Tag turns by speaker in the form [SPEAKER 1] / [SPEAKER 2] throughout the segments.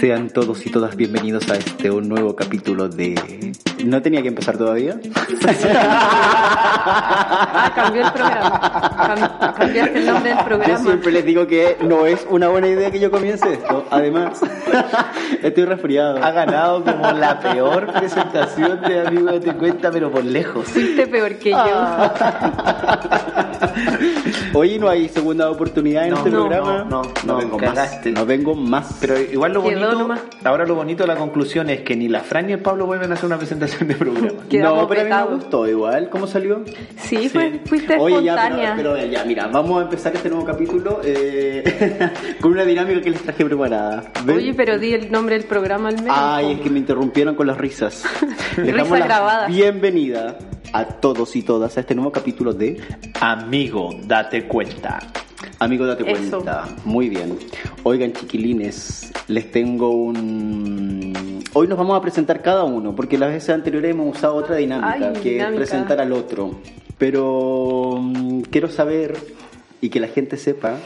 [SPEAKER 1] Sean todos y todas bienvenidos a este un nuevo capítulo de... ¿No tenía que empezar todavía?
[SPEAKER 2] Ah, cambió el programa. Cam- cambiaste el nombre del
[SPEAKER 1] Yo
[SPEAKER 2] programa.
[SPEAKER 1] siempre les digo que no es una buena idea que yo comience esto. Además, estoy resfriado.
[SPEAKER 3] ha ganado como la peor presentación de Amigo de Te Cuenta, pero por lejos.
[SPEAKER 2] Fuiste peor que yo.
[SPEAKER 1] Hoy no hay segunda oportunidad en
[SPEAKER 3] No,
[SPEAKER 1] este
[SPEAKER 3] no,
[SPEAKER 1] programa.
[SPEAKER 3] no, no, no,
[SPEAKER 1] vengo
[SPEAKER 3] cagaste.
[SPEAKER 1] más. No vengo más.
[SPEAKER 3] Pero igual lo
[SPEAKER 2] Quedó
[SPEAKER 3] bonito,
[SPEAKER 2] nomás.
[SPEAKER 3] ahora lo bonito de la conclusión es que ni la Fran ni el Pablo vuelven a hacer una presentación de programa.
[SPEAKER 2] quedamos
[SPEAKER 1] no, pero a mí me
[SPEAKER 2] petados.
[SPEAKER 1] gustó igual. ¿Cómo salió?
[SPEAKER 2] Sí, fue- fuiste
[SPEAKER 1] Oye, ya, pero-
[SPEAKER 2] espontánea.
[SPEAKER 1] pero, ya, mira, vamos a empezar este nuevo capítulo eh, con una dinámica que les traje preparada. ¿Ven?
[SPEAKER 2] Oye, pero di el nombre del programa al menos.
[SPEAKER 1] Ay, es que me interrumpieron con las risas. Les damos
[SPEAKER 2] Risa
[SPEAKER 1] la
[SPEAKER 2] grabada.
[SPEAKER 1] Bienvenida a todos y todas a este nuevo capítulo de
[SPEAKER 3] Amigo, date cuenta.
[SPEAKER 1] Amigo Date
[SPEAKER 2] Eso.
[SPEAKER 1] Cuenta. Muy bien. Oigan, chiquilines, les tengo un... Hoy nos vamos a presentar cada uno, porque las veces anteriores hemos usado otra dinámica,
[SPEAKER 2] Ay,
[SPEAKER 1] que
[SPEAKER 2] dinámica.
[SPEAKER 1] es presentar al otro. Pero mm, quiero saber, y que la gente sepa,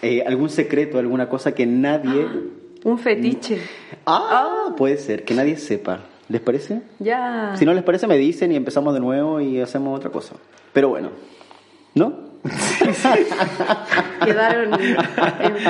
[SPEAKER 1] eh, algún secreto, alguna cosa que nadie...
[SPEAKER 2] Ah. Un fetiche.
[SPEAKER 1] Ah, puede ser, que nadie sepa. ¿Les parece?
[SPEAKER 2] Ya.
[SPEAKER 1] Si no les parece, me dicen y empezamos de nuevo y hacemos otra cosa. Pero bueno, ¿no?
[SPEAKER 2] Quedaron en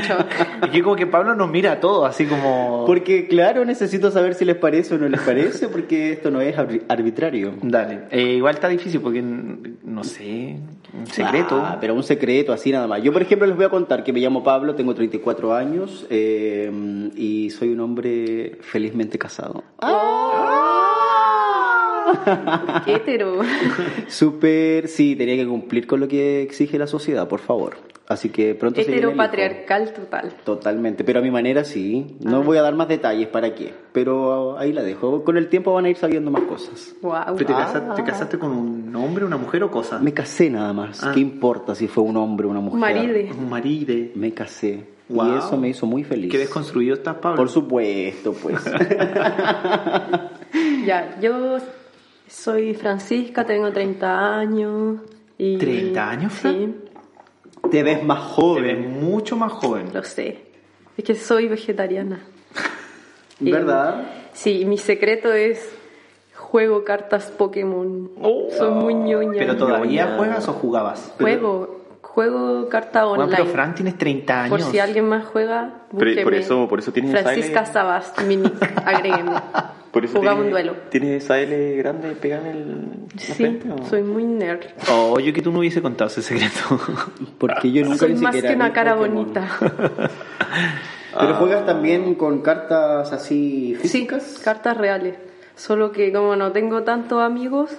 [SPEAKER 2] shock.
[SPEAKER 3] Y que como que Pablo nos mira a todos, así como...
[SPEAKER 1] Porque claro, necesito saber si les parece o no les parece, porque esto no es arbi- arbitrario.
[SPEAKER 3] Dale. Eh, igual está difícil porque, n- no sé, un secreto.
[SPEAKER 1] Ah, pero un secreto, así nada más. Yo, por ejemplo, les voy a contar que me llamo Pablo, tengo 34 años eh, y soy un hombre felizmente casado.
[SPEAKER 2] Oh. Hétero.
[SPEAKER 1] Súper, sí, tenía que cumplir con lo que exige la sociedad, por favor. Así que pronto se viene el
[SPEAKER 2] Hétero
[SPEAKER 1] hijo.
[SPEAKER 2] patriarcal total.
[SPEAKER 1] Totalmente, pero a mi manera sí. No
[SPEAKER 2] Ah.
[SPEAKER 1] voy a dar más detalles para qué, pero ahí la dejo. Con el tiempo van a ir sabiendo más cosas.
[SPEAKER 2] Wow.
[SPEAKER 3] ¿Pero te, casaste, te casaste con un hombre, una mujer o cosa?
[SPEAKER 1] Me casé nada más.
[SPEAKER 3] Ah.
[SPEAKER 1] ¿Qué importa si fue un hombre o una mujer?
[SPEAKER 2] Maride.
[SPEAKER 3] Un marido.
[SPEAKER 1] Me casé.
[SPEAKER 3] Wow.
[SPEAKER 1] Y eso me hizo muy feliz.
[SPEAKER 3] Qué desconstruido estás, Pablo.
[SPEAKER 1] Por supuesto, pues.
[SPEAKER 2] Ya, yo soy Francisca, tengo 30 años. Y...
[SPEAKER 3] ¿30 años, Fran?
[SPEAKER 2] Sí,
[SPEAKER 1] Te ves más
[SPEAKER 3] Te
[SPEAKER 1] joven.
[SPEAKER 3] ves mucho más joven.
[SPEAKER 2] lo sé. Es que soy vegetariana. Y-
[SPEAKER 1] ¿Verdad?
[SPEAKER 2] Sí, mi secreto es juego cartas Pokémon.
[SPEAKER 3] Oh.
[SPEAKER 2] Soy muy ñoña.
[SPEAKER 3] ¿Pero todavía
[SPEAKER 1] Ñoña.
[SPEAKER 3] juegas o jugabas?
[SPEAKER 2] Juego, juego carta
[SPEAKER 3] Bueno,
[SPEAKER 2] online.
[SPEAKER 3] pero Fran tienes 30 años.
[SPEAKER 2] por si alguien más juega,
[SPEAKER 4] Pero-
[SPEAKER 2] búsqueme.
[SPEAKER 4] por eso- por eso tienes esa
[SPEAKER 2] Francisca
[SPEAKER 4] L.
[SPEAKER 2] Sabast, mi nick, agréguenme.
[SPEAKER 4] Por eso
[SPEAKER 2] Jugaba
[SPEAKER 4] tienes-
[SPEAKER 2] un duelo.
[SPEAKER 4] ¿Tienes esa L grande pegada en el la
[SPEAKER 2] Sí,
[SPEAKER 4] frente, o?
[SPEAKER 2] soy muy nerd.
[SPEAKER 3] Oh, Oye, que tú no hubiese contado ese secreto.
[SPEAKER 1] Porque yo nunca
[SPEAKER 2] soy
[SPEAKER 1] ni
[SPEAKER 2] más
[SPEAKER 1] siquiera
[SPEAKER 2] que una
[SPEAKER 1] vi
[SPEAKER 2] cara
[SPEAKER 1] Pokémon.
[SPEAKER 2] bonita. Ah.
[SPEAKER 1] Pero juegas también con cartas así
[SPEAKER 2] sí,
[SPEAKER 1] físicas.
[SPEAKER 2] cartas reales. Solo que como no tengo tantos amigos,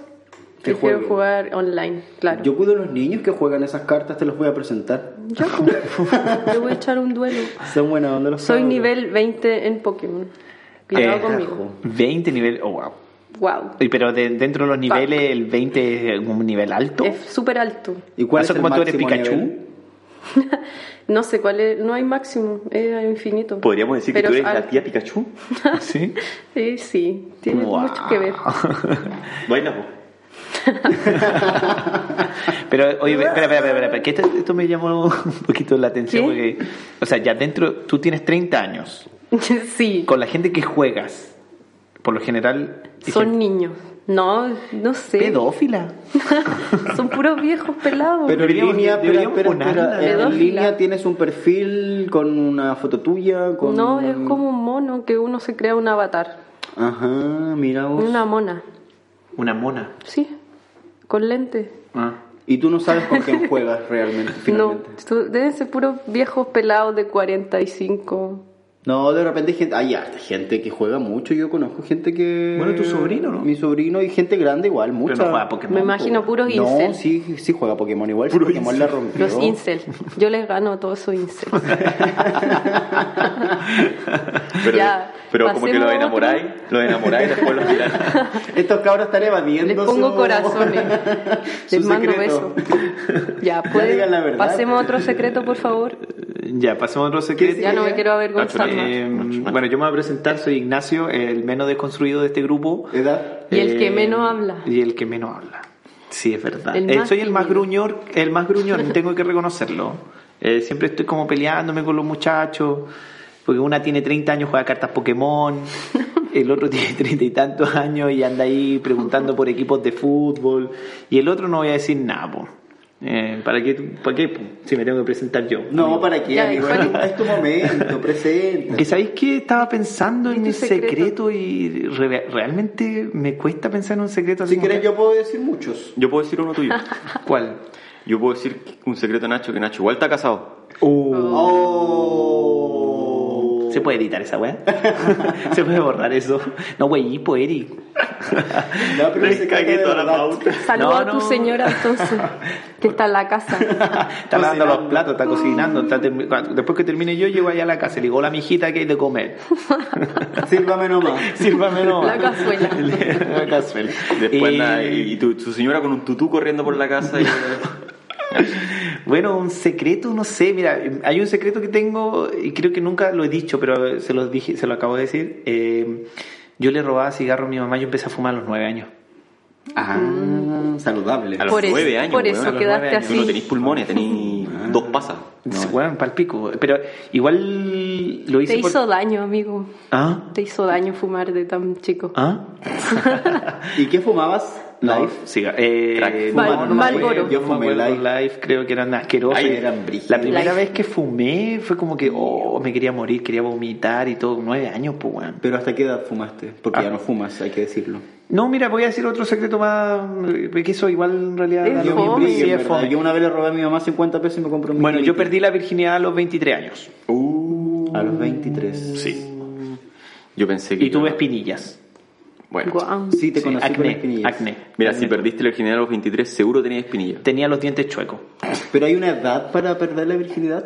[SPEAKER 1] Que
[SPEAKER 2] prefiero
[SPEAKER 1] jueguen.
[SPEAKER 2] jugar online, claro.
[SPEAKER 1] Yo cuido a los niños que juegan esas cartas, te los voy a presentar.
[SPEAKER 2] Ya, pues, le voy a echar un duelo.
[SPEAKER 1] Son buenas onda los
[SPEAKER 2] Soy
[SPEAKER 1] cabros.
[SPEAKER 2] nivel 20 en Pokémon. Cuidado
[SPEAKER 3] Eh,
[SPEAKER 2] conmigo.
[SPEAKER 3] 20 niveles. Oh, wow.
[SPEAKER 2] Wow.
[SPEAKER 3] Y Pero de- dentro de los
[SPEAKER 2] Fuck.
[SPEAKER 3] niveles, el 20 es un nivel alto.
[SPEAKER 2] Es súper alto.
[SPEAKER 1] ¿Y cuál es
[SPEAKER 3] ¿Eso
[SPEAKER 1] el
[SPEAKER 3] como tú eres
[SPEAKER 1] máximo
[SPEAKER 3] Pikachu?
[SPEAKER 1] nivel?
[SPEAKER 2] No sé cuál es, no hay máximo, es infinito.
[SPEAKER 4] Podríamos decir
[SPEAKER 2] Pero
[SPEAKER 4] que tú eres
[SPEAKER 2] al-
[SPEAKER 4] la tía Pikachu.
[SPEAKER 3] Sí.
[SPEAKER 2] Sí, sí, tiene
[SPEAKER 3] Wow.
[SPEAKER 2] mucho que ver.
[SPEAKER 4] Bueno,
[SPEAKER 3] pues. Pero, oye, espera, espera, espera, espera, que esto, esto me llamó un poquito la atención.
[SPEAKER 2] ¿Qué?
[SPEAKER 3] Porque, o sea, ya dentro, tú tienes 30 años.
[SPEAKER 2] sí,
[SPEAKER 3] Con la gente que juegas, por lo general, dicen,
[SPEAKER 2] son niños. No, no sé.
[SPEAKER 3] pedófila.
[SPEAKER 2] Son puros viejos pelados.
[SPEAKER 1] Pero en
[SPEAKER 3] Deberíamos-
[SPEAKER 1] línea, espera,
[SPEAKER 3] deberíamos
[SPEAKER 1] espera, espera.
[SPEAKER 3] ponerla.
[SPEAKER 1] En
[SPEAKER 2] Pedófila.
[SPEAKER 1] línea tienes un perfil con una foto tuya, con...
[SPEAKER 2] No, es como un mono que uno se crea un avatar.
[SPEAKER 1] Ajá, mira vos.
[SPEAKER 2] Una mona,
[SPEAKER 3] Una mona.
[SPEAKER 2] sí, con lentes.
[SPEAKER 3] Ah.
[SPEAKER 1] Y tú no sabes con quién juegas realmente,
[SPEAKER 2] No,
[SPEAKER 1] finalmente.
[SPEAKER 2] so- deben ser puros viejos pelados de 45.
[SPEAKER 1] No, de repente hay gente, hay harta gente que juega mucho, yo conozco gente que...
[SPEAKER 3] Bueno, tu sobrino, ¿no?
[SPEAKER 1] Mi sobrino y gente grande igual, mucha.
[SPEAKER 3] no juega Pokémon.
[SPEAKER 2] Me imagino puros
[SPEAKER 1] No,
[SPEAKER 2] incel.
[SPEAKER 1] sí, sí juega Pokémon igual, sí, Pokémon la rompió.
[SPEAKER 2] Los incel. Yo les gano a todos esos incel.
[SPEAKER 4] Pero,
[SPEAKER 2] Ya,
[SPEAKER 4] pero como que
[SPEAKER 2] pasemos
[SPEAKER 4] lo
[SPEAKER 2] a otro.
[SPEAKER 4] enamoráis, lo enamoráis y después lo tiráis.
[SPEAKER 1] Estos cabros están evadiendo
[SPEAKER 2] Les pongo
[SPEAKER 1] su-
[SPEAKER 2] corazones.
[SPEAKER 1] su
[SPEAKER 2] Les mando
[SPEAKER 1] secreto.
[SPEAKER 2] besos.
[SPEAKER 1] Ya
[SPEAKER 2] Ya, pueden.
[SPEAKER 1] digan la verdad.
[SPEAKER 2] Pasemos a otro secreto, por favor.
[SPEAKER 3] Ya, pasemos a otro secreto.
[SPEAKER 2] Ya no me quiero avergonzar
[SPEAKER 4] Nacho,
[SPEAKER 2] más.
[SPEAKER 3] Eh, bueno, yo me voy a presentar, soy Ignacio, el menos desconstruido de este grupo.
[SPEAKER 1] ¿Edad?
[SPEAKER 2] Y el que
[SPEAKER 3] Eh,
[SPEAKER 2] menos habla.
[SPEAKER 3] Y el que menos habla. Sí, es verdad.
[SPEAKER 2] El
[SPEAKER 3] Eh,
[SPEAKER 2] más
[SPEAKER 3] soy el más
[SPEAKER 2] tímido.
[SPEAKER 3] gruñón, el más gruñón, tengo que reconocerlo. Eh, siempre estoy como peleándome con los muchachos, porque una tiene 30 años, juega cartas Pokémon, el otro tiene 30 y tantos años y anda ahí preguntando por equipos de fútbol, y el otro no voy a decir nada, po. Eh, ¿Para qué? ¿Para qué? po? Si me tengo que presentar yo.
[SPEAKER 1] No, ¿para qué?
[SPEAKER 2] Ya,
[SPEAKER 1] amigo?
[SPEAKER 2] Juan.
[SPEAKER 1] Es tu- es tu momento, presente.
[SPEAKER 3] Que sabéis que estaba pensando en
[SPEAKER 2] tu
[SPEAKER 3] mi
[SPEAKER 2] secreto?
[SPEAKER 3] secreto, y re- realmente me cuesta pensar en un secreto así.
[SPEAKER 1] Si
[SPEAKER 3] como
[SPEAKER 1] quieres
[SPEAKER 3] que-
[SPEAKER 1] yo puedo decir muchos.
[SPEAKER 4] Yo puedo decir uno tuyo.
[SPEAKER 3] ¿Cuál?
[SPEAKER 4] Yo puedo decir un secreto de Nacho, que Nacho igual está casado.
[SPEAKER 1] Uh. Oh.
[SPEAKER 3] ¿Se puede editar esa weá? ¿Se puede borrar eso? No, wey, hipo, Eric.
[SPEAKER 1] No, pero
[SPEAKER 4] Le
[SPEAKER 1] ese cae
[SPEAKER 4] cagué
[SPEAKER 1] de
[SPEAKER 4] toda la
[SPEAKER 1] verdad.
[SPEAKER 4] pauta.
[SPEAKER 2] Saluda
[SPEAKER 3] No,
[SPEAKER 2] a tu
[SPEAKER 3] no.
[SPEAKER 2] señora entonces, que está en la casa.
[SPEAKER 3] Está lavando los platos, está cocinando. está termi- cuando- Después que termine yo, llego allá a la casa y le digo, hola, mijita, ¿qué hay de comer?
[SPEAKER 1] Sírvame nomás.
[SPEAKER 3] Sírvame no.
[SPEAKER 2] La cazuela.
[SPEAKER 3] la cazuela.
[SPEAKER 4] Después
[SPEAKER 3] Eh,
[SPEAKER 4] nada, y, y tu, tu señora con un tutú corriendo por la casa. Y,
[SPEAKER 3] Bueno, un secreto, no sé, mira, hay un secreto que tengo y creo que nunca lo he dicho, pero se los dije, se lo acabo de decir. Eh, yo le robaba cigarro a mi mamá, yo empecé a fumar a los nueve años.
[SPEAKER 1] Ah, saludable.
[SPEAKER 4] a los
[SPEAKER 2] Por eso-
[SPEAKER 4] nueve años,
[SPEAKER 2] por eso
[SPEAKER 4] weón, a los
[SPEAKER 2] quedaste
[SPEAKER 4] nueve años.
[SPEAKER 2] así.
[SPEAKER 4] Tú no tenís pulmones, tenís dos pasas.
[SPEAKER 1] eh.
[SPEAKER 3] Sí, weón, pal pico. Pero igual lo hice
[SPEAKER 2] Te
[SPEAKER 3] por-
[SPEAKER 2] hizo daño, amigo.
[SPEAKER 3] ¿Ah?
[SPEAKER 2] Te hizo daño fumar de tan chico.
[SPEAKER 3] ¿Ah?
[SPEAKER 1] ¿Y qué fumabas? Life.
[SPEAKER 3] Sí, eh,
[SPEAKER 4] Crack.
[SPEAKER 3] no,
[SPEAKER 2] Mal-
[SPEAKER 3] no me
[SPEAKER 2] Malboro.
[SPEAKER 3] acuerdo,
[SPEAKER 1] Yo
[SPEAKER 3] no
[SPEAKER 1] fumé
[SPEAKER 3] me acuerdo,
[SPEAKER 1] Life.
[SPEAKER 3] Life, creo que eran asquerosos.
[SPEAKER 1] Ay, eran brígidos.
[SPEAKER 3] La primera
[SPEAKER 2] Life.
[SPEAKER 3] vez que fumé fue como que, oh, me quería morir, quería vomitar y todo. Nueve años, pues, weón.
[SPEAKER 1] Pero ¿hasta qué edad fumaste?
[SPEAKER 3] Ah.
[SPEAKER 1] Porque ya no fumas, hay que decirlo.
[SPEAKER 3] No, mira, voy a decir otro secreto más, eh, que eso igual en realidad...
[SPEAKER 2] Es
[SPEAKER 3] da lo
[SPEAKER 1] Yo,
[SPEAKER 2] fome.
[SPEAKER 3] mismo.
[SPEAKER 1] me brillo,
[SPEAKER 3] Sí,
[SPEAKER 1] en
[SPEAKER 3] es
[SPEAKER 1] verdad.
[SPEAKER 3] fome.
[SPEAKER 1] Yo una vez le robé a mi mamá 50 pesos y me compré un
[SPEAKER 3] Bueno, yo
[SPEAKER 1] kilito.
[SPEAKER 3] perdí la virginidad a los 23 años.
[SPEAKER 1] A los 23.
[SPEAKER 4] Sí. Yo pensé que.
[SPEAKER 3] Y
[SPEAKER 4] yo-
[SPEAKER 3] tuve espinillas.
[SPEAKER 4] Bueno.
[SPEAKER 2] Guau.
[SPEAKER 1] Sí, te
[SPEAKER 3] Sí,
[SPEAKER 1] conocí con
[SPEAKER 3] acné,
[SPEAKER 1] espinillas.
[SPEAKER 3] acné.
[SPEAKER 4] Mira,
[SPEAKER 3] Acné.
[SPEAKER 4] si perdiste el original a los 23, seguro tenías espinilla.
[SPEAKER 3] Tenía los dientes chuecos.
[SPEAKER 1] Pero hay una edad para perder la virginidad.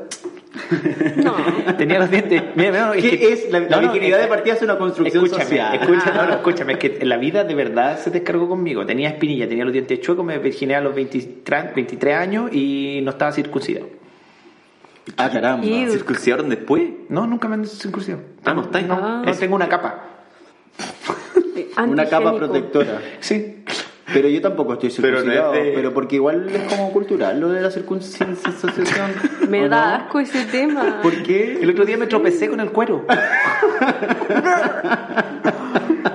[SPEAKER 2] No.
[SPEAKER 3] Tenía los dientes... Mira, mira, no, es
[SPEAKER 1] ¿Qué
[SPEAKER 3] que-
[SPEAKER 1] es? La, la
[SPEAKER 3] no, no,
[SPEAKER 1] virginidad
[SPEAKER 3] es-
[SPEAKER 1] de partida es una construcción
[SPEAKER 3] Escúchame,
[SPEAKER 1] social.
[SPEAKER 3] escúchame, no, no, escúchame, es que la vida de verdad se descargó conmigo. Tenía espinilla, tenía los dientes chuecos, me virginé a los 23, 23 años y no estaba circuncidado.
[SPEAKER 1] Ah, caramba.
[SPEAKER 2] Y-
[SPEAKER 4] ¿Circuncidaron después?
[SPEAKER 3] No, nunca me han circuncidado.
[SPEAKER 4] Ah, no estáis.
[SPEAKER 2] Ah.
[SPEAKER 3] No, tengo una capa.
[SPEAKER 1] Una
[SPEAKER 2] Antigénico.
[SPEAKER 1] capa protectora.
[SPEAKER 3] Sí.
[SPEAKER 1] Pero yo tampoco estoy
[SPEAKER 4] Pero no es
[SPEAKER 1] circuncidado. Pero,
[SPEAKER 4] de-
[SPEAKER 1] porque igual es como cultural lo de la circuncisión.
[SPEAKER 2] Me
[SPEAKER 1] ¿o
[SPEAKER 2] da
[SPEAKER 1] no?
[SPEAKER 2] asco ese tema.
[SPEAKER 1] ¿Por qué?
[SPEAKER 3] El otro día me tropecé con el cuero.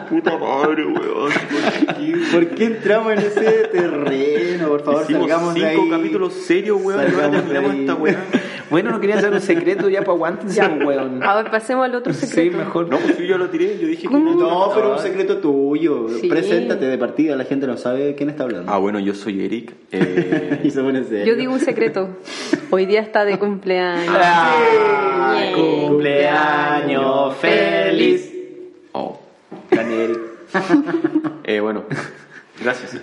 [SPEAKER 4] Puta madre, weón.
[SPEAKER 1] ¿Por qué entramos en ese terreno? Por favor,
[SPEAKER 4] Hicimos
[SPEAKER 1] salgamos de ahí.
[SPEAKER 4] cinco capítulos serios, weón. Y ahora
[SPEAKER 1] Salgamos de
[SPEAKER 4] terminamos
[SPEAKER 1] ahí.
[SPEAKER 4] esta weón.
[SPEAKER 3] Bueno, no quería hacer un secreto ya, pues aguántense, pues, weón.
[SPEAKER 2] A ver, pasemos al otro
[SPEAKER 3] Sí,
[SPEAKER 2] secreto.
[SPEAKER 3] mejor.
[SPEAKER 4] No, pues yo ya lo tiré. Yo dije que no.
[SPEAKER 1] No, pero un secreto tuyo.
[SPEAKER 2] Sí.
[SPEAKER 1] Preséntate de partida, la gente no sabe quién está hablando.
[SPEAKER 4] Ah, bueno, yo soy Eric. eh,
[SPEAKER 1] Y se pone serio.
[SPEAKER 2] Yo digo un secreto. Hoy día está de cumpleaños.
[SPEAKER 3] Ah,
[SPEAKER 2] Sí.
[SPEAKER 3] cumpleaños feliz.
[SPEAKER 4] oh,
[SPEAKER 3] Daniel.
[SPEAKER 4] eh, bueno, gracias.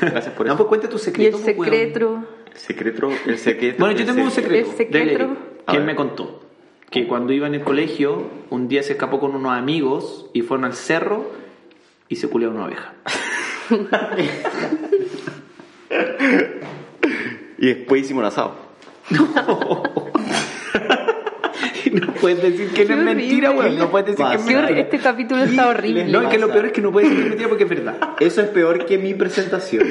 [SPEAKER 4] Gracias por
[SPEAKER 3] No,
[SPEAKER 4] eso.
[SPEAKER 3] pues cuenta tu
[SPEAKER 2] Y el
[SPEAKER 3] secreto. pues, weón.
[SPEAKER 2] secreto.
[SPEAKER 4] Secreto, el secreto.
[SPEAKER 3] Bueno, yo
[SPEAKER 4] el
[SPEAKER 3] tengo un secreto.
[SPEAKER 4] secreto.
[SPEAKER 2] El secreto.
[SPEAKER 3] Dele.
[SPEAKER 4] A
[SPEAKER 3] ¿Quién
[SPEAKER 4] ver.
[SPEAKER 3] me contó? Que cuando iba en el colegio, un día se escapó con unos amigos y fueron al cerro y se culeó una oveja.
[SPEAKER 4] Y después hicimos un asado.
[SPEAKER 3] no puedes decir que no
[SPEAKER 2] Qué
[SPEAKER 3] es mentira,
[SPEAKER 2] horrible.
[SPEAKER 3] weón. No puedes decir que es
[SPEAKER 1] Qué
[SPEAKER 2] Qué hor-
[SPEAKER 3] mentira.
[SPEAKER 2] Este capítulo está horrible.
[SPEAKER 3] No, es que lo peor es que no puedes decir que es mentira porque es verdad.
[SPEAKER 1] Eso es peor que mi presentación.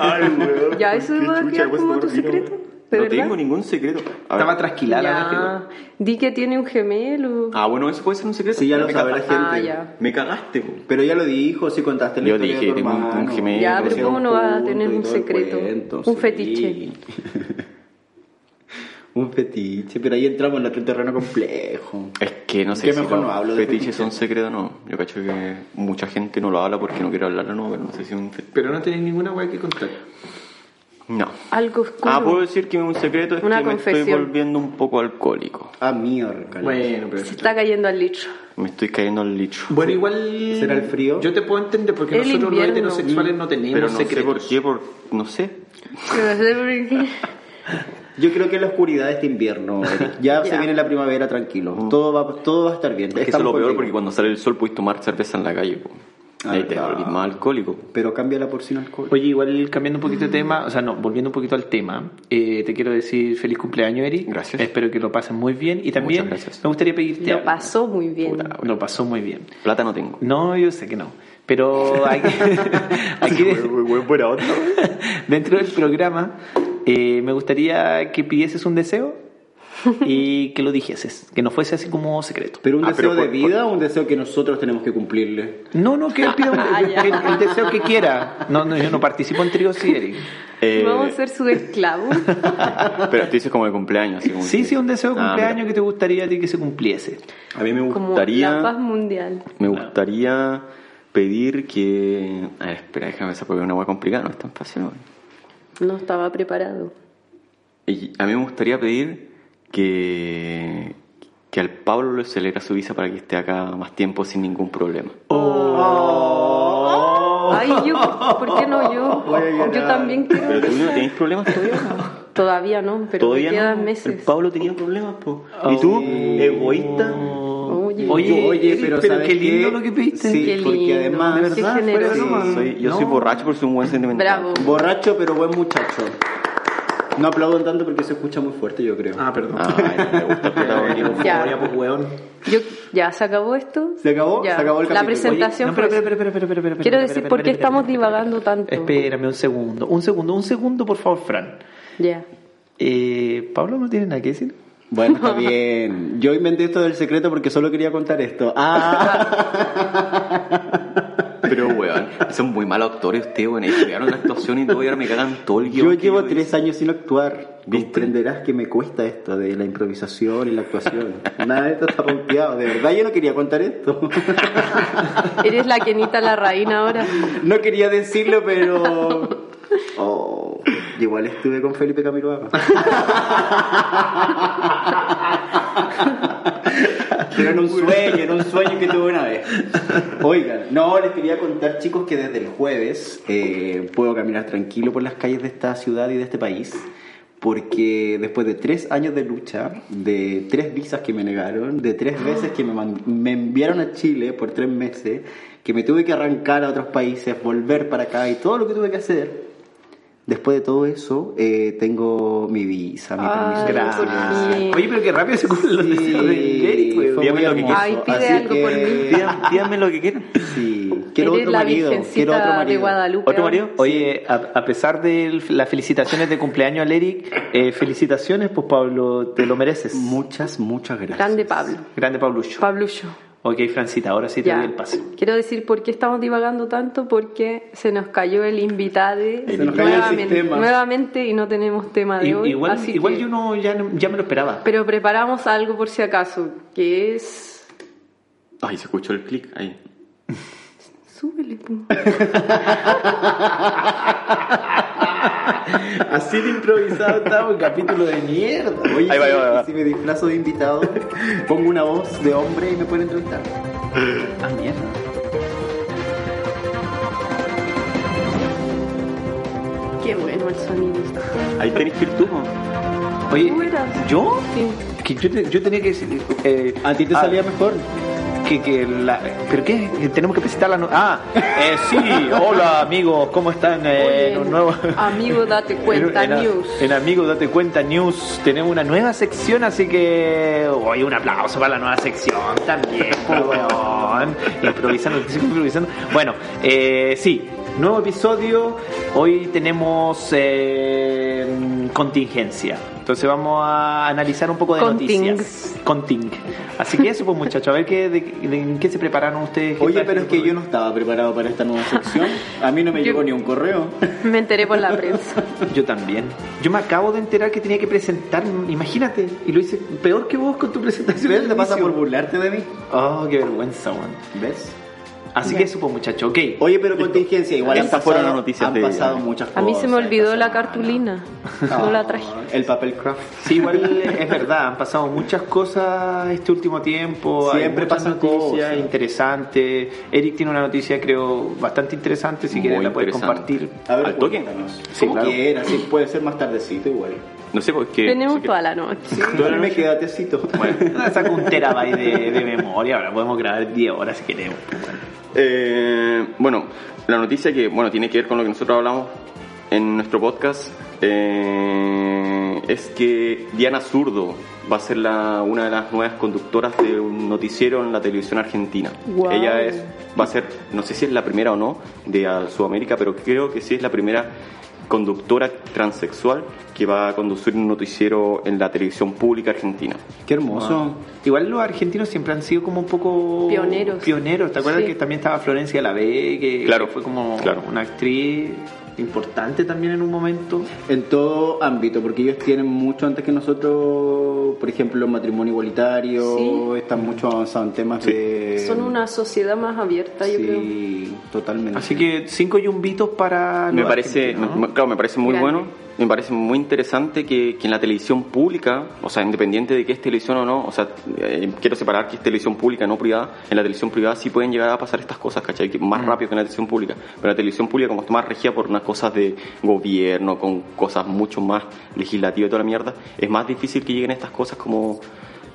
[SPEAKER 4] Ay, weón.
[SPEAKER 2] Ya, eso va a quedar como tu secreto. ¿De
[SPEAKER 4] No
[SPEAKER 2] verdad?
[SPEAKER 4] tengo ningún secreto. A ver.
[SPEAKER 3] Estaba trasquilada la oveja.
[SPEAKER 2] Ya. Di que tiene un gemelo.
[SPEAKER 4] Ah, bueno, eso puede ser un secreto.
[SPEAKER 1] Sí, ya lo
[SPEAKER 4] me
[SPEAKER 1] sabe la
[SPEAKER 4] cagaste.
[SPEAKER 2] Ah,
[SPEAKER 1] gente.
[SPEAKER 2] ya.
[SPEAKER 4] Me cagaste, weón.
[SPEAKER 1] Pero ya lo dijo, sí contaste la
[SPEAKER 4] Yo
[SPEAKER 1] historia de
[SPEAKER 4] dije,
[SPEAKER 1] tu
[SPEAKER 4] tengo un-
[SPEAKER 1] hermano.
[SPEAKER 4] un gemelo.
[SPEAKER 2] Ya, pero
[SPEAKER 4] sí,
[SPEAKER 2] ¿cómo no vas a
[SPEAKER 1] junto
[SPEAKER 2] tener
[SPEAKER 1] y
[SPEAKER 2] un
[SPEAKER 1] todo el
[SPEAKER 2] secreto?
[SPEAKER 1] cuento,
[SPEAKER 2] un
[SPEAKER 1] sí.
[SPEAKER 2] fetiche.
[SPEAKER 1] un fetiche, pero ahí entramos en otro terreno complejo.
[SPEAKER 4] Es que no sé
[SPEAKER 1] Que
[SPEAKER 4] si
[SPEAKER 1] mejor
[SPEAKER 4] los
[SPEAKER 1] no hablo de
[SPEAKER 4] fetiches son secretos o no. Yo cacho que mucha gente no lo habla porque no quiere hablarlo, no, pero no sé si es un fetiche.
[SPEAKER 3] Pero no tenés ninguna weá que contar.
[SPEAKER 4] No.
[SPEAKER 2] Algo oscuro.
[SPEAKER 4] Ah, puedo decir que un secreto es
[SPEAKER 2] Una
[SPEAKER 4] que me estoy
[SPEAKER 2] confesión.
[SPEAKER 4] volviendo un poco alcohólico.
[SPEAKER 1] Ah, mierda.
[SPEAKER 3] Bueno, pero...
[SPEAKER 2] Se está cayendo al litro.
[SPEAKER 4] Me estoy cayendo al licho.
[SPEAKER 3] Bueno, igual...
[SPEAKER 1] ¿Será el frío?
[SPEAKER 3] Yo te puedo entender porque
[SPEAKER 2] El
[SPEAKER 3] nosotros
[SPEAKER 2] invierno.
[SPEAKER 3] los heterosexuales no tenemos
[SPEAKER 4] Pero no sé por
[SPEAKER 3] secretos.
[SPEAKER 4] qué, por... no sé.
[SPEAKER 2] No sé por qué.
[SPEAKER 1] Yo creo que la oscuridad de este invierno, Eric. ya se
[SPEAKER 2] Ya.
[SPEAKER 1] viene la primavera tranquilo. Todo va, todo va a estar bien.
[SPEAKER 4] Es que eso es
[SPEAKER 1] Estamos
[SPEAKER 4] lo peor
[SPEAKER 1] contigo.
[SPEAKER 4] porque cuando sale el sol puedes tomar cerveza en la calle. po.
[SPEAKER 1] Ah,
[SPEAKER 4] Ahí te
[SPEAKER 1] verdad.
[SPEAKER 4] volvís más alcohólico.
[SPEAKER 1] Pero cámbiala por sin alcohol.
[SPEAKER 3] Oye, igual cambiando un poquito
[SPEAKER 2] Mm.
[SPEAKER 3] de tema, o sea, no, volviendo un poquito al tema, eh, te quiero decir feliz cumpleaños, Eric.
[SPEAKER 4] Gracias.
[SPEAKER 3] Espero que lo pases muy bien y también
[SPEAKER 4] Muchas gracias.
[SPEAKER 3] me gustaría pedirte...
[SPEAKER 2] Lo
[SPEAKER 3] algo.
[SPEAKER 2] pasó muy bien.
[SPEAKER 3] Lo pasó muy bien.
[SPEAKER 4] Plata no tengo.
[SPEAKER 3] No, yo sé que no. Pero aquí, aquí dentro del programa eh, me gustaría que pidieses un deseo y que lo dijeses, que no fuese así como secreto.
[SPEAKER 1] Pero un
[SPEAKER 4] Ah,
[SPEAKER 1] deseo
[SPEAKER 4] pero
[SPEAKER 1] de
[SPEAKER 4] por-
[SPEAKER 1] vida o un deseo que nosotros tenemos que cumplirle.
[SPEAKER 3] No, no, que él pida un,
[SPEAKER 2] Ah, ya.
[SPEAKER 3] el, el deseo que quiera. No, no, yo no participo en tríos, sí, Eric.
[SPEAKER 4] Eh,
[SPEAKER 2] Vamos a ser su esclavo.
[SPEAKER 4] Pero tú dices como de cumpleaños. así como
[SPEAKER 3] Sí,
[SPEAKER 4] que-
[SPEAKER 3] sí, un deseo de
[SPEAKER 4] Ah,
[SPEAKER 3] cumpleaños
[SPEAKER 4] mira.
[SPEAKER 3] que te gustaría a ti que se cumpliese.
[SPEAKER 4] A mí me
[SPEAKER 2] Como
[SPEAKER 4] gustaría...
[SPEAKER 2] la paz mundial.
[SPEAKER 4] Me gustaría pedir que. A ver, espera, déjame pensar porque es una hueá complicada, no es tan fácil. weón.
[SPEAKER 2] No estaba preparado.
[SPEAKER 4] Y a mí me gustaría pedir que. que al Pablo le acelera su visa para que esté acá más tiempo sin ningún problema.
[SPEAKER 2] Ay, yo, ¿por qué no yo? Yo también quiero.
[SPEAKER 4] Pero tú no
[SPEAKER 2] empezar.
[SPEAKER 4] tenés problemas todavía.
[SPEAKER 2] Todavía no, pero
[SPEAKER 4] todavía
[SPEAKER 2] me quedan
[SPEAKER 4] no. El
[SPEAKER 2] meses.
[SPEAKER 4] Pablo tenía problemas, po. Y tú, egoísta.
[SPEAKER 2] Oye,
[SPEAKER 3] Oh. Oye,
[SPEAKER 1] Oye,
[SPEAKER 3] Eric,
[SPEAKER 1] pero,
[SPEAKER 3] pero
[SPEAKER 1] ¿sabes
[SPEAKER 3] qué lindo
[SPEAKER 1] qué?
[SPEAKER 3] lo que pediste.
[SPEAKER 1] Sí,
[SPEAKER 2] Qué
[SPEAKER 1] porque
[SPEAKER 2] lindo,
[SPEAKER 1] además,
[SPEAKER 2] de verdad,
[SPEAKER 1] Fuera de
[SPEAKER 2] generoso.
[SPEAKER 1] broma.
[SPEAKER 4] Sí, soy- yo
[SPEAKER 3] No.
[SPEAKER 4] soy borracho por soy un buen sentimental.
[SPEAKER 2] bravo.
[SPEAKER 1] Borracho pero buen muchacho. No aplaudo tanto porque se escucha muy fuerte, yo creo.
[SPEAKER 3] Ah, perdón.
[SPEAKER 4] Ay, no me gusta el protagonismo.
[SPEAKER 2] Ya.
[SPEAKER 3] Ya, pues, weón.
[SPEAKER 2] Yo, ¿Ya se acabó esto?
[SPEAKER 1] ¿Se acabó?
[SPEAKER 2] Ya.
[SPEAKER 1] Se acabó el
[SPEAKER 2] La
[SPEAKER 1] capítulo.
[SPEAKER 2] presentación
[SPEAKER 3] No, pero,
[SPEAKER 2] fue-
[SPEAKER 3] pero, pero, pero, pero, pero,
[SPEAKER 2] Quiero
[SPEAKER 3] pero,
[SPEAKER 2] decir
[SPEAKER 3] pero,
[SPEAKER 2] por qué
[SPEAKER 3] pero,
[SPEAKER 2] estamos
[SPEAKER 3] pero, pero,
[SPEAKER 2] divagando tanto.
[SPEAKER 3] Espérame un segundo, un segundo, un segundo, por favor, Fran.
[SPEAKER 2] Ya.
[SPEAKER 3] Eh, Pablo no tiene nada que decir.
[SPEAKER 1] Bueno, está bien. Yo inventé esto del secreto porque solo quería contar esto. Ah,
[SPEAKER 4] Pero, weón, son muy malos actores ustedes, weón. Estudiaron la actuación y todo, y ahora me cagan todo el guión.
[SPEAKER 1] yo
[SPEAKER 4] que
[SPEAKER 1] llevo
[SPEAKER 4] hice.
[SPEAKER 1] tres años sin actuar.
[SPEAKER 4] ¿Viste?
[SPEAKER 1] Comprenderás que me cuesta esto de la improvisación y la actuación. Nada de esto está pompeado. De verdad, yo no quería contar esto.
[SPEAKER 2] Eres la Kenita la reina ahora.
[SPEAKER 1] No quería decirlo, pero. Oh, igual estuve con Felipe Camiloaga. Pero en un sueño, en un sueño que tuve una vez. Oigan, no, les quería contar, chicos, que desde el jueves eh, puedo caminar tranquilo por las calles de esta ciudad y de este país. Porque después de tres años de lucha, de tres visas que me negaron, de tres veces que me, man- me enviaron a Chile por tres meses, que me tuve que arrancar a otros países, volver para acá y todo lo que tuve que hacer, después de todo eso, eh, tengo mi visa, mi
[SPEAKER 2] Ay,
[SPEAKER 1] permiso. de
[SPEAKER 2] por
[SPEAKER 1] trabajo.
[SPEAKER 2] fin.
[SPEAKER 3] Oye, pero qué rápido se cumplen los
[SPEAKER 1] Sí,
[SPEAKER 3] deseos de Eric,
[SPEAKER 1] fue
[SPEAKER 3] weón.
[SPEAKER 1] muy
[SPEAKER 4] Dígame lo que
[SPEAKER 1] hermoso.
[SPEAKER 2] Ay, pide
[SPEAKER 1] Así
[SPEAKER 2] algo por
[SPEAKER 1] que-
[SPEAKER 4] Pidan- Pídanme lo que quieran.
[SPEAKER 1] Sí, quiero
[SPEAKER 2] Eres
[SPEAKER 1] otro
[SPEAKER 2] la
[SPEAKER 1] marido,
[SPEAKER 2] virgencita
[SPEAKER 1] quiero otro
[SPEAKER 2] de
[SPEAKER 1] marido.
[SPEAKER 2] Guadalupe.
[SPEAKER 3] ¿Otro marido? Oye, a, a pesar de el- las felicitaciones de cumpleaños al Eric, eh, felicitaciones, pues Pablo, te lo mereces.
[SPEAKER 1] Muchas, muchas gracias.
[SPEAKER 2] Grande Pablo.
[SPEAKER 3] Grande Pablucho.
[SPEAKER 2] Pablucho.
[SPEAKER 3] ok, Francita, ahora sí te
[SPEAKER 2] Ya.
[SPEAKER 3] doy el pase.
[SPEAKER 2] Quiero decir por qué estamos divagando tanto, porque se nos cayó el invitado
[SPEAKER 1] Se nos cayó el
[SPEAKER 2] nuevamente,
[SPEAKER 1] sistema.
[SPEAKER 2] nuevamente y no tenemos tema de
[SPEAKER 3] I-
[SPEAKER 2] hoy.
[SPEAKER 3] igual
[SPEAKER 2] así
[SPEAKER 3] igual
[SPEAKER 2] que-
[SPEAKER 3] yo no, ya, no- ya me lo esperaba.
[SPEAKER 2] Pero preparamos algo por si acaso, que es...
[SPEAKER 4] Ay, se escuchó el clic ahí.
[SPEAKER 2] Súbele. po.
[SPEAKER 3] Así de improvisado estaba un capítulo de mierda.
[SPEAKER 1] Oye,
[SPEAKER 4] Ahí va, ahí va, ahí va.
[SPEAKER 1] si me disfrazo de invitado, pongo una voz de hombre y me pueden entrevistar.
[SPEAKER 3] Ah, mierda.
[SPEAKER 2] Qué bueno el sonido.
[SPEAKER 4] Ahí tenés virtud.
[SPEAKER 3] Oye,
[SPEAKER 2] Tú eras.
[SPEAKER 3] ¿yo?
[SPEAKER 2] Sí.
[SPEAKER 3] Que yo, te- yo tenía que decir. eh,
[SPEAKER 1] A ti te
[SPEAKER 3] ah,
[SPEAKER 1] salía mejor.
[SPEAKER 3] Que, que la, ¿Pero qué? Que Tenemos que presentar la. no- Ah, eh, sí, hola amigos, ¿cómo están? Eh,
[SPEAKER 2] Oye,
[SPEAKER 3] en un nuevo.
[SPEAKER 2] Amigo, date cuenta,
[SPEAKER 3] en, en-
[SPEAKER 2] news.
[SPEAKER 3] En Amigos Date Cuenta News tenemos una nueva sección, así que. Oye, un aplauso para la nueva sección también, po, weón. improvisando, sigo improvisando. Bueno, eh, sí, nuevo episodio. Hoy tenemos eh, contingencia. Entonces vamos a analizar un poco de
[SPEAKER 2] Conting.
[SPEAKER 3] noticias. Conting. Así que eso, pues muchachos, a ver qué, de, de- en qué se prepararon ustedes. ¿Qué
[SPEAKER 1] Oye,
[SPEAKER 3] tal?
[SPEAKER 1] pero es que yo no estaba preparado para esta nueva sección. A mí no me
[SPEAKER 2] Yo-
[SPEAKER 1] llegó ni un correo.
[SPEAKER 2] Me enteré por la prensa.
[SPEAKER 3] Yo también. Yo me acabo de enterar que tenía que presentar, imagínate, y lo hice peor que vos con tu presentación.
[SPEAKER 1] ¿Ves?
[SPEAKER 3] al
[SPEAKER 1] Te pasa
[SPEAKER 3] inicio.
[SPEAKER 1] por burlarte de mí.
[SPEAKER 3] Oh, qué vergüenza, weón.
[SPEAKER 1] ¿Ves?
[SPEAKER 3] Así que supo, muchacho, ok.
[SPEAKER 1] Oye, pero contingencia, igual han
[SPEAKER 4] Esas fueron
[SPEAKER 1] pasado,
[SPEAKER 4] las noticias
[SPEAKER 1] han
[SPEAKER 4] de hoy día.
[SPEAKER 1] pasado muchas
[SPEAKER 2] A
[SPEAKER 1] cosas.
[SPEAKER 2] mí se me olvidó
[SPEAKER 1] han
[SPEAKER 2] la
[SPEAKER 1] pasado-
[SPEAKER 2] cartulina. No la traje.
[SPEAKER 1] El papel craft. eh,
[SPEAKER 3] Sí, igual es verdad, han pasado muchas cosas este último tiempo. hay
[SPEAKER 1] Siempre
[SPEAKER 3] muchas
[SPEAKER 1] pasan
[SPEAKER 3] noticias
[SPEAKER 1] cosas.
[SPEAKER 3] interesantes. Eric tiene una noticia, creo, bastante interesante. Si quieres,
[SPEAKER 4] Muy
[SPEAKER 3] la puedes
[SPEAKER 4] interesante.
[SPEAKER 3] compartir.
[SPEAKER 1] A ver,
[SPEAKER 4] ¿Al toque?
[SPEAKER 1] cuéntanos.
[SPEAKER 3] Sí,
[SPEAKER 1] Como
[SPEAKER 3] claro.
[SPEAKER 1] quiera, sí, puede ser más tardecito igual.
[SPEAKER 4] No sé por qué.
[SPEAKER 2] Tenemos
[SPEAKER 4] sé que-
[SPEAKER 2] toda la noche.
[SPEAKER 1] Duerme, quédatecito.
[SPEAKER 3] Saco un terabyte de, de memoria. Ahora podemos grabar 10 horas si queremos.
[SPEAKER 4] Eh, bueno, la noticia que bueno tiene que ver con lo que nosotros hablamos en nuestro podcast eh, es que Diana Zurdo va a ser la- una de las nuevas conductoras de un noticiero en la televisión argentina.
[SPEAKER 2] Guau.
[SPEAKER 4] Ella es va a ser, no sé si es la primera o no de ah, Sudamérica, pero creo que sí es la primera conductora transexual que va a conducir un noticiero en la televisión pública argentina.
[SPEAKER 1] Qué hermoso.
[SPEAKER 3] Igual los argentinos siempre han sido como un poco
[SPEAKER 2] Pioneros.
[SPEAKER 3] Pioneros. ¿Te acuerdas
[SPEAKER 2] Sí.
[SPEAKER 3] que también estaba Florencia Lavé, que
[SPEAKER 4] Claro,
[SPEAKER 3] que fue como
[SPEAKER 4] claro.
[SPEAKER 3] una actriz importante también en un momento?
[SPEAKER 1] En todo ámbito, porque ellos tienen mucho antes que nosotros, por ejemplo, matrimonio igualitario,
[SPEAKER 2] Sí.
[SPEAKER 1] están mucho avanzados en temas
[SPEAKER 4] Sí.
[SPEAKER 1] de...
[SPEAKER 2] Son una sociedad más abierta, yo creo.
[SPEAKER 1] Sí, totalmente.
[SPEAKER 3] Así que cinco yumbitos para.
[SPEAKER 4] me
[SPEAKER 3] los
[SPEAKER 4] parece
[SPEAKER 3] argentinos,
[SPEAKER 4] me- claro me parece muy
[SPEAKER 2] Grande.
[SPEAKER 4] bueno me parece muy interesante que, que en la televisión pública o sea independiente de que es televisión o no o sea eh, quiero separar que es televisión pública no privada en la televisión privada sí pueden llegar a pasar estas cosas ¿cachai? Que más rápido que en la televisión pública pero la televisión pública como está más regida por unas cosas de gobierno con cosas mucho más legislativas y toda la mierda es más difícil que lleguen estas cosas como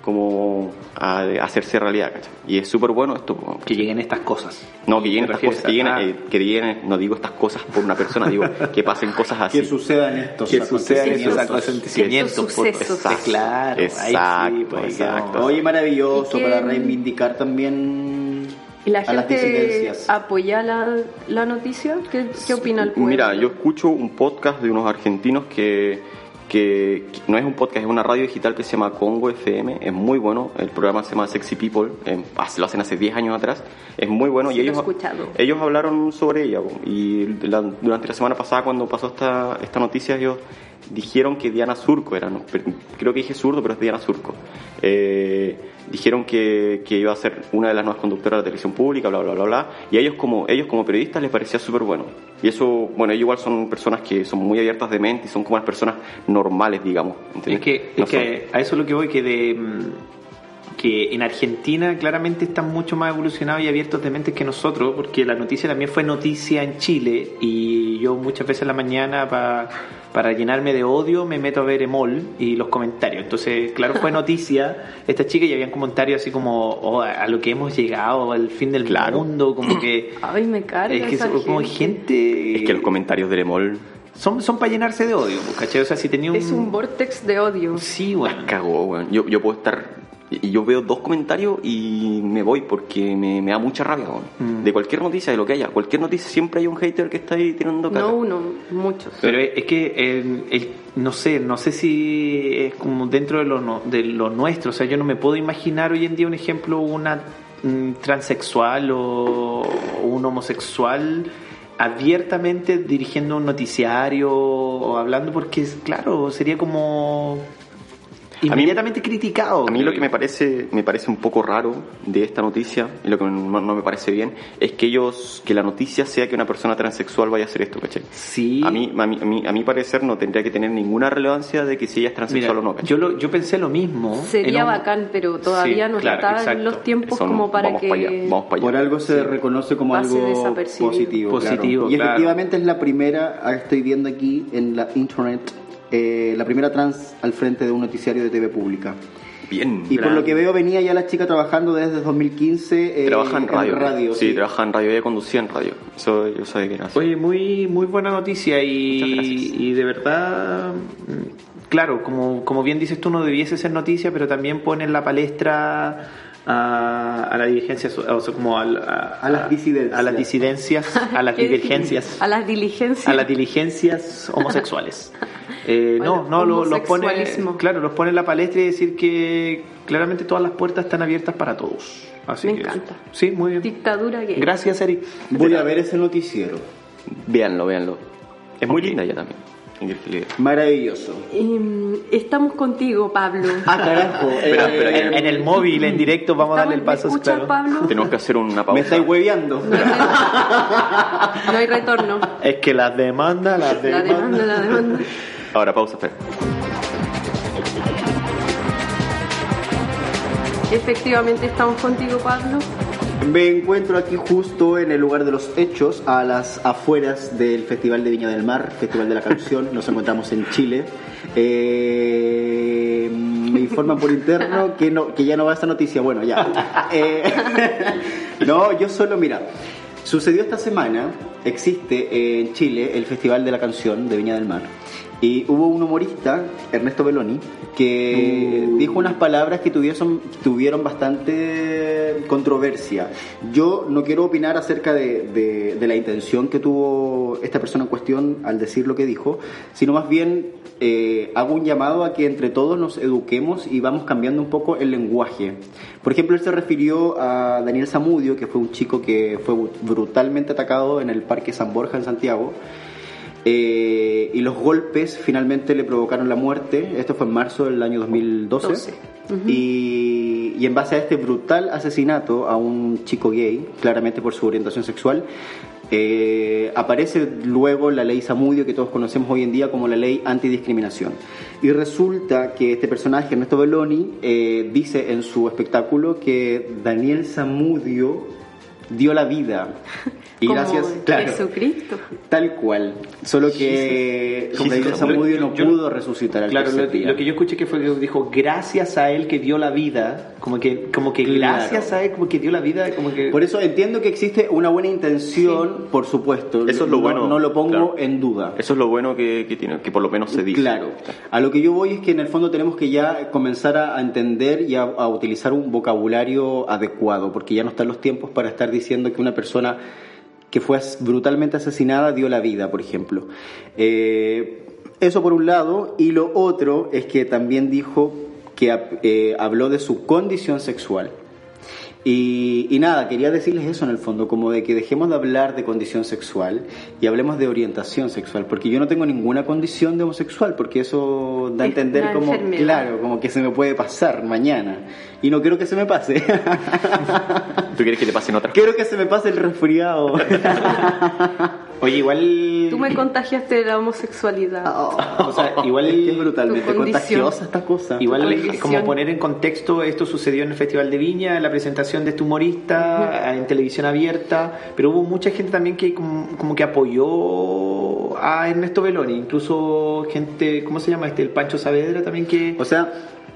[SPEAKER 4] como a a hacerse realidad ¿cachai? y es súper bueno esto po.
[SPEAKER 3] Que lleguen estas cosas.
[SPEAKER 4] No, que lleguen
[SPEAKER 3] ¿Te
[SPEAKER 4] estas
[SPEAKER 3] refieres
[SPEAKER 4] cosas, que lleguen,
[SPEAKER 3] a-
[SPEAKER 4] eh, que lleguen, no digo estas cosas por una persona, digo que pasen cosas así.
[SPEAKER 1] Que sucedan estos
[SPEAKER 3] que sucedan esos
[SPEAKER 1] acontecimientos.
[SPEAKER 3] acontecimientos.
[SPEAKER 2] Esos
[SPEAKER 3] por-
[SPEAKER 2] sucesos.
[SPEAKER 3] Exacto, claro. ahí sí,
[SPEAKER 4] Exacto,
[SPEAKER 3] pues,
[SPEAKER 4] exacto.
[SPEAKER 3] no.
[SPEAKER 1] Oye, maravilloso,
[SPEAKER 2] Y que-
[SPEAKER 1] para reivindicar también
[SPEAKER 2] ¿Y la
[SPEAKER 1] a las
[SPEAKER 2] gente
[SPEAKER 1] disidencias.
[SPEAKER 2] apoya la, la noticia? ¿Qué, qué opina el pueblo?
[SPEAKER 4] Mira, yo escucho un podcast de unos argentinos que, que, que no es un podcast, es una radio digital que se llama Congo FM, es muy bueno, el programa se llama Sexy People, eh, hace- lo hacen hace 10 años atrás, es muy bueno
[SPEAKER 2] Sí,
[SPEAKER 4] y
[SPEAKER 2] lo he
[SPEAKER 4] ellos,
[SPEAKER 2] escuchado.
[SPEAKER 4] ellos hablaron sobre ella po, y la- durante la semana pasada cuando pasó esta, esta noticia ellos dijeron que Diana Surco era, no, pero- creo que dije zurdo, pero es Diana Surco. Eh, dijeron que, que iba a ser una de las nuevas conductoras de la televisión pública, bla, bla, bla, bla. Y a ellos como, ellos como periodistas les parecía súper bueno. Y eso, bueno, ellos igual son personas que son muy abiertas de mente y son como las personas normales, digamos.
[SPEAKER 3] Es
[SPEAKER 4] ¿entiendes?
[SPEAKER 3] que,
[SPEAKER 4] No
[SPEAKER 3] es que a eso es lo que voy, que de mm, que en Argentina claramente están mucho más evolucionados y abiertos de mentes que nosotros, porque la noticia también fue noticia en Chile y yo muchas veces en la mañana pa- para llenarme de odio me meto a ver Emol y los comentarios. Entonces, claro, fue noticia esta chica y habían comentarios así como "Oh, a lo que hemos llegado, al fin del
[SPEAKER 4] Claro.
[SPEAKER 3] mundo, como que...
[SPEAKER 2] Ay, me carga
[SPEAKER 3] eh, Es que
[SPEAKER 2] esa
[SPEAKER 3] son como gente...
[SPEAKER 4] son- es que los comentarios de Lemol
[SPEAKER 3] son, son para llenarse de odio, pues, ¿cachai? O sea, si tenía un...
[SPEAKER 2] Es un vortex de odio.
[SPEAKER 3] Sí, bueno.
[SPEAKER 4] Cagó, weón. Yo, yo puedo estar. y- y Yo veo dos comentarios y me voy porque me, me da mucha rabia, weón.
[SPEAKER 2] Mm.
[SPEAKER 4] De cualquier noticia, de lo que haya. Cualquier noticia, siempre hay un hater que está ahí tirando caca.
[SPEAKER 2] No uno, muchos.
[SPEAKER 3] Pero es es que eh, el- no sé, no sé si es como dentro de lo, no- de lo nuestro. O sea, yo no me puedo imaginar hoy en día un ejemplo, una mm, transexual o, o un homosexual abiertamente dirigiendo un noticiario o hablando, porque es- claro, sería como inmediatamente criticado.
[SPEAKER 4] A mí
[SPEAKER 3] creo
[SPEAKER 4] lo que
[SPEAKER 3] yo.
[SPEAKER 4] me parece, me parece un poco raro de esta noticia, y lo que no, no me parece bien, es que ellos, que la noticia sea que una persona transexual vaya a hacer esto, ¿cachai?
[SPEAKER 3] Sí.
[SPEAKER 4] A mí, a mí, a mí, a mi parecer no tendría que tener ninguna relevancia de que si ella es
[SPEAKER 3] Mira,
[SPEAKER 4] transexual o no, ¿eh? ¿cachai?
[SPEAKER 3] yo, lo- yo pensé lo mismo.
[SPEAKER 2] Sería
[SPEAKER 3] en un-
[SPEAKER 2] bacán, pero todavía
[SPEAKER 3] Sí,
[SPEAKER 2] no
[SPEAKER 3] claro,
[SPEAKER 2] están
[SPEAKER 3] exacto.
[SPEAKER 2] los tiempos
[SPEAKER 4] Eso no-
[SPEAKER 2] como para
[SPEAKER 4] vamos
[SPEAKER 2] que...
[SPEAKER 4] pa' allá, vamos para allá.
[SPEAKER 1] Por algo se reconoce como
[SPEAKER 2] Pase
[SPEAKER 1] algo
[SPEAKER 2] desapercibido.
[SPEAKER 1] positivo. claro.
[SPEAKER 3] Positivo,
[SPEAKER 1] Y
[SPEAKER 3] claro.
[SPEAKER 1] efectivamente es la primera, ah, estoy viendo aquí en la internet, eh, la primera trans al frente de un noticiario de TV pública.
[SPEAKER 4] Bien.
[SPEAKER 1] Y por
[SPEAKER 3] Gran.
[SPEAKER 1] lo que veo venía ya la chica trabajando desde 2015 eh,
[SPEAKER 4] Trabaja en radio. sí,
[SPEAKER 1] sí.
[SPEAKER 4] trabaja en radio. Ella conducía en radio. Eso yo sabía que era así.
[SPEAKER 3] Oye, muy, muy buena noticia
[SPEAKER 4] Muchas
[SPEAKER 3] y,
[SPEAKER 4] gracias.
[SPEAKER 3] y de verdad, mm, claro, como, como bien dices tú, no debiese ser noticia, pero también pone en la palestra a, a la dirigencia, o sea, como al- a,
[SPEAKER 1] A las disidencias.
[SPEAKER 3] A las disidencias, a las
[SPEAKER 2] ¿Qué?
[SPEAKER 3] divergencias,
[SPEAKER 2] A las diligencias.
[SPEAKER 3] a las diligencias homosexuales. Eh,
[SPEAKER 2] Bueno,
[SPEAKER 3] no, no, lo- los pone,
[SPEAKER 2] homosexualismo.
[SPEAKER 3] claro, los pone en la palestra y decir que claramente todas las puertas están abiertas para todos. Así
[SPEAKER 2] Me
[SPEAKER 3] que-
[SPEAKER 2] encanta.
[SPEAKER 3] Sí, muy bien.
[SPEAKER 2] Dictadura gay.
[SPEAKER 3] Gracias, Eric.
[SPEAKER 1] Voy a ver ese noticiero.
[SPEAKER 4] Véanlo, véanlo. Es muy linda ella también. ¿Qué quieres que le diga?
[SPEAKER 1] Maravilloso.
[SPEAKER 2] Em, estamos contigo, Pablo.
[SPEAKER 1] Ah, carajo. eh,
[SPEAKER 4] Espera, espera, que-
[SPEAKER 3] En, en el móvil, en directo, vamos a darle el
[SPEAKER 2] Estamos-
[SPEAKER 3] paso,
[SPEAKER 2] ¿me escuchas,
[SPEAKER 3] claro.
[SPEAKER 2] Pablo?
[SPEAKER 4] Tenemos que hacer una pausa.
[SPEAKER 1] Me estáis hueveando.
[SPEAKER 2] No hay retorno.
[SPEAKER 3] Es que las demandas, las
[SPEAKER 2] La
[SPEAKER 3] demandas.
[SPEAKER 2] demanda, la demanda.
[SPEAKER 4] Ahora, pausa, espera.
[SPEAKER 2] Efectivamente, estamos contigo, Pablo.
[SPEAKER 1] Me encuentro aquí justo en el lugar de los hechos, a las afueras del Festival de Viña del Mar, Festival de la Canción. Nos encontramos en Chile. Eh, me informan por interno que, no, que ya no va esta noticia. Bueno, ya. Eh, no, yo solo, mira. Sucedió esta semana, existe eh, en Chile el Festival de la Canción de Viña del Mar. Y hubo un humorista, Ernesto Belloni, que dijo unas palabras que tuvieron, tuvieron bastante controversia. Yo no quiero opinar acerca de, de- de la intención que tuvo esta persona en cuestión al decir lo que dijo, sino más bien eh, hago un llamado a que entre todos nos eduquemos y vamos cambiando un poco el lenguaje. Por ejemplo, él se refirió a Daniel Zamudio, que fue un chico que fue brutalmente atacado en el Parque San Borja en Santiago. Eh, y los golpes finalmente le provocaron la muerte. Esto fue en marzo del año 2012. y, y en base a este brutal asesinato a un chico gay, claramente por su orientación sexual, eh, aparece luego la ley Zamudio que todos conocemos hoy en día como la ley antidiscriminación. Y resulta que este personaje, Ernesto Belloni, eh, dice en su espectáculo que Daniel Zamudio dio la vida. Y
[SPEAKER 2] Como
[SPEAKER 1] gracias, claro.
[SPEAKER 2] Jesucristo.
[SPEAKER 1] Tal cual. Solo que
[SPEAKER 3] Jesus.
[SPEAKER 1] como
[SPEAKER 3] Jesus.
[SPEAKER 1] Daniel Zamudio no
[SPEAKER 3] Yo-
[SPEAKER 1] pudo resucitar al
[SPEAKER 3] Claro, lo,
[SPEAKER 1] tercer día.
[SPEAKER 3] lo que yo escuché que fue que dijo, gracias a él que dio la vida, como que, como que
[SPEAKER 1] Claro.
[SPEAKER 3] gracias a él como que dio la vida, como que...
[SPEAKER 1] Por eso entiendo que existe una buena intención, por supuesto.
[SPEAKER 4] Eso es lo
[SPEAKER 1] No-
[SPEAKER 4] bueno,
[SPEAKER 1] No lo pongo
[SPEAKER 4] claro.
[SPEAKER 1] en duda.
[SPEAKER 4] Eso es lo bueno que, que tiene, que por lo menos se dice.
[SPEAKER 1] Claro. A lo que yo voy es que en el fondo tenemos que ya comenzar a a entender y a, a utilizar un vocabulario adecuado, porque ya no están los tiempos para estar diciendo que una persona que fue as- brutalmente asesinada dio la vida, por ejemplo. Eh, eso por un lado, y lo otro es que también dijo que ap- eh, habló de su condición sexual. Y, y nada, quería decirles eso en el fondo, como de que dejemos de hablar de condición sexual y hablemos de orientación sexual, porque yo no tengo ninguna condición de homosexual, porque eso da a
[SPEAKER 2] Es
[SPEAKER 1] entender
[SPEAKER 2] una
[SPEAKER 1] como,
[SPEAKER 2] enfermedad.
[SPEAKER 1] claro, como que se me puede pasar mañana. Y no quiero que se me pase,
[SPEAKER 4] ¿Tú quieres que te pasen otras
[SPEAKER 1] quiero que se me pase el resfriado.
[SPEAKER 3] Oye, igual...
[SPEAKER 2] Tú me contagiaste de la homosexualidad.
[SPEAKER 3] O sea, igual
[SPEAKER 1] Igual es que es brutalmente
[SPEAKER 2] Tu condición.
[SPEAKER 1] contagiosa esta cosa.
[SPEAKER 3] Igual
[SPEAKER 2] Tu
[SPEAKER 3] es
[SPEAKER 2] condición.
[SPEAKER 3] como poner en contexto, esto sucedió en el Festival de Viña, en la presentación de este humorista, en televisión abierta, pero hubo mucha gente también que como, como que apoyó a Ernesto Beloni, incluso gente, ¿cómo se llama este? El Pancho Saavedra también que...
[SPEAKER 1] O sea,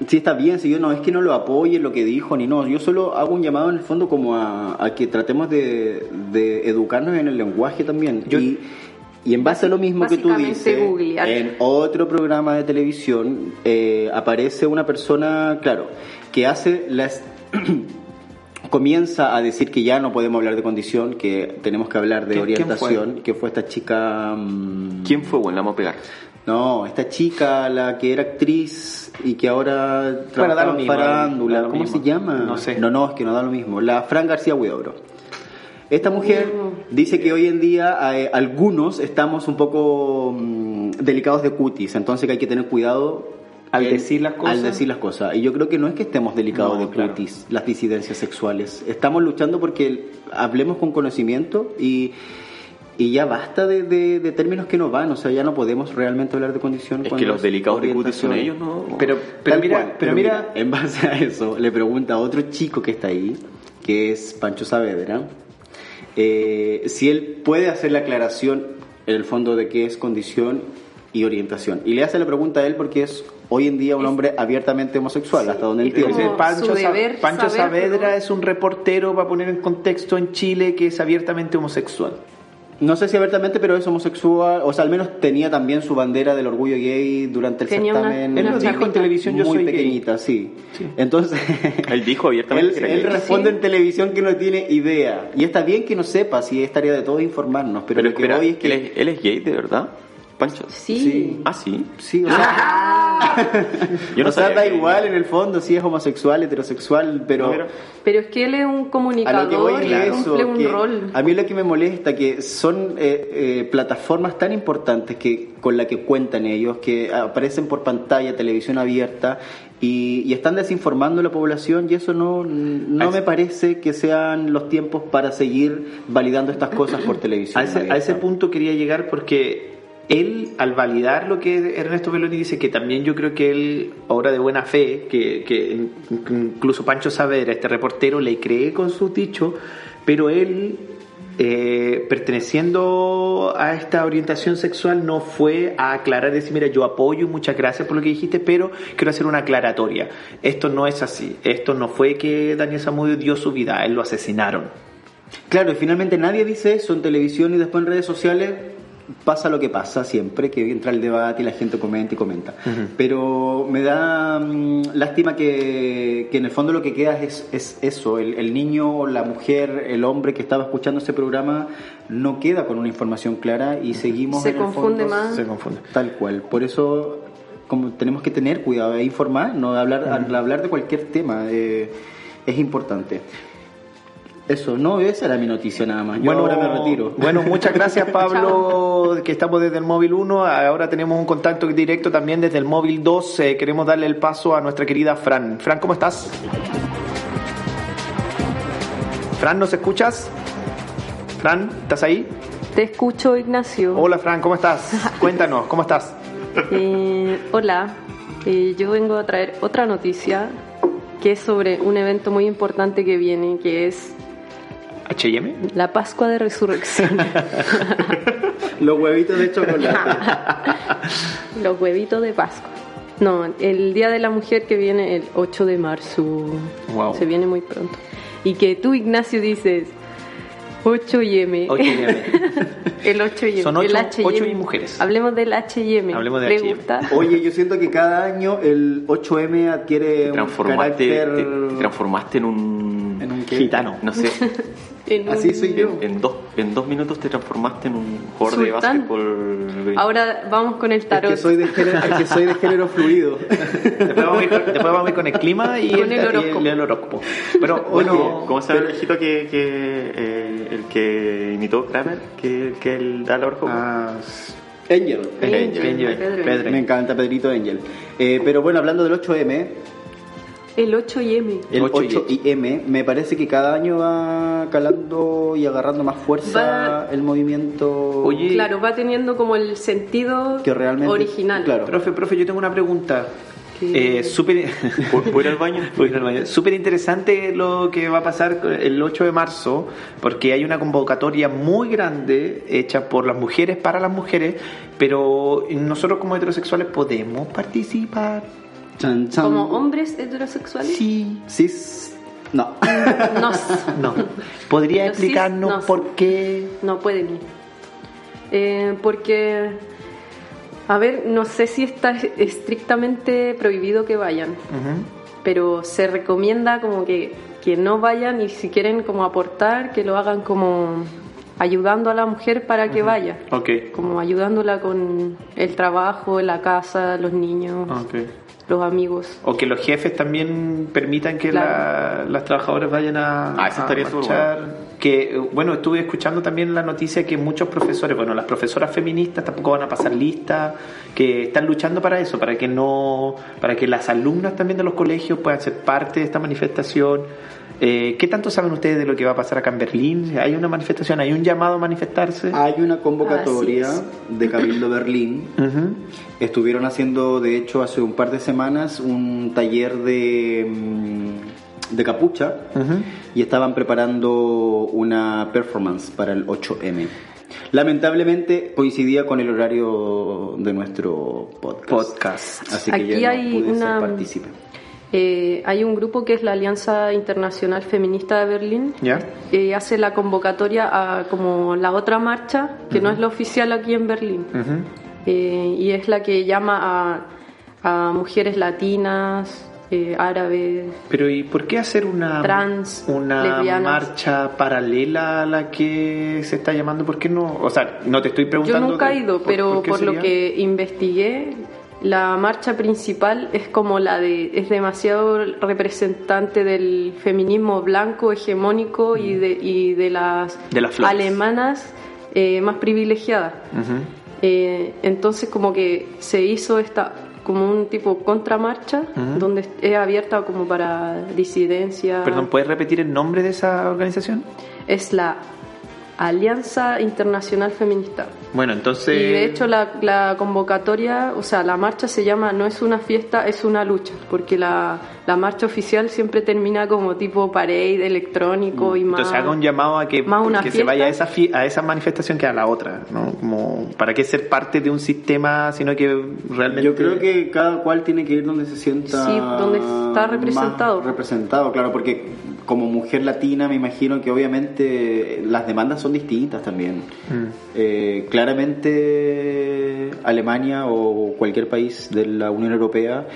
[SPEAKER 1] si está bien, si yo no es que no lo apoye lo que dijo ni no, yo solo hago un llamado en el fondo como a, a que tratemos de, de educarnos en el lenguaje también.
[SPEAKER 3] Yo-
[SPEAKER 1] y, y en base a lo mismo que tú
[SPEAKER 2] Básicamente
[SPEAKER 1] dices,
[SPEAKER 2] googlear.
[SPEAKER 1] en otro programa de televisión eh, aparece una persona, claro, que hace las comienza a decir que ya no podemos hablar de condición, que tenemos que hablar de
[SPEAKER 3] ¿Quién- quién fue?
[SPEAKER 1] orientación, que fue esta chica mm,
[SPEAKER 4] ¿Quién fue bueno? La vamos a pegar.
[SPEAKER 1] no, esta chica, la que era actriz y que ahora
[SPEAKER 3] da lo
[SPEAKER 1] trabaja en
[SPEAKER 3] mismo,
[SPEAKER 1] farándula,
[SPEAKER 3] da lo
[SPEAKER 1] ¿cómo
[SPEAKER 3] mismo.
[SPEAKER 1] se llama?
[SPEAKER 3] No sé.
[SPEAKER 1] No, no, es que no da lo mismo. La Fran García Huidobro. Esta mujer dice que hoy en día eh, algunos estamos un poco mm, delicados de cutis, entonces que hay que tener cuidado
[SPEAKER 3] Al decir las cosas.
[SPEAKER 1] Al decir las cosas. Y yo creo que no es que estemos delicados
[SPEAKER 3] No,
[SPEAKER 1] de
[SPEAKER 3] claro.
[SPEAKER 1] cutis, las disidencias sexuales. Estamos luchando porque hablemos con conocimiento y y ya basta de, de- de términos que no van, o sea, ya no podemos realmente hablar de condición.
[SPEAKER 4] Es que
[SPEAKER 1] cuando
[SPEAKER 4] los delicados de cutis son
[SPEAKER 1] orientación.
[SPEAKER 4] ellos, ¿no?
[SPEAKER 3] Pero, pero
[SPEAKER 1] Tal
[SPEAKER 3] mira,
[SPEAKER 1] cual,
[SPEAKER 3] pero mira,
[SPEAKER 1] en base a eso, le pregunta a otro chico que está ahí, que es Pancho Saavedra, eh, si él puede hacer la aclaración en el fondo de qué es condición y orientación. Y le hace la pregunta a él porque es hoy en día un hombre abiertamente homosexual, hasta donde
[SPEAKER 3] Es
[SPEAKER 1] entiendo.
[SPEAKER 3] decir,
[SPEAKER 2] como
[SPEAKER 3] Pancho,
[SPEAKER 2] su
[SPEAKER 3] Sa-
[SPEAKER 2] deber
[SPEAKER 3] Pancho
[SPEAKER 2] saber,
[SPEAKER 3] Saavedra
[SPEAKER 2] pero-
[SPEAKER 3] es un reportero, para poner en contexto, en Chile que es abiertamente homosexual.
[SPEAKER 1] No sé si abiertamente, pero es homosexual, o sea, al menos tenía también su bandera del orgullo gay durante el
[SPEAKER 2] Tenía una-
[SPEAKER 1] certamen.
[SPEAKER 2] Él lo dijo en
[SPEAKER 1] chapita
[SPEAKER 3] televisión, yo
[SPEAKER 1] muy
[SPEAKER 3] soy gay.
[SPEAKER 1] pequeñita, sí. Entonces,
[SPEAKER 4] Él dijo
[SPEAKER 1] él,
[SPEAKER 4] abiertamente que era
[SPEAKER 1] él
[SPEAKER 4] gay.
[SPEAKER 1] responde
[SPEAKER 2] Sí.
[SPEAKER 1] en televisión que no tiene idea. Y está bien que no sepa, si es tarea de todos informarnos, pero,
[SPEAKER 4] Pero
[SPEAKER 1] lo que
[SPEAKER 4] espera,
[SPEAKER 1] voy es que...
[SPEAKER 4] ¿él, es, él es gay de verdad? ¿Pancho?
[SPEAKER 2] Sí.
[SPEAKER 1] Sí.
[SPEAKER 4] Ah, sí.
[SPEAKER 1] Sí, o sea,
[SPEAKER 4] Yo no
[SPEAKER 1] o sea,
[SPEAKER 4] sabía
[SPEAKER 1] da
[SPEAKER 4] que-
[SPEAKER 1] igual en el fondo si es homosexual, heterosexual, pero...
[SPEAKER 4] No, pero-
[SPEAKER 2] Pero es que él es
[SPEAKER 1] a
[SPEAKER 2] un
[SPEAKER 1] lo que voy
[SPEAKER 2] comunicador y
[SPEAKER 1] es eso,
[SPEAKER 2] cumple un
[SPEAKER 1] que
[SPEAKER 2] rol.
[SPEAKER 1] A mí lo que me molesta que son eh, eh, plataformas tan importantes que con la que cuentan ellos, que aparecen por pantalla, televisión abierta y, y están desinformando a la población y eso no, no
[SPEAKER 3] A
[SPEAKER 1] me
[SPEAKER 3] ese-
[SPEAKER 1] parece que sean los tiempos para seguir validando estas cosas por televisión.
[SPEAKER 3] A ese,
[SPEAKER 1] abierta.
[SPEAKER 3] a ese punto quería llegar porque él, al validar lo que Ernesto Belloni dice, que también yo creo que él, ahora de buena fe, que, que in- incluso Pancho Savera, este reportero, le cree con sus dichos, pero él, eh, perteneciendo a esta orientación sexual, no fue a aclarar, decir, mira, yo apoyo y muchas gracias por lo que dijiste, pero quiero hacer una aclaratoria. Esto no es así. Esto no fue que Daniel Samudio dio su vida, a él lo asesinaron.
[SPEAKER 1] Claro, y finalmente nadie dice eso en televisión y después en redes sociales pasa lo que pasa siempre, que entra el debate y la gente comenta y comenta. Pero me da mm, lástima que, que en el fondo lo que queda es, es eso, el, el niño, la mujer, el hombre que estaba escuchando ese programa no queda con una información clara y seguimos...
[SPEAKER 2] Se
[SPEAKER 1] en el
[SPEAKER 2] confunde
[SPEAKER 1] fondo-
[SPEAKER 2] más.
[SPEAKER 3] Se confunde.
[SPEAKER 1] Tal cual, por eso como tenemos que tener cuidado e informar, no hablar, al hablar de cualquier tema eh, es importante. Eso, no, esa era mi noticia nada más. Yo ahora me retiro.
[SPEAKER 3] Bueno, muchas gracias Pablo, que estamos desde el móvil 1. Ahora tenemos un contacto directo también desde el móvil 2. Eh, queremos darle el paso a nuestra querida Fran. Fran, ¿cómo estás? Fran, ¿nos escuchas? Fran, ¿estás ahí?
[SPEAKER 2] Te escucho, Ignacio.
[SPEAKER 3] Hola Fran, ¿cómo estás? Cuéntanos, ¿cómo estás?
[SPEAKER 2] Eh, hola, Eh, yo vengo a traer otra noticia que es sobre un evento muy importante que viene, que es
[SPEAKER 3] ¿HM?
[SPEAKER 2] la Pascua de Resurrección.
[SPEAKER 1] Los huevitos de chocolate.
[SPEAKER 2] Los huevitos de Pascua. No, el Día de la Mujer que viene el 8 de marzo.
[SPEAKER 3] Wow.
[SPEAKER 2] Se viene muy pronto. Y que tú, Ignacio, dices 8 y M.
[SPEAKER 3] HM.
[SPEAKER 2] El 8 y M.
[SPEAKER 3] Son
[SPEAKER 2] el H&M.
[SPEAKER 3] ocho- ocho y mujeres.
[SPEAKER 2] Hablemos del H y M.
[SPEAKER 3] Hablemos del
[SPEAKER 2] ¿Le
[SPEAKER 3] H&M.
[SPEAKER 2] gusta?
[SPEAKER 1] Oye, yo siento que cada año el 8M adquiere
[SPEAKER 4] Te
[SPEAKER 1] un
[SPEAKER 4] transformaste,
[SPEAKER 1] carácter...
[SPEAKER 4] te- te transformaste en un...
[SPEAKER 1] ¿En un qué?
[SPEAKER 3] Gitano.
[SPEAKER 4] No sé.
[SPEAKER 2] En
[SPEAKER 1] Así soy yo.
[SPEAKER 4] En, en dos, en dos minutos te transformaste en un jugador de
[SPEAKER 2] Sultán.
[SPEAKER 4] básquetbol.
[SPEAKER 2] Ahora vamos con el
[SPEAKER 1] Es
[SPEAKER 2] tarot.
[SPEAKER 1] que, soy de género, es que soy de género fluido.
[SPEAKER 3] Después vamos, a ir con, después vamos a ir con el clima y,
[SPEAKER 2] Con el
[SPEAKER 3] el, y el-
[SPEAKER 2] horóscopo.
[SPEAKER 3] el horóscopo. Pero
[SPEAKER 4] Oye,
[SPEAKER 3] bueno,
[SPEAKER 4] ¿cómo se llama el viejito que, que, eh, el que imitó Kramer? Que, que el da la orjo?
[SPEAKER 3] ah,
[SPEAKER 1] Angel.
[SPEAKER 4] Angel,
[SPEAKER 3] Angel,
[SPEAKER 2] Pedro.
[SPEAKER 3] Pedro.
[SPEAKER 1] Me encanta Pedrito Angel. Eh, pero bueno, hablando del 8M,
[SPEAKER 2] El 8 y M.
[SPEAKER 1] El
[SPEAKER 3] Ocho
[SPEAKER 1] 8 y M, me parece que cada año va calando y agarrando más fuerza
[SPEAKER 2] Va-
[SPEAKER 1] el movimiento.
[SPEAKER 3] Oye,
[SPEAKER 2] Claro, va teniendo como el sentido
[SPEAKER 1] Que realmente-
[SPEAKER 2] original.
[SPEAKER 1] claro.
[SPEAKER 3] Profe, profe, yo tengo una pregunta.
[SPEAKER 2] ¿Qué?
[SPEAKER 3] Eh, súper
[SPEAKER 4] ¿Pu- ¿Puedo ir al baño?
[SPEAKER 3] Voy a ir al baño. Súper interesante lo que va a pasar el 8 de marzo, porque hay una convocatoria muy grande hecha por las mujeres, para las mujeres, pero nosotros como heterosexuales podemos participar.
[SPEAKER 1] Chan, chan.
[SPEAKER 2] Como hombres heterosexuales.
[SPEAKER 3] Sí.
[SPEAKER 1] Cis. No.
[SPEAKER 2] Nos.
[SPEAKER 3] No. ¿Podría
[SPEAKER 2] Los cis,
[SPEAKER 3] explicarnos
[SPEAKER 2] no.
[SPEAKER 3] por qué?
[SPEAKER 2] No pueden ir. Eh, porque, a ver, no sé si está estrictamente prohibido que vayan,
[SPEAKER 3] Ujú.
[SPEAKER 2] pero se recomienda como que, que no vayan y si quieren como aportar, que lo hagan como ayudando a la mujer para que vaya.
[SPEAKER 3] Ok.
[SPEAKER 2] Como ayudándola con el trabajo, la casa, los niños,
[SPEAKER 1] Ah.
[SPEAKER 3] Ok.
[SPEAKER 2] los amigos.
[SPEAKER 3] O que los jefes también permitan que
[SPEAKER 2] Claro.
[SPEAKER 3] la- las trabajadoras vayan a,
[SPEAKER 4] Ah, eso
[SPEAKER 3] a
[SPEAKER 4] estaría súper
[SPEAKER 3] marchar. Que, eh, bueno, estuve escuchando también la noticia que muchos profesores, bueno, las profesoras feministas tampoco van a pasar lista, que están luchando para eso, para que no, para que las alumnas también de los colegios puedan ser parte de esta manifestación. Eh, ¿Qué tanto saben ustedes de lo que va a pasar acá en Berlín? ¿Hay una manifestación? ¿Hay un llamado a manifestarse?
[SPEAKER 4] Ah.
[SPEAKER 1] Hay una convocatoria
[SPEAKER 2] Así
[SPEAKER 1] de Cabildo Berlín.
[SPEAKER 3] Ujú.
[SPEAKER 1] Estuvieron haciendo, de hecho, hace un par de semanas un taller de, mm, de capucha
[SPEAKER 3] Ujú.
[SPEAKER 1] y estaban preparando una performance para el 8M. Lamentablemente coincidía con el horario de nuestro podcast.
[SPEAKER 3] Podcast.
[SPEAKER 1] Así que yo
[SPEAKER 2] Aquí
[SPEAKER 1] no
[SPEAKER 2] hay
[SPEAKER 1] pude
[SPEAKER 2] una-
[SPEAKER 1] ser partícipe.
[SPEAKER 2] Eh, hay un grupo que es la Alianza Internacional Feminista de Berlín,
[SPEAKER 3] ¿Ya?
[SPEAKER 2] eh, hace la convocatoria a como la otra marcha, que no es la oficial aquí en Berlín,
[SPEAKER 3] Ujú.
[SPEAKER 2] Eh, y es la que llama a, a mujeres latinas, eh, árabes.
[SPEAKER 3] Pero ¿y por qué hacer una,
[SPEAKER 2] Trans,
[SPEAKER 3] una
[SPEAKER 2] lesbianas.
[SPEAKER 3] marcha paralela a la que se está llamando? ¿Por qué no? O sea, no te estoy
[SPEAKER 2] Yo
[SPEAKER 3] preguntando.
[SPEAKER 2] nunca he
[SPEAKER 3] de-
[SPEAKER 2] ido, pero por,
[SPEAKER 3] qué
[SPEAKER 2] lo
[SPEAKER 3] sería?
[SPEAKER 2] que investigué, La marcha principal es como la de. es demasiado representante del feminismo blanco, hegemónico y de, y de las,
[SPEAKER 3] Mm. De las flores.
[SPEAKER 2] alemanas eh, más privilegiadas.
[SPEAKER 3] Ujú.
[SPEAKER 2] Eh, entonces como que se hizo esta como un tipo contramarcha
[SPEAKER 3] Ujú.
[SPEAKER 2] donde es abierta como para disidencia.
[SPEAKER 3] Perdón, ¿puedes repetir el nombre de esa organización?
[SPEAKER 2] Es la Alianza Internacional Feminista.
[SPEAKER 3] Bueno, entonces...
[SPEAKER 2] Y de hecho la, la convocatoria, o sea, la marcha se llama No es una fiesta, es una lucha, porque la, la marcha oficial siempre termina como tipo parade electrónico y más...
[SPEAKER 3] Mm, Entonces haga un llamado a que,
[SPEAKER 2] más una
[SPEAKER 3] que se vaya a
[SPEAKER 2] fiesta.
[SPEAKER 3] esa, fie- a esa manifestación que a la otra, ¿no? Como, ¿para qué ser parte de un sistema, sino que realmente...
[SPEAKER 1] Yo creo que cada cual tiene que ir donde se sienta.
[SPEAKER 2] Sí, donde está representado.
[SPEAKER 1] más representado, claro, porque como mujer latina me imagino que obviamente las demandas son distintas también.
[SPEAKER 3] Mm.
[SPEAKER 1] Eh, claramente Alemania o cualquier país de la Unión Europea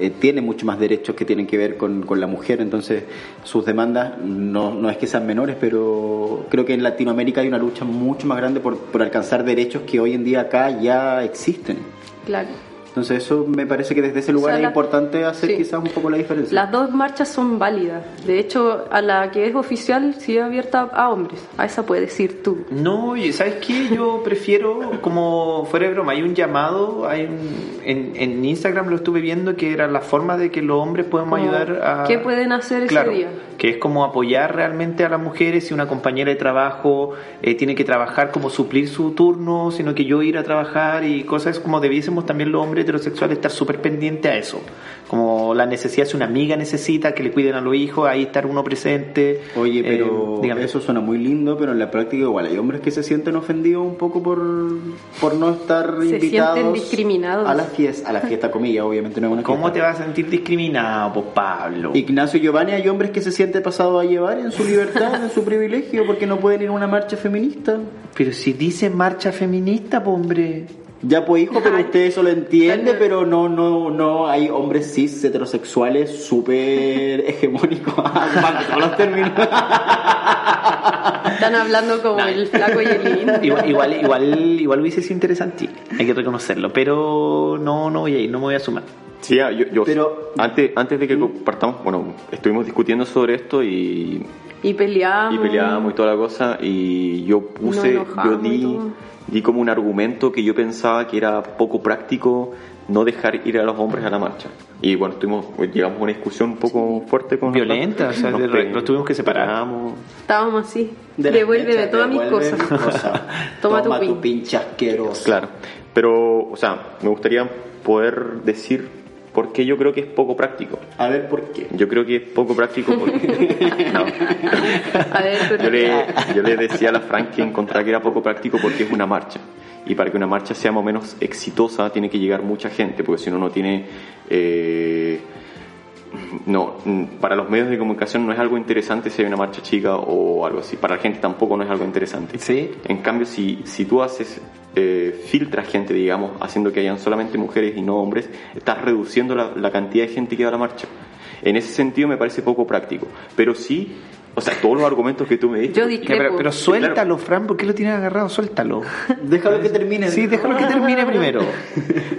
[SPEAKER 1] eh, tiene mucho más derechos que tienen que ver con, con la mujer, entonces sus demandas no, no es que sean menores, pero creo que en Latinoamérica hay una lucha mucho más grande por, por alcanzar derechos que hoy en día acá ya existen.
[SPEAKER 2] Claro.
[SPEAKER 1] Entonces eso me parece que desde ese lugar
[SPEAKER 2] O sea,
[SPEAKER 1] es
[SPEAKER 2] la-
[SPEAKER 1] importante hacer
[SPEAKER 2] sí.
[SPEAKER 1] quizás un poco la diferencia.
[SPEAKER 2] Las dos marchas son válidas. De hecho, a la que es oficial sí es abierta a hombres. A esa puedes ir tú.
[SPEAKER 3] No, y ¿sabes qué? Yo prefiero, como fuera de broma, hay un llamado, hay un- en, en Instagram lo estuve viendo que era la forma de que los hombres podemos
[SPEAKER 2] Como,
[SPEAKER 3] ayudar a...
[SPEAKER 2] ¿qué pueden hacer ese
[SPEAKER 3] Claro,
[SPEAKER 2] día?
[SPEAKER 3] Que es como apoyar realmente a las mujeres si una compañera de trabajo eh, tiene que trabajar como suplir su turno, sino que yo ir a trabajar y cosas como debiésemos también los hombres heterosexuales estar súper pendientes a eso. Como la necesidad, si una amiga necesita que le cuiden a los hijos, ahí estar uno presente.
[SPEAKER 1] Oye,
[SPEAKER 3] Eh,
[SPEAKER 1] pero
[SPEAKER 3] dígame.
[SPEAKER 1] eso suena muy lindo, pero en la práctica igual hay hombres que se sienten ofendidos un poco por, por no estar
[SPEAKER 2] Se
[SPEAKER 1] invitados.
[SPEAKER 2] sienten discriminados.
[SPEAKER 1] A la fiesta, a la fiesta comilla, obviamente no es una
[SPEAKER 3] ¿Cómo te
[SPEAKER 1] fiesta.
[SPEAKER 3] vas a sentir discriminado, pues, Pablo?
[SPEAKER 1] Ignacio y Giovanni, hay hombres que se sienten pasados a llevar en su libertad, en su privilegio, porque no pueden ir a una marcha feminista.
[SPEAKER 3] Pero si dice marcha feminista, pues, hombre.
[SPEAKER 1] Ya pues hijo, pero
[SPEAKER 2] Ay.
[SPEAKER 1] usted eso lo entiende,
[SPEAKER 2] Daniel.
[SPEAKER 1] pero no, no, no, hay hombres cis heterosexuales súper hegemónicos, ocupando todos los términos.
[SPEAKER 2] Están hablando como el flaco y el lindo.
[SPEAKER 3] Igual, igual, igual, igual hubiese sido interesante, hay que reconocerlo. Pero no, no voy a ir, no me voy a sumar.
[SPEAKER 4] Sí, ah, yo, yo-
[SPEAKER 1] Pero-
[SPEAKER 4] antes, antes de que
[SPEAKER 3] ¿Mm?
[SPEAKER 4] partamos, bueno, estuvimos discutiendo sobre esto y,
[SPEAKER 2] Y peleamos.
[SPEAKER 4] y peleábamos y toda la cosa y yo puse,
[SPEAKER 2] Nos enojamos
[SPEAKER 4] yo
[SPEAKER 2] y
[SPEAKER 4] di,
[SPEAKER 2] todo.
[SPEAKER 4] di como un argumento que yo pensaba que era poco práctico no dejar ir a los hombres a la marcha. Y bueno, estuvimos, llegamos a una discusión un poco fuerte con
[SPEAKER 3] Violenta, o sea,
[SPEAKER 4] Nos
[SPEAKER 3] de-
[SPEAKER 4] pe-
[SPEAKER 3] nos tuvimos que separar.
[SPEAKER 4] peleamos.
[SPEAKER 2] Estábamos así.
[SPEAKER 1] De la
[SPEAKER 2] Devuélveme
[SPEAKER 1] derecha,
[SPEAKER 2] todas mis
[SPEAKER 1] devuelve
[SPEAKER 2] cosas.
[SPEAKER 1] mis cosas.
[SPEAKER 2] Toma tu
[SPEAKER 1] Toma tu
[SPEAKER 2] pin.
[SPEAKER 1] pinche asqueroso.
[SPEAKER 4] Claro, pero, o sea, me gustaría poder decir por qué yo creo que es poco práctico.
[SPEAKER 1] A ver por qué.
[SPEAKER 4] Yo creo que es poco práctico porque... No.
[SPEAKER 2] A ver, pero-
[SPEAKER 4] Yo le, yo le decía a la Frank que encontraba que era poco práctico porque es una marcha. Y para que una marcha sea más o menos exitosa tiene que llegar mucha gente, porque si no, no tiene... eh, no, mm, para los medios de comunicación no es algo interesante si hay una marcha chica o algo así. Para la gente tampoco no es algo interesante.
[SPEAKER 3] Sí.
[SPEAKER 4] En cambio, si, si tú haces, eh, filtras gente, digamos, haciendo que hayan solamente mujeres y no hombres, estás reduciendo la, la cantidad de gente que va a la marcha. En ese sentido me parece poco práctico. Pero sí, o sea, todos los argumentos que tú me diste.
[SPEAKER 2] Yo di-
[SPEAKER 3] Ya, pero, pero
[SPEAKER 2] Sí,
[SPEAKER 3] suéltalo, Fran, ¿por qué lo tienes agarrado? Suéltalo.
[SPEAKER 1] Déjalo que termine.
[SPEAKER 3] Sí, déjalo que termine primero.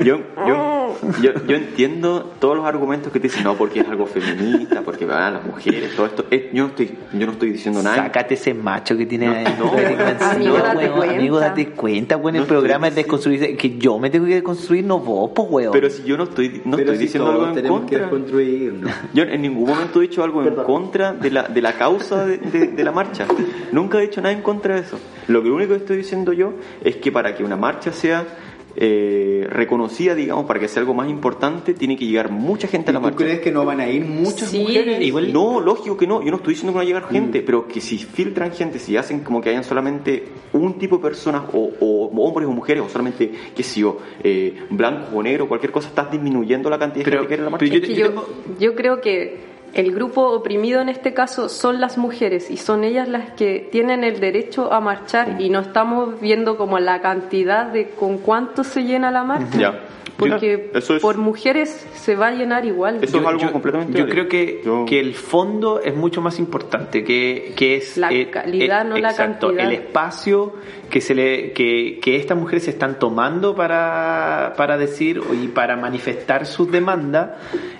[SPEAKER 4] Yo,
[SPEAKER 2] Oh.
[SPEAKER 4] yo, yo, yo entiendo todos los argumentos que te dicen, no, porque es algo feminista, porque van las mujeres, todo esto. Eh, Yo no estoy, yo no estoy diciendo nada.
[SPEAKER 3] Sácate ese macho que tiene adentro.
[SPEAKER 4] no.
[SPEAKER 3] que te encima,
[SPEAKER 2] Amigo, date
[SPEAKER 3] weón,
[SPEAKER 2] cuenta.
[SPEAKER 3] amigo, date cuenta, weón, el
[SPEAKER 4] No
[SPEAKER 3] programa es
[SPEAKER 4] estoy
[SPEAKER 3] desconstruirse. Que yo me tengo que desconstruir, no vos, pues, weón.
[SPEAKER 4] Pero si yo no estoy, no
[SPEAKER 1] Pero
[SPEAKER 4] estoy
[SPEAKER 1] si
[SPEAKER 4] diciendo
[SPEAKER 1] todos
[SPEAKER 4] algo en
[SPEAKER 1] tenemos que
[SPEAKER 4] contra.
[SPEAKER 1] desconstruirnos.
[SPEAKER 4] Yo en ningún momento he dicho algo en contra de la, de la causa de, de- de la marcha. Nunca he dicho nada en contra de eso. Lo que único que estoy diciendo yo es que para que una marcha sea eh, reconocida, digamos, para que sea algo más importante, tiene que llegar mucha gente a la
[SPEAKER 1] ¿Y ¿Tú
[SPEAKER 4] marcha.
[SPEAKER 1] crees que no van a ir muchas
[SPEAKER 2] Sí.
[SPEAKER 1] mujeres?
[SPEAKER 4] Igual, no, lógico que no. Yo no estoy diciendo que no va a
[SPEAKER 3] Mm.
[SPEAKER 4] llegar gente, pero que si filtran gente, si hacen como que hayan solamente un tipo de personas, o, o hombres o mujeres, o solamente, qué sé yo, eh, blanco o negro, cualquier cosa, estás disminuyendo la cantidad
[SPEAKER 3] Pero-
[SPEAKER 4] de gente que hay en la marcha.
[SPEAKER 3] pero
[SPEAKER 2] Es que yo, yo creo que el grupo oprimido en este caso son las mujeres y son ellas las que tienen el derecho a marchar y no estamos viendo como la cantidad de con cuánto se llena la marcha.
[SPEAKER 4] Ya.
[SPEAKER 2] Porque
[SPEAKER 4] Yo- eso es-
[SPEAKER 2] por mujeres se va a llenar igual.
[SPEAKER 4] Eso es algo completamente
[SPEAKER 3] yo creo
[SPEAKER 4] válido.
[SPEAKER 3] que,
[SPEAKER 4] Yo-
[SPEAKER 3] que el fondo es mucho más importante, que, que es eh,
[SPEAKER 2] La calidad, no la
[SPEAKER 3] exacto,
[SPEAKER 2] cantidad.
[SPEAKER 3] el espacio que se le, que, que estas mujeres se están tomando para, para decir o- y para manifestar sus demandas,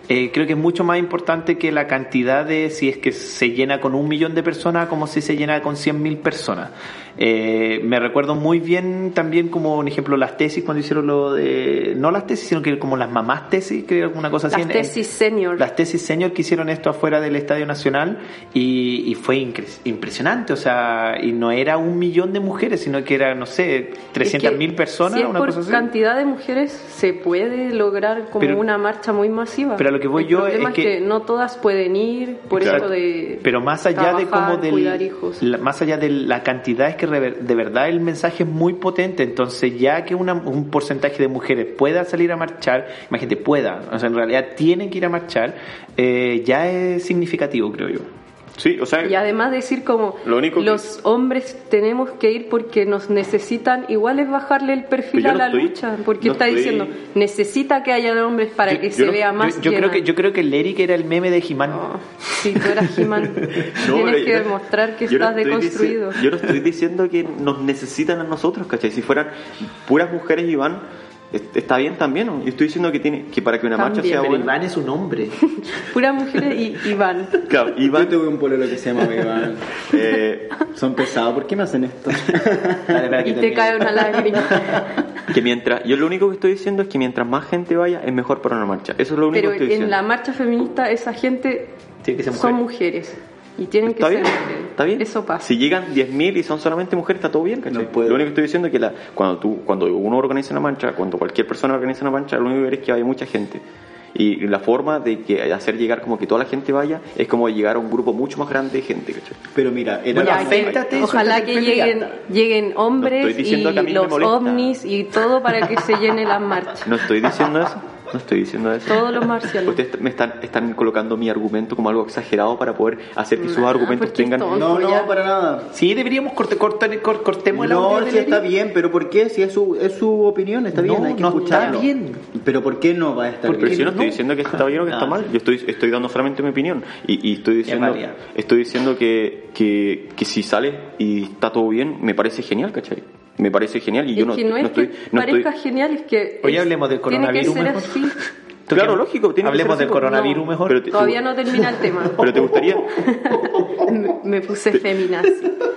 [SPEAKER 3] eh, creo que es mucho más importante que la cantidad de si es que se llena con un millón de personas como si se llena con cien mil personas. Eh, me recuerdo muy bien también como un ejemplo las tesis cuando hicieron lo de no las tesis sino que como las mamás tesis creo alguna cosa así
[SPEAKER 2] Las
[SPEAKER 3] en- en-
[SPEAKER 2] tesis senior.
[SPEAKER 3] las tesis senior que hicieron esto afuera del Estadio Nacional y, y fue incre- impresionante, o sea, y no era un millón de mujeres, sino que era, no sé, 300.000 mil personas,
[SPEAKER 2] si es
[SPEAKER 3] una
[SPEAKER 2] por
[SPEAKER 3] cosa así.
[SPEAKER 2] cantidad de mujeres se puede lograr como
[SPEAKER 3] Pero-
[SPEAKER 2] una marcha muy masiva.
[SPEAKER 3] pero a lo que voy
[SPEAKER 2] El
[SPEAKER 3] yo
[SPEAKER 2] problema
[SPEAKER 3] es que-
[SPEAKER 2] no todas pueden ir por
[SPEAKER 3] Claro.
[SPEAKER 2] eso de
[SPEAKER 3] pero más allá de
[SPEAKER 2] trabajar,
[SPEAKER 3] cómo del-
[SPEAKER 2] cuidar hijos.
[SPEAKER 3] la- más allá de la cantidad es que rever- de verdad el mensaje es muy potente entonces ya que una- un porcentaje de mujeres pueda salir a marchar imagínate pueda o sea en realidad tienen que ir a marchar eh, ya es significativo creo yo
[SPEAKER 4] Sí, o sea,
[SPEAKER 2] Y además decir como
[SPEAKER 4] Lo único que-
[SPEAKER 2] los hombres tenemos que ir porque nos necesitan, igual es bajarle el perfil
[SPEAKER 4] Pero yo
[SPEAKER 2] a
[SPEAKER 4] no
[SPEAKER 2] la
[SPEAKER 4] estoy-
[SPEAKER 2] lucha, porque
[SPEAKER 4] no
[SPEAKER 2] está
[SPEAKER 4] estoy-
[SPEAKER 2] diciendo necesita que haya hombres para
[SPEAKER 4] Yo-
[SPEAKER 2] que
[SPEAKER 4] yo
[SPEAKER 2] se
[SPEAKER 4] no-
[SPEAKER 2] vea más
[SPEAKER 3] yo, yo creo
[SPEAKER 2] llena".
[SPEAKER 3] que yo creo que el Eric era el meme de Jimán
[SPEAKER 2] No, si tú eras He-Man,
[SPEAKER 4] No,
[SPEAKER 2] tienes
[SPEAKER 4] pero
[SPEAKER 2] que
[SPEAKER 4] yo-
[SPEAKER 2] demostrar que
[SPEAKER 4] yo no
[SPEAKER 2] estás
[SPEAKER 4] estoy
[SPEAKER 2] deconstruido.
[SPEAKER 4] dici- yo no estoy diciendo que nos necesitan a nosotros, ¿cachai? Si fueran puras mujeres y van, est- está bien también. ¿no? Yo estoy diciendo que tiene que para que una marcha
[SPEAKER 2] También,
[SPEAKER 4] sea
[SPEAKER 3] Pero
[SPEAKER 4] buena.
[SPEAKER 3] Iván es un hombre.
[SPEAKER 2] Puras mujeres y Iván.
[SPEAKER 4] Claro,
[SPEAKER 1] Yo
[SPEAKER 4] Iván,
[SPEAKER 1] tuve un pololo que se llama Iván.
[SPEAKER 4] eh,
[SPEAKER 1] Son pesados, ¿por qué me hacen esto?
[SPEAKER 3] Dale, espera que
[SPEAKER 2] Y te
[SPEAKER 3] termine.
[SPEAKER 2] cae una lágrima.
[SPEAKER 4] que mientras, yo lo único que estoy diciendo es que mientras más gente vaya, es mejor para una marcha. Eso es lo único
[SPEAKER 2] Pero
[SPEAKER 4] que estoy
[SPEAKER 2] en
[SPEAKER 4] diciendo.
[SPEAKER 2] la marcha feminista esa gente
[SPEAKER 3] Tiene que ser mujer.
[SPEAKER 2] son mujeres y tienen que
[SPEAKER 4] ¿Está
[SPEAKER 2] ser
[SPEAKER 4] bien?
[SPEAKER 2] mujeres.
[SPEAKER 4] ¿Está bien?
[SPEAKER 2] Eso pasa.
[SPEAKER 4] Si llegan 10.000 y son solamente mujeres, está todo bien, ¿cachai?
[SPEAKER 1] No puedo.
[SPEAKER 4] Lo único que estoy diciendo es que la, cuando, tú, cuando uno organiza una marcha, cuando cualquier persona organiza una marcha, lo único que ver es que haya mucha gente. Y la forma de que hacer llegar como que toda la gente vaya es como llegar a un grupo mucho más grande de gente, ¿cachai?
[SPEAKER 1] Pero mira, era
[SPEAKER 2] Ya,
[SPEAKER 1] la
[SPEAKER 2] que-
[SPEAKER 1] feita te hizo
[SPEAKER 2] ojalá
[SPEAKER 1] hacer
[SPEAKER 2] que
[SPEAKER 1] pelear.
[SPEAKER 2] lleguen, lleguen
[SPEAKER 4] No
[SPEAKER 2] hombres
[SPEAKER 4] estoy
[SPEAKER 2] y
[SPEAKER 4] diciendo que a mí me
[SPEAKER 2] los
[SPEAKER 4] molesta.
[SPEAKER 2] ovnis y todo para que se llene la marcha.
[SPEAKER 4] No estoy diciendo eso. No estoy diciendo eso.
[SPEAKER 2] Todos los marcianos.
[SPEAKER 4] Ustedes me están, están colocando mi argumento como algo exagerado para poder hacer que sus
[SPEAKER 2] Nah,
[SPEAKER 4] argumentos
[SPEAKER 2] porque
[SPEAKER 4] tengan.
[SPEAKER 2] todo-
[SPEAKER 1] No,
[SPEAKER 2] Ya.
[SPEAKER 1] no, para nada.
[SPEAKER 3] Sí, deberíamos corte, cortar- cor- cortemos el audio
[SPEAKER 1] No,
[SPEAKER 3] del
[SPEAKER 1] sí está
[SPEAKER 3] Eric.
[SPEAKER 1] bien, pero ¿por qué? Si es su, es su opinión, está bien,
[SPEAKER 3] No,
[SPEAKER 1] hay que
[SPEAKER 3] no está
[SPEAKER 1] escucharlo.
[SPEAKER 3] bien.
[SPEAKER 1] Pero ¿por qué no va a estar
[SPEAKER 4] Pero
[SPEAKER 1] bien?
[SPEAKER 4] yo no estoy
[SPEAKER 3] no.
[SPEAKER 4] diciendo que está bien o que está
[SPEAKER 1] Ah,
[SPEAKER 4] mal. Yo estoy, estoy dando solamente mi opinión. Y, y estoy diciendo,
[SPEAKER 3] válida.
[SPEAKER 4] estoy diciendo que, que, que si sale y está todo bien, me parece genial, ¿cachai? Me parece genial y yo
[SPEAKER 2] es
[SPEAKER 4] no,
[SPEAKER 2] que no,
[SPEAKER 4] no
[SPEAKER 2] es
[SPEAKER 4] estoy...
[SPEAKER 2] que
[SPEAKER 4] no estoy-
[SPEAKER 2] parezca genial, es que
[SPEAKER 3] Hoy
[SPEAKER 2] es-
[SPEAKER 3] hablemos del coronavirus
[SPEAKER 2] Tiene que
[SPEAKER 3] mejor.
[SPEAKER 2] ser así.
[SPEAKER 4] Claro, lógico, tiene que
[SPEAKER 3] Hablemos
[SPEAKER 4] ser
[SPEAKER 3] del
[SPEAKER 4] así.
[SPEAKER 3] coronavirus
[SPEAKER 2] No.
[SPEAKER 3] mejor.
[SPEAKER 4] Pero te-
[SPEAKER 2] Todavía no termina el tema.
[SPEAKER 4] Pero te gustaría,
[SPEAKER 2] Me- Me puse feminazi.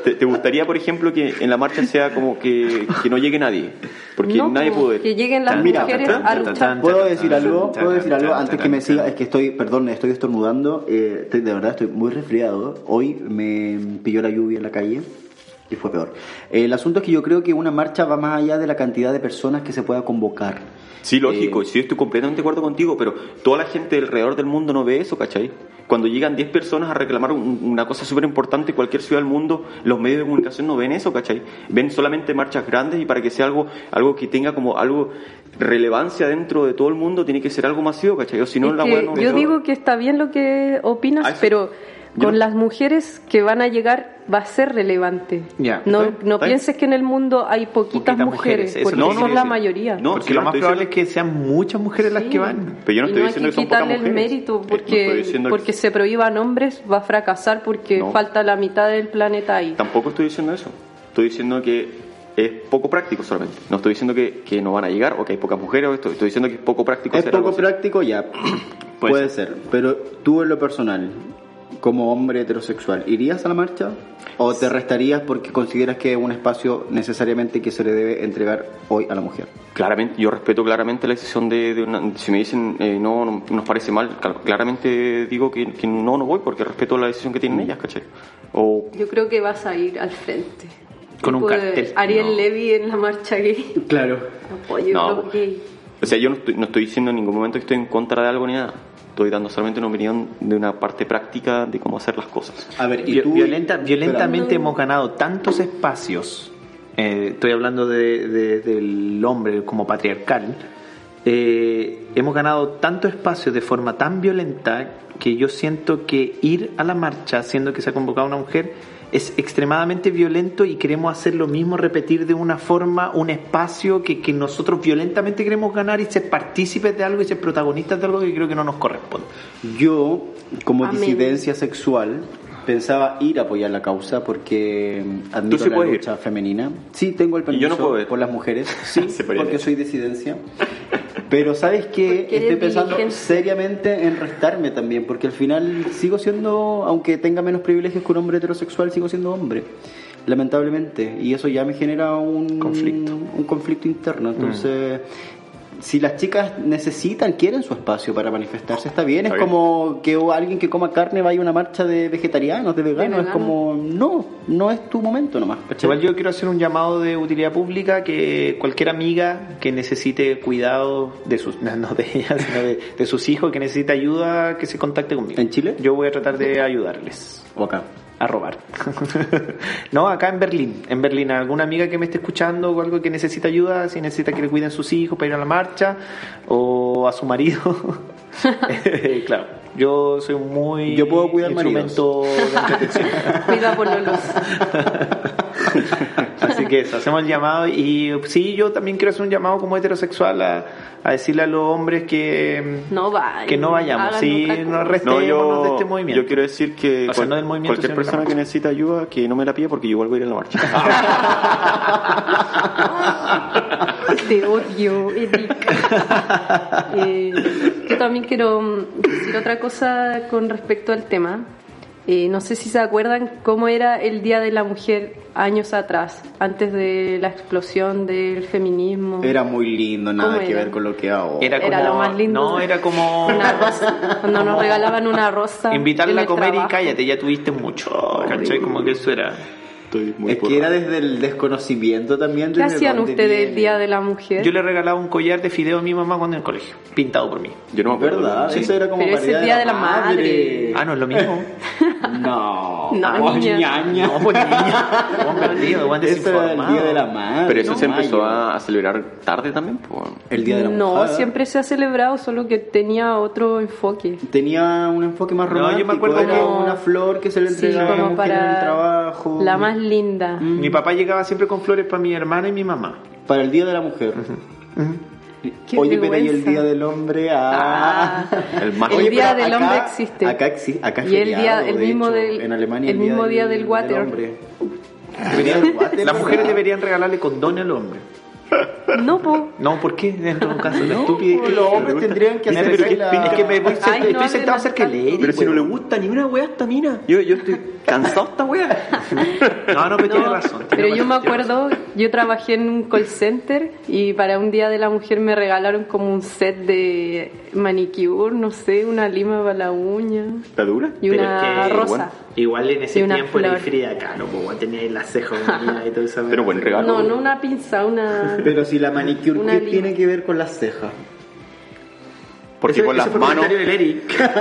[SPEAKER 4] te, te gustaría, por ejemplo, que en la marcha sea como que, que no llegue nadie. Porque
[SPEAKER 2] No,
[SPEAKER 4] nadie
[SPEAKER 2] como
[SPEAKER 4] puede.
[SPEAKER 2] que lleguen las
[SPEAKER 4] Mira,
[SPEAKER 2] mujeres
[SPEAKER 4] tan,
[SPEAKER 2] a luchar.
[SPEAKER 1] ¿Puedo decir algo? ¿Puedo decir algo? Antes que me siga, es que estoy, perdón, estoy estornudando. eh, estoy- de verdad, estoy muy resfriado. Hoy me pilló la lluvia en la calle y fue peor. Eh, el asunto es que yo creo que una marcha va más allá de la cantidad de personas que se pueda convocar.
[SPEAKER 2] Eh,
[SPEAKER 4] Sí, lógico, sí, estoy completamente de acuerdo contigo, pero toda la gente alrededor del mundo no ve eso, ¿cachai? Cuando llegan 10 personas a reclamar un- una cosa súper importante en cualquier ciudad del mundo, los medios de comunicación no ven eso, ¿cachai? Ven solamente marchas grandes y para que sea algo, algo que tenga como algo relevancia dentro de todo el mundo, tiene que ser algo masivo, ¿cachai? O si no,
[SPEAKER 2] Es
[SPEAKER 4] la
[SPEAKER 2] que
[SPEAKER 4] hueá no
[SPEAKER 2] yo digo que está bien lo que opinas,
[SPEAKER 4] Ah, eso-
[SPEAKER 2] pero
[SPEAKER 4] yo
[SPEAKER 2] con
[SPEAKER 4] no-
[SPEAKER 2] las mujeres que van a llegar va a ser relevante.
[SPEAKER 3] Ya,
[SPEAKER 2] no
[SPEAKER 4] está bien,
[SPEAKER 2] no
[SPEAKER 4] está bien.
[SPEAKER 2] pienses que en el mundo hay poquitas,
[SPEAKER 3] Poquitas mujeres,
[SPEAKER 2] mujeres,
[SPEAKER 3] eso
[SPEAKER 2] porque
[SPEAKER 4] no
[SPEAKER 2] son
[SPEAKER 4] quiere
[SPEAKER 2] la
[SPEAKER 4] decir.
[SPEAKER 2] mayoría.
[SPEAKER 4] No,
[SPEAKER 3] Porque
[SPEAKER 4] si
[SPEAKER 3] lo
[SPEAKER 4] yo
[SPEAKER 3] más
[SPEAKER 4] estoy
[SPEAKER 3] probable
[SPEAKER 4] diciendo-
[SPEAKER 3] es que sean muchas mujeres las
[SPEAKER 2] Sí.
[SPEAKER 3] que van.
[SPEAKER 4] Pero yo no
[SPEAKER 2] Y
[SPEAKER 4] estoy
[SPEAKER 2] hay
[SPEAKER 4] diciendo que son
[SPEAKER 2] quitarle
[SPEAKER 4] pocas
[SPEAKER 2] el
[SPEAKER 4] mujeres.
[SPEAKER 2] mérito
[SPEAKER 4] Eh, no estoy
[SPEAKER 2] porque,
[SPEAKER 4] diciendo que-
[SPEAKER 2] porque se prohíban hombres va a fracasar porque
[SPEAKER 4] No.
[SPEAKER 2] falta la mitad del planeta ahí.
[SPEAKER 4] Tampoco estoy diciendo eso. Estoy diciendo que es poco práctico solamente. No estoy diciendo que, que no van a llegar o que hay pocas mujeres o esto. Estoy diciendo que es poco práctico.
[SPEAKER 1] Es
[SPEAKER 4] hacer algo
[SPEAKER 1] poco
[SPEAKER 4] así.
[SPEAKER 1] práctico, ya.
[SPEAKER 4] Puede
[SPEAKER 1] Puede, ser. Pero tú en lo personal, como hombre heterosexual, ¿irías a la marcha? ¿O te restarías porque consideras que es un espacio necesariamente que se le debe entregar hoy a la mujer?
[SPEAKER 4] Claramente, yo respeto claramente la decisión de, de una- si me dicen eh, no, no, nos parece mal, cal- claramente digo que, que no, no voy porque respeto la decisión que
[SPEAKER 1] Mm.
[SPEAKER 4] tienen ellas, ¿cachai? O
[SPEAKER 2] Yo creo que vas a ir al frente.
[SPEAKER 3] Con un
[SPEAKER 2] Tipo de
[SPEAKER 3] cartel,
[SPEAKER 2] Ariel
[SPEAKER 3] no.
[SPEAKER 2] Levy en la marcha gay.
[SPEAKER 1] Claro.
[SPEAKER 2] Apoyo
[SPEAKER 4] No,
[SPEAKER 2] los
[SPEAKER 4] pues.
[SPEAKER 2] gays.
[SPEAKER 4] O sea, yo no estoy, no estoy diciendo en ningún momento que estoy en contra de algo ni nada. Estoy dando solamente una opinión de una parte práctica de cómo hacer las cosas.
[SPEAKER 1] A ver, y
[SPEAKER 3] Vi-
[SPEAKER 1] tú...
[SPEAKER 3] violenta- violentamente
[SPEAKER 2] No.
[SPEAKER 3] hemos ganado tantos espacios, eh, estoy hablando de- de- del hombre como patriarcal, eh, hemos ganado tanto espacio de forma tan violenta que yo siento que ir a la marcha, siendo que se ha convocado una mujer, es extremadamente violento y queremos hacer lo mismo, repetir de una forma un espacio que, que nosotros violentamente queremos ganar y ser partícipes de algo y ser protagonistas de algo que creo que no nos corresponde.
[SPEAKER 1] Yo, como
[SPEAKER 2] Amén.
[SPEAKER 1] disidencia sexual, pensaba ir a apoyar la causa porque mm, admiro
[SPEAKER 4] Tú sí
[SPEAKER 1] la
[SPEAKER 4] puedes ir.
[SPEAKER 1] lucha femenina. Sí, tengo el
[SPEAKER 4] Y
[SPEAKER 1] permiso
[SPEAKER 4] yo no puedo ir.
[SPEAKER 1] por las mujeres, sí,
[SPEAKER 4] Se puede
[SPEAKER 1] porque
[SPEAKER 4] ir.
[SPEAKER 1] soy disidencia. Pero sabes que
[SPEAKER 2] Porque eres
[SPEAKER 1] estoy pensando
[SPEAKER 2] diligente.
[SPEAKER 1] seriamente en restarme también, porque al final sigo siendo, aunque tenga menos privilegios que un hombre heterosexual, sigo siendo hombre, lamentablemente. Y eso ya me genera un
[SPEAKER 3] Conflicto.
[SPEAKER 1] un conflicto interno. Entonces,
[SPEAKER 4] Mm.
[SPEAKER 1] si las chicas necesitan, quieren su espacio para manifestarse, está bien.
[SPEAKER 4] Está
[SPEAKER 1] es
[SPEAKER 4] bien.
[SPEAKER 1] como que alguien que coma carne vaya a una marcha de vegetarianos, de veganos. es
[SPEAKER 2] veganos.
[SPEAKER 1] como, no, no es tu momento nomás. ¿cachai?
[SPEAKER 3] Igual yo quiero hacer un llamado de utilidad pública que cualquier amiga que necesite cuidado de sus, no, no de ella, sino de, de sus hijos, que necesite ayuda, que se contacte conmigo.
[SPEAKER 1] ¿En Chile?
[SPEAKER 3] Yo voy a tratar de ayudarles
[SPEAKER 1] O acá.
[SPEAKER 3] a robar. no, acá en Berlín, en Berlín, alguna amiga que me esté escuchando o algo que necesita ayuda, si necesita que le cuiden sus hijos para ir a la marcha o a su marido. Eh, claro, yo soy muy
[SPEAKER 1] Yo puedo cuidar
[SPEAKER 3] instrumento de entretención.
[SPEAKER 2] Cuida por los
[SPEAKER 3] Así que eso, hacemos el llamado y sí, yo también quiero hacer un llamado como heterosexual a, a decirle a los hombres que, mm,
[SPEAKER 2] No vayan.
[SPEAKER 3] que no vayamos,
[SPEAKER 2] hagan
[SPEAKER 3] sí,
[SPEAKER 2] otra cosa.
[SPEAKER 3] nos
[SPEAKER 4] No,
[SPEAKER 3] restémonos
[SPEAKER 4] yo,
[SPEAKER 3] de este movimiento.
[SPEAKER 4] yo quiero decir que
[SPEAKER 3] O sea, no del movimiento,
[SPEAKER 4] cualquier
[SPEAKER 3] sino de la
[SPEAKER 4] persona que
[SPEAKER 3] marcha.
[SPEAKER 4] necesita ayuda, que no me la pida porque yo igual voy a ir a la marcha.
[SPEAKER 2] Te odio, Eric. Eh, yo también quiero mm, decir otra cosa con respecto al tema. Eh, no sé si se acuerdan cómo era el Día de la Mujer años atrás, antes de la explosión del feminismo.
[SPEAKER 1] Era muy lindo, nada
[SPEAKER 2] Mm. ¿Cómo
[SPEAKER 1] que
[SPEAKER 2] era?
[SPEAKER 1] ver con lo que hago.
[SPEAKER 3] Era como,
[SPEAKER 2] Era lo más lindo.
[SPEAKER 3] No, era como
[SPEAKER 2] Una rosa, cuando nos regalaban una rosa. en
[SPEAKER 3] invitarla a
[SPEAKER 2] el
[SPEAKER 3] comer
[SPEAKER 2] trabajo.
[SPEAKER 3] y cállate, ya tuviste mucho, ¿cachai? Como que eso era.
[SPEAKER 4] Estoy muy
[SPEAKER 1] es
[SPEAKER 4] por-
[SPEAKER 1] que era desde el desconocimiento también.
[SPEAKER 2] ¿Qué
[SPEAKER 1] desde
[SPEAKER 2] hacían
[SPEAKER 1] dónde
[SPEAKER 2] ustedes el
[SPEAKER 1] viene.
[SPEAKER 2] Día de la Mujer?
[SPEAKER 3] Yo le regalaba un collar de fideo a mi mamá cuando en el colegio, pintado por mí.
[SPEAKER 4] Yo no me acuerdo.
[SPEAKER 1] ¿Verdad?
[SPEAKER 4] Sí.
[SPEAKER 1] Eso era como
[SPEAKER 2] Pero
[SPEAKER 1] para
[SPEAKER 2] ese
[SPEAKER 1] el
[SPEAKER 2] Día de la Madre.
[SPEAKER 3] Ah, no es lo mismo.
[SPEAKER 1] No.
[SPEAKER 2] No,
[SPEAKER 1] Oh,
[SPEAKER 2] niña.
[SPEAKER 1] ñaña.
[SPEAKER 3] No, pues niña, Juan perdido, Juan
[SPEAKER 1] Eso era el
[SPEAKER 3] desinformado.
[SPEAKER 1] Día de la Madre.
[SPEAKER 4] Pero eso
[SPEAKER 1] en
[SPEAKER 4] se empezó
[SPEAKER 1] mayo.
[SPEAKER 4] a, a celebrar tarde también. Pues.
[SPEAKER 1] El Día de la
[SPEAKER 2] no,
[SPEAKER 1] Mojada.
[SPEAKER 2] siempre se ha celebrado, solo que tenía otro enfoque.
[SPEAKER 1] tenía un enfoque más
[SPEAKER 3] No, yo me
[SPEAKER 1] romántico.
[SPEAKER 3] acuerdo
[SPEAKER 1] era
[SPEAKER 2] que-
[SPEAKER 1] una flor que se le
[SPEAKER 2] Sí,
[SPEAKER 1] entregaba a la
[SPEAKER 2] como
[SPEAKER 1] mujer en
[SPEAKER 2] para
[SPEAKER 1] el trabajo.
[SPEAKER 2] la más linda.
[SPEAKER 3] Mi papá llegaba siempre con flores para mi hermana y mi mamá.
[SPEAKER 1] Para el Día de la Mujer.
[SPEAKER 2] Qué
[SPEAKER 1] Oye, pero ¿y el
[SPEAKER 2] vergüenza.
[SPEAKER 1] Día del Hombre? Ah.
[SPEAKER 2] Ah.
[SPEAKER 4] El más-
[SPEAKER 2] El
[SPEAKER 1] Oye,
[SPEAKER 2] día
[SPEAKER 1] pero
[SPEAKER 2] del
[SPEAKER 1] acá-
[SPEAKER 2] hombre existe.
[SPEAKER 1] Acá, exi- acá es
[SPEAKER 2] Y el
[SPEAKER 1] feriado,
[SPEAKER 2] día- el
[SPEAKER 1] de
[SPEAKER 2] mismo
[SPEAKER 1] hecho,
[SPEAKER 2] del-
[SPEAKER 1] en Alemania
[SPEAKER 2] el mismo día del water.
[SPEAKER 1] hombre.
[SPEAKER 3] Deberían-
[SPEAKER 1] Guate,
[SPEAKER 3] las mujeres
[SPEAKER 1] ¿verdad?
[SPEAKER 3] deberían regalarle condones al hombre.
[SPEAKER 1] Mm.
[SPEAKER 2] No, po.
[SPEAKER 3] No, ¿por qué? En todo caso, no, estúpido.
[SPEAKER 1] Es que los hombres tendrían que
[SPEAKER 3] Mira,
[SPEAKER 1] hacer
[SPEAKER 3] pero que-
[SPEAKER 1] la-
[SPEAKER 3] Es que me voy sent-
[SPEAKER 2] Ay, no
[SPEAKER 3] estoy
[SPEAKER 2] hablen
[SPEAKER 3] sentado cerca del pues.
[SPEAKER 2] tanto.
[SPEAKER 3] Eric.
[SPEAKER 4] Pero si no
[SPEAKER 3] weón.
[SPEAKER 4] le gusta ni una wea a esta mina. Yo, yo estoy cansado de esta wea.
[SPEAKER 3] No, no, pero tiene razón. tiene
[SPEAKER 2] Pero yo
[SPEAKER 3] razón,
[SPEAKER 2] me
[SPEAKER 3] tiene
[SPEAKER 2] acuerdo, yo trabajé en un call center y para un día de la mujer me regalaron como un set de manicure, no sé, una lima para la uña
[SPEAKER 4] ¿Está dura?
[SPEAKER 2] y
[SPEAKER 3] Pero
[SPEAKER 2] una
[SPEAKER 3] es que,
[SPEAKER 2] rosa.
[SPEAKER 3] Igual en
[SPEAKER 2] Y
[SPEAKER 3] ese
[SPEAKER 2] una
[SPEAKER 3] tiempo era
[SPEAKER 2] flor.
[SPEAKER 3] Frida Kahlo, pues weón, tenía ahí las cejas unidas y todo eso.
[SPEAKER 4] Pero buen regalo.
[SPEAKER 2] No, no una pinza, una.
[SPEAKER 1] Pero si la manicure,
[SPEAKER 2] Una
[SPEAKER 1] ¿qué
[SPEAKER 2] lima.
[SPEAKER 1] tiene que ver con las cejas?
[SPEAKER 4] Porque
[SPEAKER 3] Ese-
[SPEAKER 4] con
[SPEAKER 3] ese
[SPEAKER 4] las
[SPEAKER 3] fue el
[SPEAKER 4] manos,
[SPEAKER 3] comentario del Eric.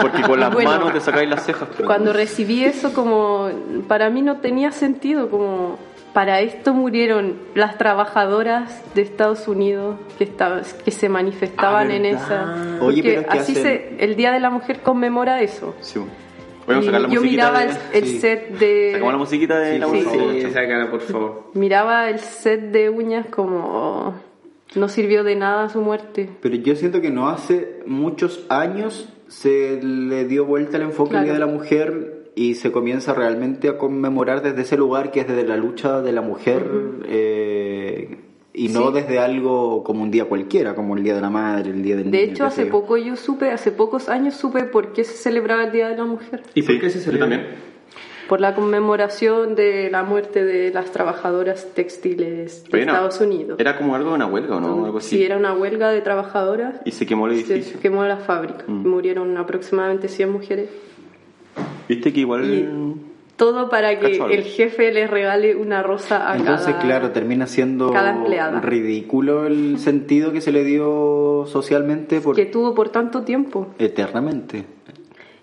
[SPEAKER 4] porque con las
[SPEAKER 2] Bueno.
[SPEAKER 4] manos te sacáis las cejas.
[SPEAKER 2] Cuando recibí eso, como para mí no tenía sentido, como para esto murieron las trabajadoras de Estados Unidos que estaban, que se manifestaban
[SPEAKER 3] Ah,
[SPEAKER 2] en
[SPEAKER 3] ¿verdad?
[SPEAKER 2] esa.
[SPEAKER 1] Oye,
[SPEAKER 2] Porque
[SPEAKER 1] pero es que
[SPEAKER 2] así
[SPEAKER 1] hacen-
[SPEAKER 2] se, el Día de la Mujer conmemora eso.
[SPEAKER 4] Sí. bueno. Bueno, sacar la
[SPEAKER 2] Y yo
[SPEAKER 4] musiquita
[SPEAKER 2] miraba
[SPEAKER 4] de-
[SPEAKER 2] el, el set de
[SPEAKER 4] Sacamos la musiquita de la
[SPEAKER 2] sí,
[SPEAKER 4] por favor.
[SPEAKER 3] Sí, sácala, por favor.
[SPEAKER 2] miraba el set de uñas como oh, no sirvió de nada su muerte.
[SPEAKER 1] Pero yo siento que no hace muchos años se le dio vuelta el enfoque al
[SPEAKER 2] Claro.
[SPEAKER 1] Día de la Mujer y se comienza realmente a conmemorar desde ese lugar que es desde la lucha de la mujer eh, y no
[SPEAKER 2] Sí.
[SPEAKER 1] desde algo como un día cualquiera, como el Día de la Madre, el Día del
[SPEAKER 2] De
[SPEAKER 1] Niño,
[SPEAKER 2] hecho,
[SPEAKER 1] qué
[SPEAKER 2] hace
[SPEAKER 1] sé yo.
[SPEAKER 2] poco yo supe, hace pocos años supe por qué se celebraba el Día de la Mujer.
[SPEAKER 3] ¿Y por
[SPEAKER 4] Sí,
[SPEAKER 3] qué se
[SPEAKER 4] yo
[SPEAKER 3] celebra?
[SPEAKER 4] también.
[SPEAKER 2] por la conmemoración de la muerte de las trabajadoras textiles de
[SPEAKER 4] Bueno,
[SPEAKER 2] Estados Unidos. Mm,
[SPEAKER 4] Era como algo de una huelga, ¿o ¿no? Algo así.
[SPEAKER 2] Sí, era una huelga de trabajadoras.
[SPEAKER 4] Y se quemó el edificio.
[SPEAKER 2] Se quemó la fábrica.
[SPEAKER 4] Mm.
[SPEAKER 2] Murieron aproximadamente 100 mujeres.
[SPEAKER 4] Viste que igual.
[SPEAKER 2] Y- Todo para que
[SPEAKER 4] Cacho algo.
[SPEAKER 2] el jefe les regale una rosa a
[SPEAKER 1] Entonces,
[SPEAKER 2] cada-
[SPEAKER 1] claro, termina siendo
[SPEAKER 2] cada empleada.
[SPEAKER 1] ridículo el sentido que se le dio socialmente por
[SPEAKER 2] que tuvo por tanto tiempo.
[SPEAKER 1] eternamente.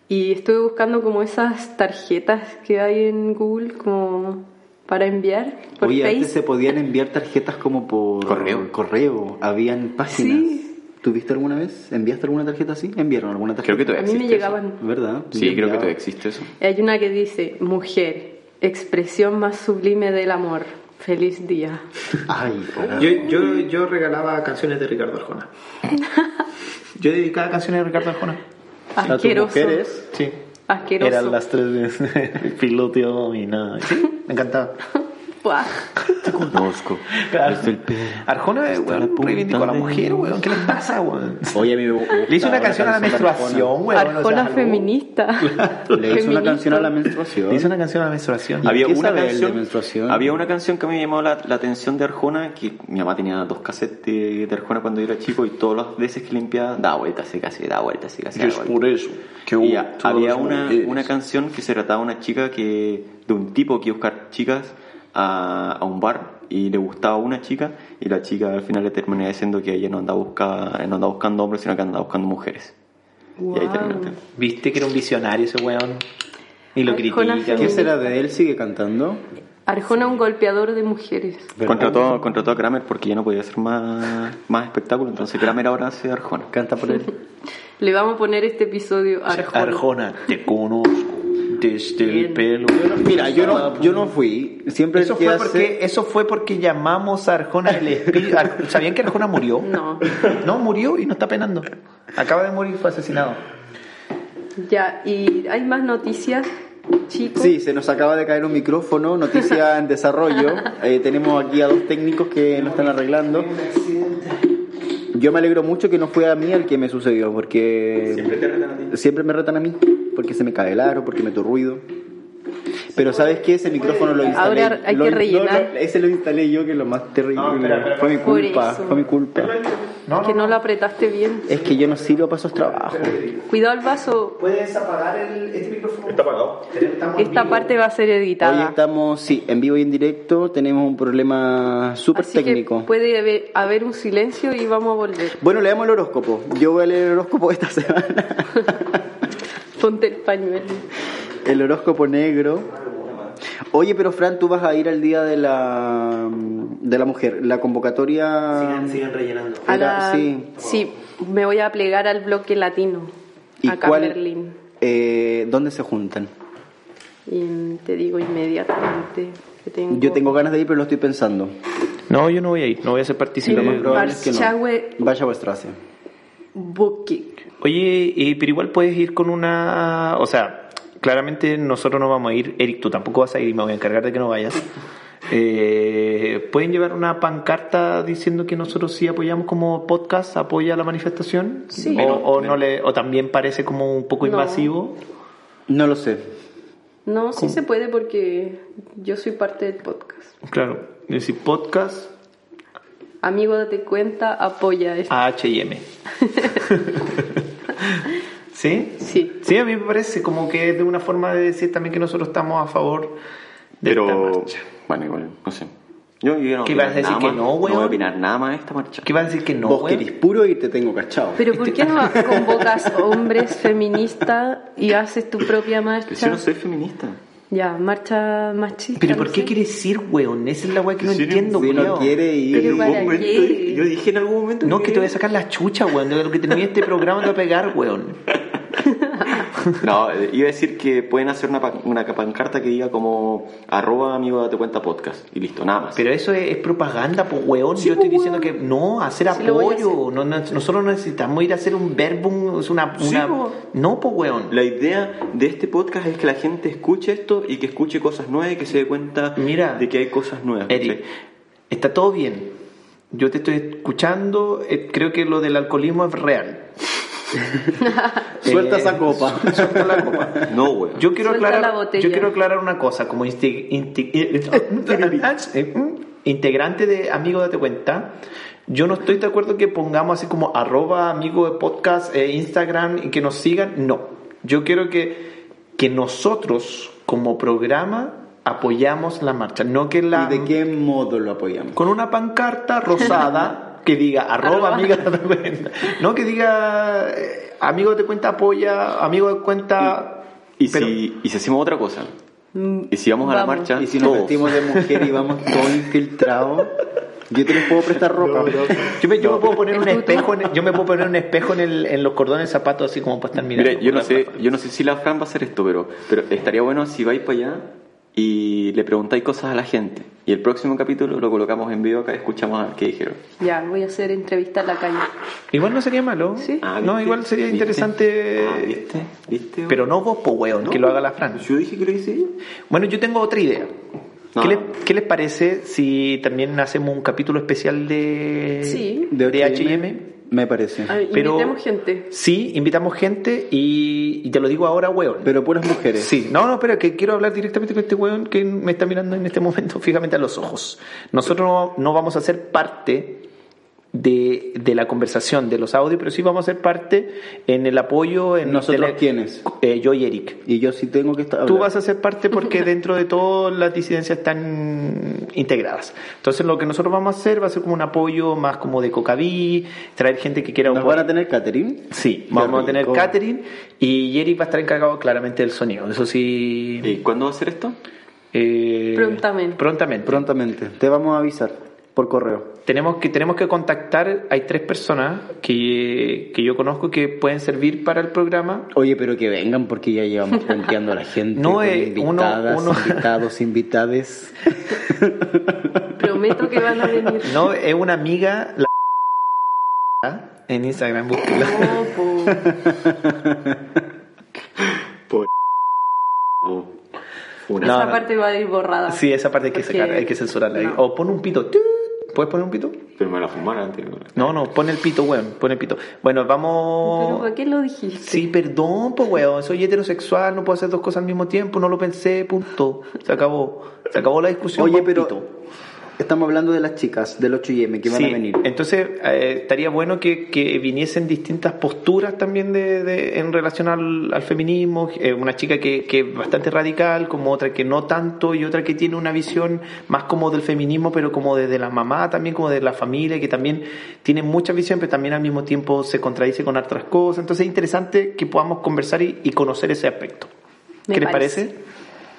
[SPEAKER 2] Y estuve buscando como esas tarjetas que hay en Google, como para enviar por
[SPEAKER 1] Oye, antes
[SPEAKER 2] Face.
[SPEAKER 1] se podían enviar tarjetas como por
[SPEAKER 4] Correo.
[SPEAKER 1] correo. Habían páginas.
[SPEAKER 2] Sí.
[SPEAKER 1] ¿Tuviste alguna vez? ¿Enviaste alguna tarjeta así? ¿Enviaron alguna tarjeta?
[SPEAKER 4] Creo que todavía
[SPEAKER 2] A mí me
[SPEAKER 4] existe eso.
[SPEAKER 2] llegaban.
[SPEAKER 1] ¿Verdad? Yo
[SPEAKER 4] Sí, creo que
[SPEAKER 1] enviaba-
[SPEAKER 4] todavía existe eso.
[SPEAKER 2] Hay una que dice, mujer, expresión más sublime del amor. Feliz día.
[SPEAKER 1] Ay, oh.
[SPEAKER 3] Yo, yo, yo regalaba canciones de Ricardo Arjona. Yo dedicaba canciones de Ricardo Arjona.
[SPEAKER 1] ¿A tus
[SPEAKER 2] Asqueroso.
[SPEAKER 1] mujeres?
[SPEAKER 3] Sí.
[SPEAKER 2] Asqueroso.
[SPEAKER 3] Eran las tres de piloteo y nada. Sí, me encantaba.
[SPEAKER 2] Buah.
[SPEAKER 4] Te conozco. Es el perro.
[SPEAKER 3] Arjona, eh,
[SPEAKER 4] la
[SPEAKER 3] weón,
[SPEAKER 4] punta
[SPEAKER 3] reivindicó a la
[SPEAKER 4] de
[SPEAKER 3] mujer,
[SPEAKER 4] mis-
[SPEAKER 3] weón. ¿Qué le pasa, weón?
[SPEAKER 1] Oye, a mí me gustaba
[SPEAKER 3] Le hizo una canción a la
[SPEAKER 1] canción de Arjona.
[SPEAKER 3] menstruación, weón. o sea,
[SPEAKER 2] Arjona
[SPEAKER 3] algo.
[SPEAKER 2] feminista.
[SPEAKER 1] Le hizo una
[SPEAKER 2] Feminista.
[SPEAKER 1] canción a la menstruación.
[SPEAKER 3] Le hizo una canción a la menstruación.
[SPEAKER 1] ¿Y
[SPEAKER 4] Había
[SPEAKER 1] qué
[SPEAKER 4] una,
[SPEAKER 1] sabe él de
[SPEAKER 4] canción,
[SPEAKER 1] menstruación?
[SPEAKER 4] había una canción que a mí me llamó la, la atención de Arjona, que mi mamá tenía dos cassettes de, de Arjona cuando yo era chico y todas las veces que limpiaba, da vuelta, se casi, da vuelta, se casi. da vuelta.
[SPEAKER 3] eso que
[SPEAKER 4] Y a- había una, una canción que se trataba de una chica que de un tipo que iba a buscar chicas a, a un bar y le gustaba una chica y la chica al final le terminaba diciendo que ella no andaba, busca- no andaba buscando hombres sino que andaba buscando mujeres. Y ahí
[SPEAKER 2] Guau.
[SPEAKER 4] terminó el tema.
[SPEAKER 3] Viste que era un visionario ese weón. Y lo
[SPEAKER 2] Arjona
[SPEAKER 3] critica.
[SPEAKER 1] ¿Qué
[SPEAKER 3] weón.
[SPEAKER 1] será de él? ¿Sigue cantando?
[SPEAKER 2] Arjona un golpeador de mujeres.
[SPEAKER 4] Contrató, contrató a Kramer porque ya no podía hacer más, más espectáculo, entonces Kramer ahora hace Arjona.
[SPEAKER 1] Canta por él.
[SPEAKER 2] Le vamos a poner este episodio a Arjona.
[SPEAKER 3] Arjona, te conozco desde el
[SPEAKER 2] Bien.
[SPEAKER 3] pelo.
[SPEAKER 1] Mira, yo no, yo no fui. Siempre
[SPEAKER 3] Eso
[SPEAKER 1] el que
[SPEAKER 3] fue,
[SPEAKER 1] hace-
[SPEAKER 3] porque, eso fue porque llamamos a Arjona el espíritu. Ar- ¿Sabían que Arjona murió?
[SPEAKER 2] No.
[SPEAKER 3] No, murió y no está penando. Acaba de morir, fue asesinado.
[SPEAKER 2] Ya, y hay más noticias, chicos.
[SPEAKER 1] Sí, se nos acaba de caer un micrófono, noticia en desarrollo. Eh, tenemos aquí a dos técnicos que lo están arreglando. Yo me alegro mucho que no fue a mí al que me sucedió, porque siempre, me retan a mí, porque se me cae el aro, porque meto ruido. Pero ¿sabes qué? Ese micrófono lo instalé.
[SPEAKER 2] Ahora hay
[SPEAKER 1] lo-
[SPEAKER 2] que
[SPEAKER 1] no,
[SPEAKER 2] rellenar.
[SPEAKER 1] no, ese lo instalé yo, que es lo más terrible.
[SPEAKER 3] No, espera, espera,
[SPEAKER 1] fue mi
[SPEAKER 2] Por
[SPEAKER 1] culpa,
[SPEAKER 2] eso.
[SPEAKER 1] fue mi culpa.
[SPEAKER 2] Que no la apretaste bien.
[SPEAKER 1] Es que yo no sirvo para esos trabajos.
[SPEAKER 2] Cuidado el vaso.
[SPEAKER 1] Pues,
[SPEAKER 3] ¿Puedes apagar este micrófono? Está apagado.
[SPEAKER 2] Esta parte va a ser
[SPEAKER 1] Hoy
[SPEAKER 2] editada.
[SPEAKER 1] estamos, sí, en vivo y en directo. Tenemos un problema súper
[SPEAKER 2] Así
[SPEAKER 1] técnico.
[SPEAKER 2] que puede haber, haber un silencio y vamos a volver.
[SPEAKER 1] Bueno, leamos el horóscopo. Yo voy a leer el horóscopo esta semana.
[SPEAKER 2] Ponte el pañuelo.
[SPEAKER 1] El horóscopo negro. Oye, pero Fran, tú vas a ir al día de la de la mujer. La convocatoria.
[SPEAKER 3] sigan rellenando.
[SPEAKER 2] A
[SPEAKER 1] Era-
[SPEAKER 2] la-
[SPEAKER 1] sí.
[SPEAKER 2] sí, me voy a plegar al bloque latino.
[SPEAKER 1] ¿Y
[SPEAKER 2] acá
[SPEAKER 1] cuál-
[SPEAKER 2] en Berlín.
[SPEAKER 1] eh, ¿Dónde se juntan?
[SPEAKER 2] Y te digo inmediatamente que tengo.
[SPEAKER 1] Yo tengo ganas de ir, pero lo estoy pensando.
[SPEAKER 3] No, yo no voy a ir. No voy a ser partícipe.
[SPEAKER 1] Lo más probable es que
[SPEAKER 2] Warschauer-
[SPEAKER 1] no. Vaya Straße.
[SPEAKER 2] Buki.
[SPEAKER 3] Oye, eh, pero igual puedes ir con una... O sea, claramente nosotros no vamos a ir. Eric, tú tampoco vas a ir y me voy a encargar de que no vayas. Eh, ¿Pueden llevar una pancarta diciendo que nosotros sí apoyamos como podcast, apoya la manifestación?
[SPEAKER 2] Sí.
[SPEAKER 3] O, o no le, o también parece como un poco
[SPEAKER 2] No.
[SPEAKER 3] invasivo.
[SPEAKER 1] No lo sé.
[SPEAKER 2] No, sí se puede porque yo soy parte del podcast.
[SPEAKER 3] Claro, es decir, podcast
[SPEAKER 2] Amigo, date cuenta, apoya esto.
[SPEAKER 3] a H&M. ¿Sí?
[SPEAKER 1] Ah.
[SPEAKER 2] Sí.
[SPEAKER 3] Sí, a mí me parece como que es de una forma de decir también que nosotros estamos a favor de esta
[SPEAKER 4] Pero,
[SPEAKER 3] marcha.
[SPEAKER 4] bueno, igual, no sé. Yo, yo no
[SPEAKER 3] ¿Qué
[SPEAKER 4] voy
[SPEAKER 3] vas a decir
[SPEAKER 4] opinar nada
[SPEAKER 3] que
[SPEAKER 4] más,
[SPEAKER 3] no,
[SPEAKER 4] No voy
[SPEAKER 3] weón?
[SPEAKER 4] a opinar nada más de esta marcha.
[SPEAKER 3] ¿Qué va a decir que no?
[SPEAKER 1] Vos
[SPEAKER 3] weón?
[SPEAKER 1] querís puro y te tengo cachado.
[SPEAKER 2] Pero ¿por qué no convocas hombres feministas y haces tu propia marcha?
[SPEAKER 4] Pero si yo no soy feminista.
[SPEAKER 2] Ya, marcha machista.
[SPEAKER 3] ¿Pero
[SPEAKER 2] no
[SPEAKER 3] por qué
[SPEAKER 2] sé.
[SPEAKER 3] quieres ir, weón? Esa es la weá que no
[SPEAKER 4] Sí,
[SPEAKER 3] entiendo,
[SPEAKER 1] si no
[SPEAKER 3] culiao.
[SPEAKER 1] quiere ir.
[SPEAKER 2] Pero
[SPEAKER 4] En
[SPEAKER 2] para
[SPEAKER 4] algún momento,
[SPEAKER 2] qué.
[SPEAKER 4] yo dije en algún momento.
[SPEAKER 3] No, que te voy a sacar la chucha, weón. De lo que termine este programa te voy a pegar, weón.
[SPEAKER 4] No, eh, iba a decir que pueden hacer una, pa- una pancarta que diga como arroba amigo date cuenta podcast y listo, nada más.
[SPEAKER 3] Pero eso es, es propaganda, pues, weón. Yo estoy diciendo que no, hacer
[SPEAKER 2] Sí, lo voy a
[SPEAKER 3] apoyo. No, no- nosotros no necesitamos ir a hacer un verbum, es una...
[SPEAKER 4] Sí,
[SPEAKER 3] una-
[SPEAKER 4] po.
[SPEAKER 3] No, pues, weón.
[SPEAKER 4] la idea de este podcast es que la gente escuche esto y que escuche cosas nuevas y que se dé cuenta
[SPEAKER 3] Mira,
[SPEAKER 4] de que hay cosas
[SPEAKER 1] Ah,
[SPEAKER 4] nuevas.
[SPEAKER 3] Eric,
[SPEAKER 4] ¿cachai?
[SPEAKER 3] está todo bien. Yo te estoy escuchando. eh, creo que lo del alcoholismo es real.
[SPEAKER 1] Suelta
[SPEAKER 3] Eh,
[SPEAKER 1] esa copa.
[SPEAKER 3] Suelta la copa.
[SPEAKER 4] No, güey.
[SPEAKER 3] Yo quiero,
[SPEAKER 2] Suelta
[SPEAKER 3] aclarar,
[SPEAKER 2] la botella.
[SPEAKER 3] yo quiero aclarar una cosa, como insti- inti- eh, integrante de Amigo Date Cuenta, yo no estoy de acuerdo que pongamos así como arroba amigo de podcast, eh, Instagram, y que nos sigan, no. Yo quiero que, que nosotros como programa apoyamos la marcha, no que la...
[SPEAKER 1] ¿Y de qué modo lo apoyamos?
[SPEAKER 3] Con una pancarta rosada que diga arroba
[SPEAKER 2] Arroba.
[SPEAKER 3] amigo date cuenta, no que diga eh, amigo de cuenta apoya, amigo de cuenta...
[SPEAKER 4] Y,
[SPEAKER 3] pero-
[SPEAKER 4] si, y si hacemos otra cosa, Y si vamos, a la
[SPEAKER 2] Mm, Vamos.
[SPEAKER 4] marcha,
[SPEAKER 1] Y si nos
[SPEAKER 4] todos.
[SPEAKER 1] vestimos de mujer y vamos todos infiltrados, yo te les puedo prestar ropa.
[SPEAKER 3] Yo me, yo me puedo poner
[SPEAKER 2] ¿El
[SPEAKER 3] un
[SPEAKER 2] tutu?
[SPEAKER 3] espejo, en, yo me puedo poner un espejo en, el, en los cordones del zapato así como para estar mirando.
[SPEAKER 4] Mira, yo no
[SPEAKER 3] Una-
[SPEAKER 4] sé, yo no sé si la Fran va a hacer esto, pero, pero estaría bueno si vais para allá y le preguntáis cosas a la gente. Y el próximo capítulo lo colocamos en vivo acá y escuchamos a ver qué dijeron.
[SPEAKER 2] Ya, voy a hacer entrevista a la calle.
[SPEAKER 3] Igual no sería malo.
[SPEAKER 2] Sí.
[SPEAKER 4] Ah,
[SPEAKER 3] no,
[SPEAKER 4] ¿viste?
[SPEAKER 3] igual sería
[SPEAKER 4] ¿Viste?
[SPEAKER 3] interesante.
[SPEAKER 4] Ah, ¿Viste? ¿Viste?
[SPEAKER 3] Eh, Pero no vos, po, weón, que lo haga la Fran.
[SPEAKER 4] Yo dije que lo hice yo.
[SPEAKER 3] Bueno, yo tengo otra idea.
[SPEAKER 4] No,
[SPEAKER 3] ¿Qué, les,
[SPEAKER 4] no.
[SPEAKER 3] qué les parece si también hacemos un capítulo especial de,
[SPEAKER 2] Sí.
[SPEAKER 3] de, H&M?
[SPEAKER 1] Me parece.
[SPEAKER 2] A ver,
[SPEAKER 3] Pero-
[SPEAKER 2] invitemos gente.
[SPEAKER 3] Sí, invitamos gente y, y te lo digo ahora, weón.
[SPEAKER 1] Pero puras mujeres.
[SPEAKER 3] Sí, no, no, espera, que quiero hablar directamente con este weón que me está mirando en este momento fijamente a los ojos. Nosotros no, no vamos a ser parte de, de la conversación, de los audios, pero sí vamos a ser parte en el apoyo. En
[SPEAKER 1] ¿Nosotros
[SPEAKER 3] de la-
[SPEAKER 1] quiénes?
[SPEAKER 3] Eh, yo y Eric.
[SPEAKER 1] Y yo sí tengo que estar.
[SPEAKER 3] Tú vas a ser parte porque dentro de todo las disidencias están integradas. Entonces lo que nosotros vamos a hacer va a ser como un apoyo más como de cocaví, traer gente que quiera
[SPEAKER 1] ¿Nos van a tener catering?
[SPEAKER 3] Sí,
[SPEAKER 1] Qué
[SPEAKER 3] vamos a tener
[SPEAKER 1] rico.
[SPEAKER 3] catering y Eric va a estar encargado claramente del sonido. Eso sí.
[SPEAKER 4] ¿Y cuándo va a ser esto?
[SPEAKER 3] eh,
[SPEAKER 2] Prontamente.
[SPEAKER 3] Prontamente.
[SPEAKER 1] Prontamente. Te vamos a avisar por correo.
[SPEAKER 3] tenemos que tenemos que contactar. Hay tres personas que, que yo conozco que pueden servir para el programa.
[SPEAKER 1] Oye, pero que vengan porque ya llevamos planteando a la gente.
[SPEAKER 3] No,
[SPEAKER 1] con
[SPEAKER 3] eh, uno-
[SPEAKER 1] invitadas,
[SPEAKER 3] uno-
[SPEAKER 1] invitados, invitades.
[SPEAKER 2] Prometo que van a venir.
[SPEAKER 3] No, es una amiga la en Instagram búsquela.
[SPEAKER 2] No, po.
[SPEAKER 3] Ah, No,
[SPEAKER 2] Esa
[SPEAKER 3] no.
[SPEAKER 2] parte va a ir borrada.
[SPEAKER 3] Sí, esa parte hay que
[SPEAKER 2] Porque-
[SPEAKER 3] sacar, hay que censurarla.
[SPEAKER 2] no.
[SPEAKER 3] O pon un pito. ¿Puedes poner un pito?
[SPEAKER 4] Pero me la fumar antes.
[SPEAKER 3] No, no, pon el pito, weón, pon el pito. Bueno,
[SPEAKER 2] Pero
[SPEAKER 3] vamos.
[SPEAKER 2] ¿para qué lo dijiste?
[SPEAKER 3] Sí, perdón, pues weón, soy heterosexual, no puedo hacer dos cosas al mismo tiempo, no lo pensé, punto. Se acabó. Se acabó la discusión.
[SPEAKER 1] Oye,
[SPEAKER 3] con pito.
[SPEAKER 1] pero estamos hablando de las chicas del 8M que van
[SPEAKER 3] Sí,
[SPEAKER 1] a venir.
[SPEAKER 3] Entonces, eh, estaría bueno que, que viniesen distintas posturas también de, de- en relación al, al feminismo. eh, una chica que, que es bastante radical, como otra que no tanto, y otra que tiene una visión más como del feminismo, pero como desde la mamá también, como de la familia, que también tiene mucha visión, pero también al mismo tiempo se contradice con otras cosas. Entonces, es interesante que podamos conversar y, y conocer ese aspecto.
[SPEAKER 2] Me
[SPEAKER 3] ¿Qué les
[SPEAKER 2] parece.
[SPEAKER 3] parece?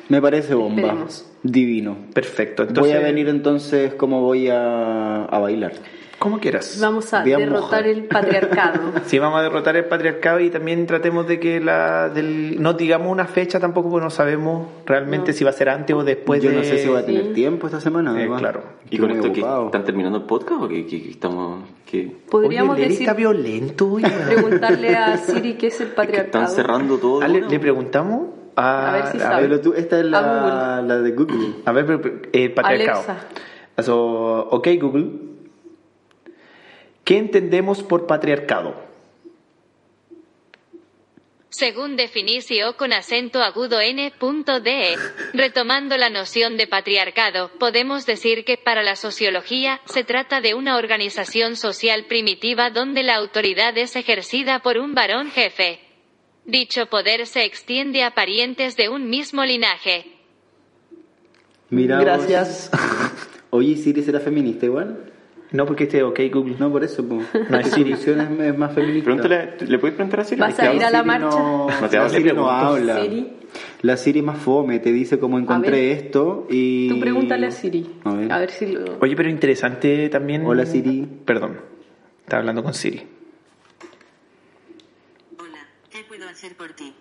[SPEAKER 1] Me parece bomba.
[SPEAKER 2] Esperemos.
[SPEAKER 1] Divino.
[SPEAKER 3] Perfecto.
[SPEAKER 1] voy
[SPEAKER 3] Entonces,
[SPEAKER 1] a venir entonces como voy a, a bailar.
[SPEAKER 3] Como quieras.
[SPEAKER 2] Vamos a
[SPEAKER 1] Bien
[SPEAKER 2] derrotar
[SPEAKER 1] mojado.
[SPEAKER 2] el patriarcado.
[SPEAKER 3] Sí, vamos a derrotar el patriarcado y también tratemos de que la del, no digamos una fecha tampoco porque no sabemos realmente si va a ser antes o después
[SPEAKER 1] Yo
[SPEAKER 3] de...
[SPEAKER 1] no sé si voy a tener
[SPEAKER 2] Sí.
[SPEAKER 1] tiempo esta semana.
[SPEAKER 3] Eh,
[SPEAKER 1] además.
[SPEAKER 3] claro.
[SPEAKER 4] ¿Y
[SPEAKER 1] Estoy
[SPEAKER 4] con
[SPEAKER 1] muy
[SPEAKER 4] esto que
[SPEAKER 1] ocupado.
[SPEAKER 4] están terminando el podcast o que, que- que estamos.? Que,
[SPEAKER 2] Podríamos
[SPEAKER 3] Oye, el Eric
[SPEAKER 2] decir,
[SPEAKER 3] está violento hoy. weón.
[SPEAKER 2] preguntarle a Siri qué es el
[SPEAKER 4] que
[SPEAKER 2] patriarcado.
[SPEAKER 4] están cerrando todo.
[SPEAKER 3] Ah,
[SPEAKER 4] de
[SPEAKER 3] le,
[SPEAKER 4] una?
[SPEAKER 3] le preguntamos a...
[SPEAKER 2] A ver si
[SPEAKER 3] a
[SPEAKER 2] sabe.
[SPEAKER 1] Pero tú, esta es
[SPEAKER 2] A
[SPEAKER 1] la, la de Google.
[SPEAKER 3] a ver, pero- pero, eh, patriarcado.
[SPEAKER 2] Alexa.
[SPEAKER 3] Eso, ok, Google. ¿Qué entendemos por patriarcado?
[SPEAKER 5] Según definicio con acento agudo n.de, E. retomando la noción de patriarcado, podemos decir que para la sociología se trata de una organización social primitiva donde la autoridad es ejercida por un varón jefe. Dicho poder se extiende a parientes de un mismo linaje.
[SPEAKER 1] Mira vos.
[SPEAKER 3] Gracias.
[SPEAKER 1] Oye, Siri será feminista igual.
[SPEAKER 3] No, porque este ok, Google.
[SPEAKER 1] No, por eso. po.
[SPEAKER 3] No, es
[SPEAKER 1] Tu
[SPEAKER 3] Siri.
[SPEAKER 1] solución es, es más feminista.
[SPEAKER 4] Pregúntale, ¿Le puedes preguntar a Siri?
[SPEAKER 2] Vas
[SPEAKER 4] Es que
[SPEAKER 2] a ir a
[SPEAKER 4] habla
[SPEAKER 2] la
[SPEAKER 1] Siri
[SPEAKER 2] marcha.
[SPEAKER 1] No,
[SPEAKER 4] No te
[SPEAKER 1] la
[SPEAKER 4] hablas,
[SPEAKER 1] Siri
[SPEAKER 4] le
[SPEAKER 1] no
[SPEAKER 4] pregunto.
[SPEAKER 1] habla.
[SPEAKER 2] Siri.
[SPEAKER 1] La Siri más fome, te dice cómo encontré
[SPEAKER 2] ver.
[SPEAKER 1] esto y...
[SPEAKER 2] Tú pregúntale a Siri.
[SPEAKER 1] A ver.
[SPEAKER 2] si lo...
[SPEAKER 3] Oye, pero interesante también...
[SPEAKER 1] Hola, Siri.
[SPEAKER 3] Perdón, estaba hablando con Siri.
[SPEAKER 6] Hola, ¿qué puedo hacer por ti?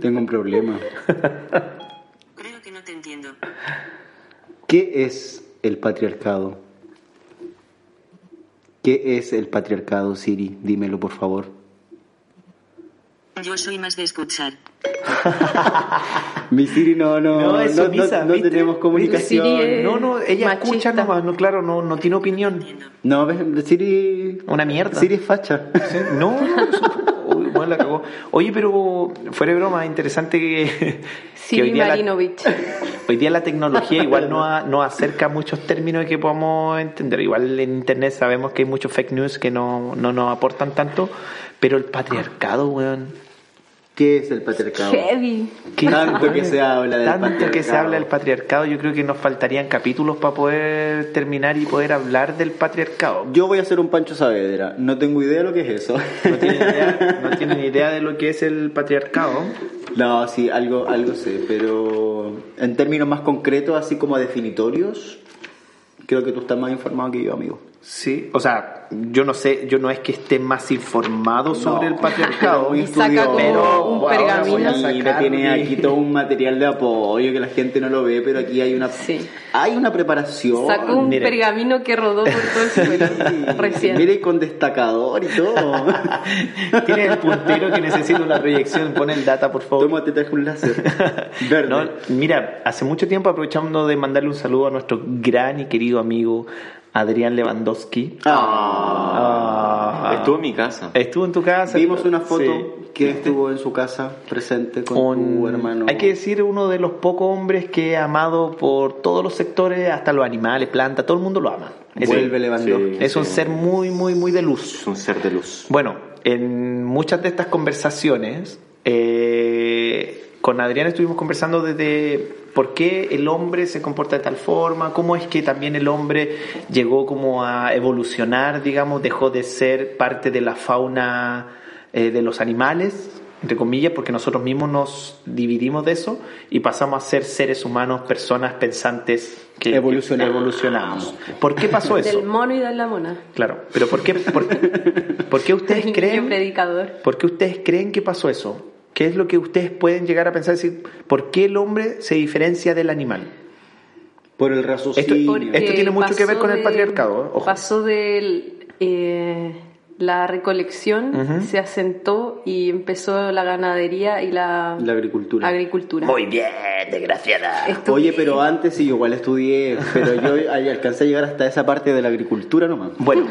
[SPEAKER 1] Tengo un problema.
[SPEAKER 6] Creo que no te entiendo.
[SPEAKER 1] ¿Qué es el patriarcado? ¿Qué es el patriarcado, Siri? Dímelo, por favor.
[SPEAKER 6] Yo soy más de escuchar.
[SPEAKER 1] Mi Siri no, no,
[SPEAKER 3] No,
[SPEAKER 1] no,
[SPEAKER 3] es
[SPEAKER 1] no,
[SPEAKER 3] sumisa,
[SPEAKER 1] no
[SPEAKER 3] ¿viste?
[SPEAKER 1] tenemos comunicación.
[SPEAKER 2] Mi Siri es-
[SPEAKER 3] No, no, ella
[SPEAKER 2] Machista.
[SPEAKER 3] escucha nomás, no, claro, no, no tiene opinión.
[SPEAKER 1] No, ves, Siri...
[SPEAKER 3] Una mierda.
[SPEAKER 1] Siri es facha.
[SPEAKER 3] No, no, eso- uy, bueno, la cagó. Oye, pero fuera de broma, interesante que, que hoy,
[SPEAKER 2] Siri
[SPEAKER 3] día la,
[SPEAKER 2] Marinovich.
[SPEAKER 3] hoy día la tecnología igual no, a- no acerca muchos términos que podamos entender. Igual en internet sabemos que hay muchos fake news que no, no nos aportan tanto, pero el patriarcado, weón.
[SPEAKER 1] ¿Qué es el patriarcado?
[SPEAKER 2] Heavy.
[SPEAKER 3] Qué
[SPEAKER 1] Tanto que se habla del
[SPEAKER 3] Tanto que se
[SPEAKER 1] patriarcado.
[SPEAKER 3] habla del patriarcado, yo creo que nos faltarían capítulos para poder terminar y poder hablar del patriarcado.
[SPEAKER 1] Yo voy a hacer un Pancho Saavedra. No tengo idea de lo que es eso.
[SPEAKER 3] no tienen idea, no tienen idea de lo que es el patriarcado.
[SPEAKER 1] No, sí, algo, algo sé, pero en términos más concretos, así como definitorios, creo que tú estás más informado que yo, amigo.
[SPEAKER 3] Sí, o sea, yo no sé, yo no es que esté más informado sobre el
[SPEAKER 1] Pero
[SPEAKER 3] patriarcado.
[SPEAKER 1] muy
[SPEAKER 2] Y saca
[SPEAKER 1] estudioso.
[SPEAKER 2] como
[SPEAKER 3] Ah, Pero,
[SPEAKER 2] un
[SPEAKER 3] wow,
[SPEAKER 2] pergamino.
[SPEAKER 3] voy a sacar
[SPEAKER 1] Y me tiene
[SPEAKER 3] mi-
[SPEAKER 1] aquí todo un material de apoyo que la gente no lo ve, pero aquí hay una,
[SPEAKER 2] Sí.
[SPEAKER 1] hay una preparación.
[SPEAKER 2] Sacó un
[SPEAKER 3] mire.
[SPEAKER 2] pergamino que rodó por todo el suelo recién.
[SPEAKER 1] Mire, con destacador y todo.
[SPEAKER 3] Tiene el puntero que necesito la proyección, pon el data, por favor.
[SPEAKER 1] Toma, te traje un láser. Verde.
[SPEAKER 3] No, mira, hace mucho tiempo aprovechando de mandarle un saludo a nuestro gran y querido amigo Adrián Lewandowski.
[SPEAKER 1] Ah.
[SPEAKER 3] Ah.
[SPEAKER 4] Estuvo en mi casa.
[SPEAKER 3] Estuvo en tu casa.
[SPEAKER 1] Vimos una foto
[SPEAKER 3] Sí.
[SPEAKER 1] que estuvo en su casa presente con
[SPEAKER 3] Un-
[SPEAKER 1] tu hermano.
[SPEAKER 3] Hay que decir, uno de los pocos hombres que he amado por todos los sectores, hasta los animales, plantas, todo el mundo lo ama. Es,
[SPEAKER 1] Vuelve
[SPEAKER 3] el-
[SPEAKER 1] Lewandowski.
[SPEAKER 3] es un
[SPEAKER 4] sí.
[SPEAKER 3] ser muy, muy, muy de luz.
[SPEAKER 4] Es un ser de luz.
[SPEAKER 3] Bueno, en muchas de estas conversaciones, eh, con Adrián estuvimos conversando desde por qué el hombre se comporta de tal forma, cómo es que también el hombre llegó como a evolucionar, digamos, dejó de ser parte de la fauna eh, de los animales, entre comillas, porque nosotros mismos nos dividimos de eso y pasamos a ser seres humanos, personas pensantes que
[SPEAKER 1] Evolucionamos.
[SPEAKER 3] que evolucionamos. ¿Por qué pasó eso?
[SPEAKER 2] Del mono y de la mona.
[SPEAKER 3] Claro, pero ¿por qué, por, por qué ustedes
[SPEAKER 2] Del niño
[SPEAKER 3] creen?
[SPEAKER 2] predicador.
[SPEAKER 3] ¿Por qué ustedes creen que pasó eso? ¿Qué es lo que ustedes pueden llegar a pensar? Es decir, ¿por qué el hombre se diferencia del animal?
[SPEAKER 1] Por el raciocinio.
[SPEAKER 3] Esto- esto- tiene mucho que ver
[SPEAKER 2] pasó
[SPEAKER 3] con el patriarcado, ¿eh? Ojo.
[SPEAKER 2] Pasó de la recolección,
[SPEAKER 3] Ujú.
[SPEAKER 2] se asentó y empezó la ganadería y la,
[SPEAKER 1] La agricultura.
[SPEAKER 2] agricultura.
[SPEAKER 3] bien, desgraciada.
[SPEAKER 2] Estudié-
[SPEAKER 1] Oye, pero antes sí, yo igual estudié, pero yo ahí alcancé a llegar hasta esa parte de la agricultura nomás.
[SPEAKER 3] Bueno,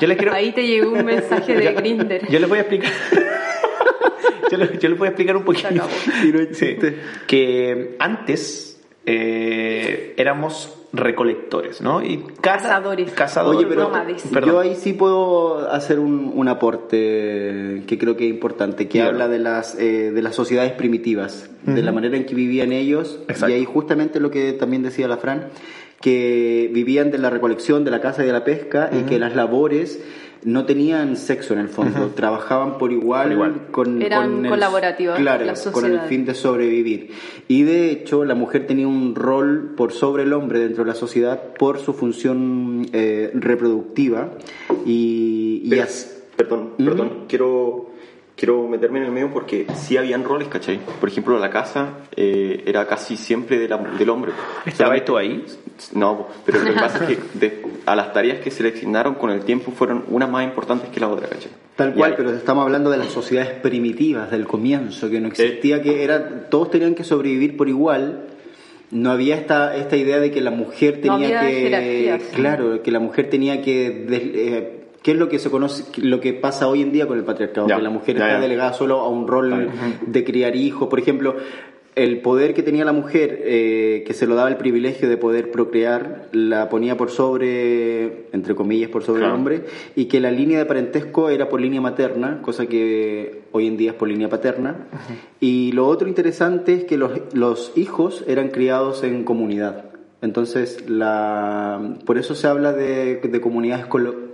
[SPEAKER 3] yo les quiero...
[SPEAKER 2] Ahí te llegó un mensaje de Grinder.
[SPEAKER 3] Yo les voy a explicar. yo, les, yo les voy a explicar un poquito.
[SPEAKER 2] Se acabó.
[SPEAKER 1] Y no hay chiste.
[SPEAKER 3] que antes eh, éramos recolectores, ¿no? Y caza-
[SPEAKER 2] Cazadores.
[SPEAKER 3] Cazadores.
[SPEAKER 1] Oye, pero
[SPEAKER 2] Nómades.
[SPEAKER 3] Perdón.
[SPEAKER 1] yo ahí sí puedo hacer un, un aporte que creo que es importante, que
[SPEAKER 3] Dígalo.
[SPEAKER 1] habla de las, eh, de las sociedades primitivas, de la manera en que vivían ellos,
[SPEAKER 3] Exacto.
[SPEAKER 1] y ahí justamente lo que también decía la Fran, que vivían de la recolección, de la caza y de la pesca, y que las labores no tenían sexo en el fondo, trabajaban por igual,
[SPEAKER 3] Por igual.
[SPEAKER 1] con...
[SPEAKER 2] Eran
[SPEAKER 1] con el-
[SPEAKER 2] colaborativas,
[SPEAKER 1] Claro,
[SPEAKER 2] las
[SPEAKER 1] con el
[SPEAKER 2] sociedades.
[SPEAKER 1] fin de sobrevivir. Y de hecho, la mujer tenía un rol por sobre el hombre dentro de la sociedad por su función eh, reproductiva. Y, y
[SPEAKER 4] Pero-
[SPEAKER 1] as-
[SPEAKER 4] Perdón,
[SPEAKER 1] Ujú.
[SPEAKER 4] perdón, quiero, quiero meterme en el medio porque sí habían roles, ¿cachai? Por ejemplo, la casa eh, era casi siempre de la- del hombre.
[SPEAKER 3] ¿Estaba esto ahí?
[SPEAKER 4] No, pero lo que pasa es que de- a las tareas que se le asignaron con el tiempo fueron unas más importantes que la otra, ¿cachai?
[SPEAKER 1] tal
[SPEAKER 4] Y
[SPEAKER 1] cual,
[SPEAKER 4] ahí-
[SPEAKER 1] pero estamos hablando de las sociedades primitivas, del comienzo, que no
[SPEAKER 4] Eh.
[SPEAKER 1] existía, que era, todos tenían que sobrevivir por igual. No había esta, esta idea de que la mujer
[SPEAKER 2] No
[SPEAKER 1] tenía
[SPEAKER 2] había
[SPEAKER 1] que...
[SPEAKER 2] jerarquías.
[SPEAKER 1] Claro, que la mujer tenía que... des- eh, ¿Qué es lo que se conoce, lo que pasa hoy en día con el patriarcado?
[SPEAKER 4] Ya,
[SPEAKER 1] que la mujer
[SPEAKER 4] ya,
[SPEAKER 1] está
[SPEAKER 4] ya.
[SPEAKER 1] delegada ligada solo a un rol de criar hijos. Por ejemplo, el poder que tenía la mujer, eh, que se lo daba el privilegio de poder procrear, la ponía por sobre, entre comillas, por sobre
[SPEAKER 4] Claro.
[SPEAKER 1] el hombre, y que la línea de parentesco era por línea materna, cosa que hoy en día es por línea paterna. Y lo otro interesante es que los, los hijos eran criados en comunidad. Entonces, la, por eso se habla de, de comunidades colo-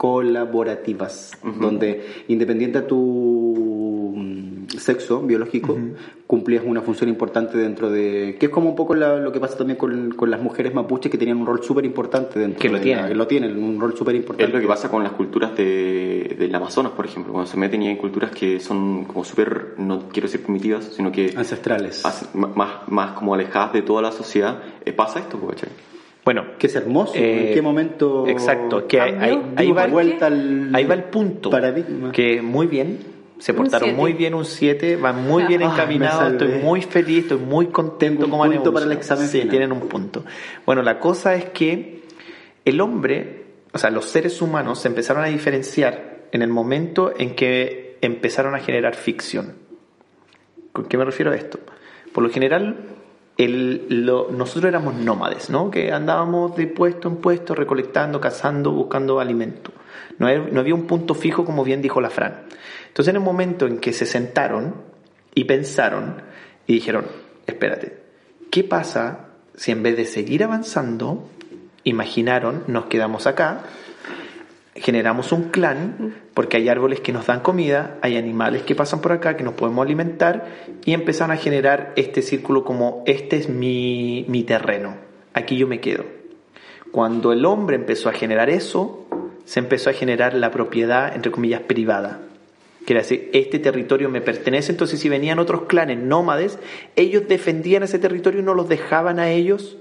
[SPEAKER 1] colaborativas, donde independiente a tu mm, sexo biológico, cumplías una función importante dentro de... que es como un poco la- lo que pasa también con, con las mujeres mapuches que tenían un rol súper importante dentro
[SPEAKER 3] Que lo
[SPEAKER 1] de
[SPEAKER 3] tienen.
[SPEAKER 1] la- lo tienen, un rol súper
[SPEAKER 4] Es
[SPEAKER 1] importante.
[SPEAKER 4] lo que pasa con las culturas de, del Amazonas, por ejemplo, cuando se meten y hay culturas que son como súper, no quiero decir primitivas, sino que
[SPEAKER 1] Ancestrales.
[SPEAKER 3] Ah,
[SPEAKER 4] hacen- m- más, más como alejadas de toda la sociedad, eh, pasa esto, ¿cachai?
[SPEAKER 3] Bueno,
[SPEAKER 1] Que es hermoso.
[SPEAKER 3] Eh,
[SPEAKER 1] ¿En qué momento?
[SPEAKER 3] exacto, que ahí, ahí-
[SPEAKER 2] Cambió,
[SPEAKER 3] ahí
[SPEAKER 1] dimos
[SPEAKER 3] va, el-
[SPEAKER 1] vuelta al
[SPEAKER 3] ahí va el punto.
[SPEAKER 1] paradigma.
[SPEAKER 3] Que muy bien, se
[SPEAKER 2] Un
[SPEAKER 3] portaron
[SPEAKER 2] siete.
[SPEAKER 3] muy bien un 7, van muy bien
[SPEAKER 1] Ah, me
[SPEAKER 3] encaminados,
[SPEAKER 1] salvé.
[SPEAKER 3] estoy muy feliz, estoy muy contento
[SPEAKER 1] Tengo un
[SPEAKER 3] como han
[SPEAKER 1] punto para el
[SPEAKER 3] evolucionado.
[SPEAKER 1] examen
[SPEAKER 3] Sí,
[SPEAKER 1] final.
[SPEAKER 3] tienen un punto. Bueno, la cosa es que el hombre, o sea, los seres humanos se empezaron a diferenciar en el momento en que empezaron a generar ficción. ¿Con qué me refiero a esto? Por lo general, el- lo- nosotros éramos nómades, ¿no? Que andábamos de puesto en puesto, recolectando, cazando, buscando alimento. No, hay- no había un punto fijo, como bien dijo la Fran. Entonces, en el momento en que se sentaron y pensaron y dijeron, espérate, ¿qué pasa si en vez de seguir avanzando, imaginaron, nos quedamos acá generamos un clan porque hay árboles que nos dan comida, hay animales que pasan por acá que nos podemos alimentar y empezaron a generar este círculo como este es mi, mi terreno, aquí yo me quedo. Cuando el hombre empezó a generar eso, se empezó a generar la propiedad, entre comillas, privada. Quiere decir, este territorio me pertenece, entonces si venían otros clanes nómades, ellos defendían ese territorio y no los dejaban a ellos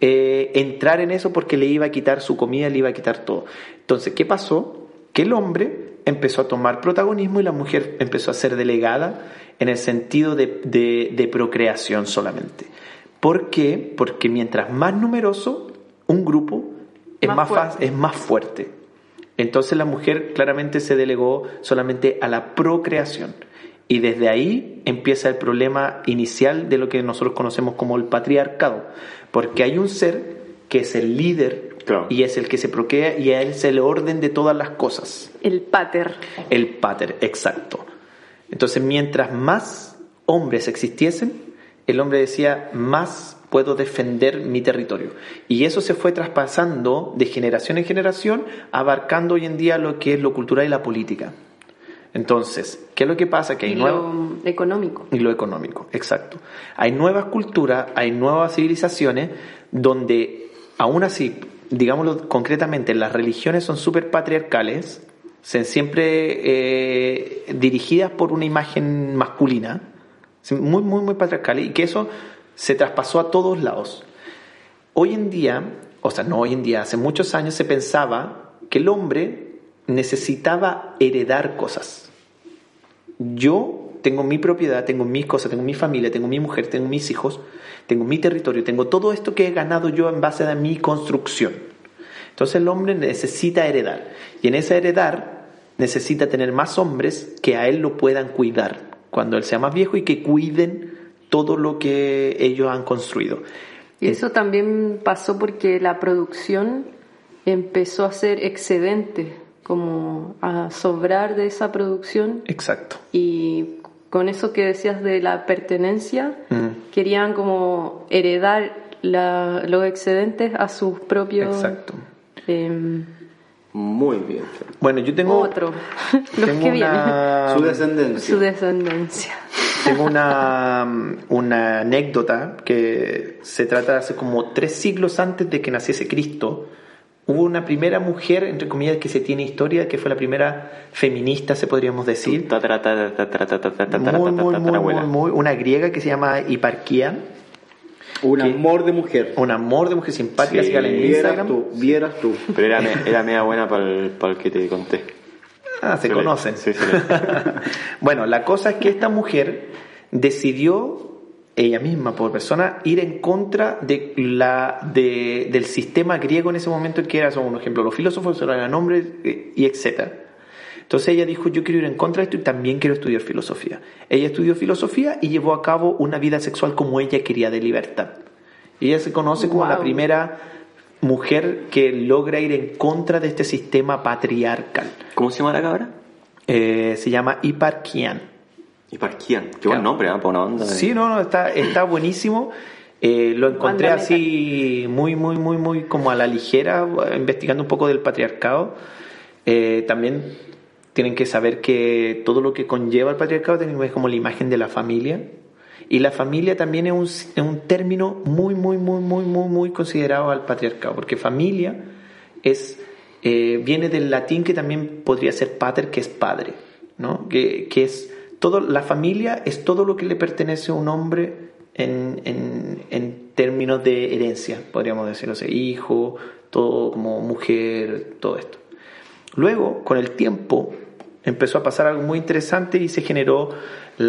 [SPEAKER 3] eh, entrar en eso porque le iba a quitar su comida, le iba a quitar todo. Entonces, ¿qué pasó? Que el hombre empezó a tomar protagonismo y la mujer empezó a ser delegada en el sentido de, de- de procreación solamente. ¿Por qué? Porque mientras más numeroso un grupo, es
[SPEAKER 2] Más
[SPEAKER 3] más, fa-
[SPEAKER 2] fuerte.
[SPEAKER 3] es más fuerte. Entonces la mujer claramente se delegó solamente a la procreación. Y desde ahí empieza el problema inicial de lo que nosotros conocemos como el patriarcado. Porque hay un ser que es el líder
[SPEAKER 4] Claro.
[SPEAKER 3] y es el que se procrea y a él se le orden de todas las cosas.
[SPEAKER 2] El pater.
[SPEAKER 3] El pater, exacto. Entonces mientras más hombres existiesen, el hombre decía, más puedo defender mi territorio. Y eso se fue traspasando de generación en generación, abarcando hoy en día lo que es lo cultural y la política. Entonces, ¿qué es lo que pasa? Que hay
[SPEAKER 2] y
[SPEAKER 3] nuevos
[SPEAKER 2] lo económico.
[SPEAKER 3] y lo económico, exacto. Hay nuevas culturas, hay nuevas civilizaciones donde, aún así, digámoslo concretamente, las religiones son súper patriarcales, se- siempre eh, dirigidas por una imagen masculina, sí, muy, muy, muy patriarcal, y que eso se traspasó a todos lados. Hoy en día, o sea, no hoy en día, hace muchos años se pensaba que el hombre necesitaba heredar cosas yo tengo mi propiedad, tengo mis cosas, tengo mi familia, tengo mi mujer, tengo mis hijos, tengo mi territorio, tengo todo esto que he ganado yo en base a mi construcción. Entonces el hombre necesita heredar. Y en ese heredar necesita tener más hombres que a él lo puedan cuidar cuando él sea más viejo y que cuiden todo lo que ellos han construido.
[SPEAKER 2] Y eso también pasó porque la producción empezó a ser excedente, como a sobrar de esa producción
[SPEAKER 3] Exacto.
[SPEAKER 2] y con eso que decías de la pertenencia,
[SPEAKER 3] Mm.
[SPEAKER 2] querían como heredar la- los excedentes a sus propios...
[SPEAKER 3] Exacto.
[SPEAKER 2] em,
[SPEAKER 4] Muy bien.
[SPEAKER 3] Bueno, yo tengo,
[SPEAKER 2] otro. Los
[SPEAKER 3] tengo
[SPEAKER 2] que vienen.
[SPEAKER 3] una-
[SPEAKER 1] Su descendencia.
[SPEAKER 2] Su descendencia.
[SPEAKER 3] Tengo una, una anécdota que se trata de hace como tres siglos antes de que naciese Cristo. Hubo una primera mujer, entre comillas, que se tiene historia, que fue la primera feminista, se podríamos decir.
[SPEAKER 4] Ta, ta, ta, ta, ta, ta, ta, ta, ta, ta,
[SPEAKER 3] Muy, muy, muy,
[SPEAKER 4] tatarabuela.
[SPEAKER 3] muy, muy, una griega que se llama Hiparquía.
[SPEAKER 1] Un amor de mujer.
[SPEAKER 3] Un amor de mujer simpática,
[SPEAKER 4] Sí,
[SPEAKER 3] sígala en
[SPEAKER 1] Vieras
[SPEAKER 3] Instagram.
[SPEAKER 1] tú, vieras tú.
[SPEAKER 4] Pero era, me- era media buena para el, que te conté.
[SPEAKER 3] Ah, se
[SPEAKER 4] Sí,
[SPEAKER 3] conocen.
[SPEAKER 4] Sí, sí. le-
[SPEAKER 3] bueno, la cosa es que esta mujer decidió ella misma por persona ir en contra de la de- del sistema griego en ese momento que era, son un ejemplo, los filósofos eran hombres eh, y etcétera. Entonces ella dijo, yo quiero ir en contra de esto y también quiero estudiar filosofía. Ella estudió filosofía y llevó a cabo una vida sexual como ella quería de libertad. Y ella se conoce como la
[SPEAKER 2] Wow.
[SPEAKER 3] primera mujer que logra ir en contra de este sistema patriarcal.
[SPEAKER 4] ¿Cómo se llama la cabra?
[SPEAKER 3] Eh, se llama Hiparquian.
[SPEAKER 4] Y Parkian. Qué buen nombre, ¿ah? Para una banda. de-
[SPEAKER 3] Sí, no, no, está, está buenísimo. Eh, lo encontré
[SPEAKER 2] Banda
[SPEAKER 3] así muy, muy, muy, muy como a la ligera, eh, investigando un poco del patriarcado. Eh, también tienen que saber que todo lo que conlleva el patriarcado tenemos como la imagen de la familia. Y la familia también es un, es un término muy, muy, muy, muy, muy, muy considerado al patriarcado, porque familia es eh, viene del latín que también podría ser pater, que es padre, ¿no? Que, que es todo, la familia es todo lo que le pertenece a un hombre en, en, en términos de herencia, podríamos decirlo así, hijo, todo como mujer, todo esto. Luego, con el tiempo, empezó a pasar algo muy interesante y se generó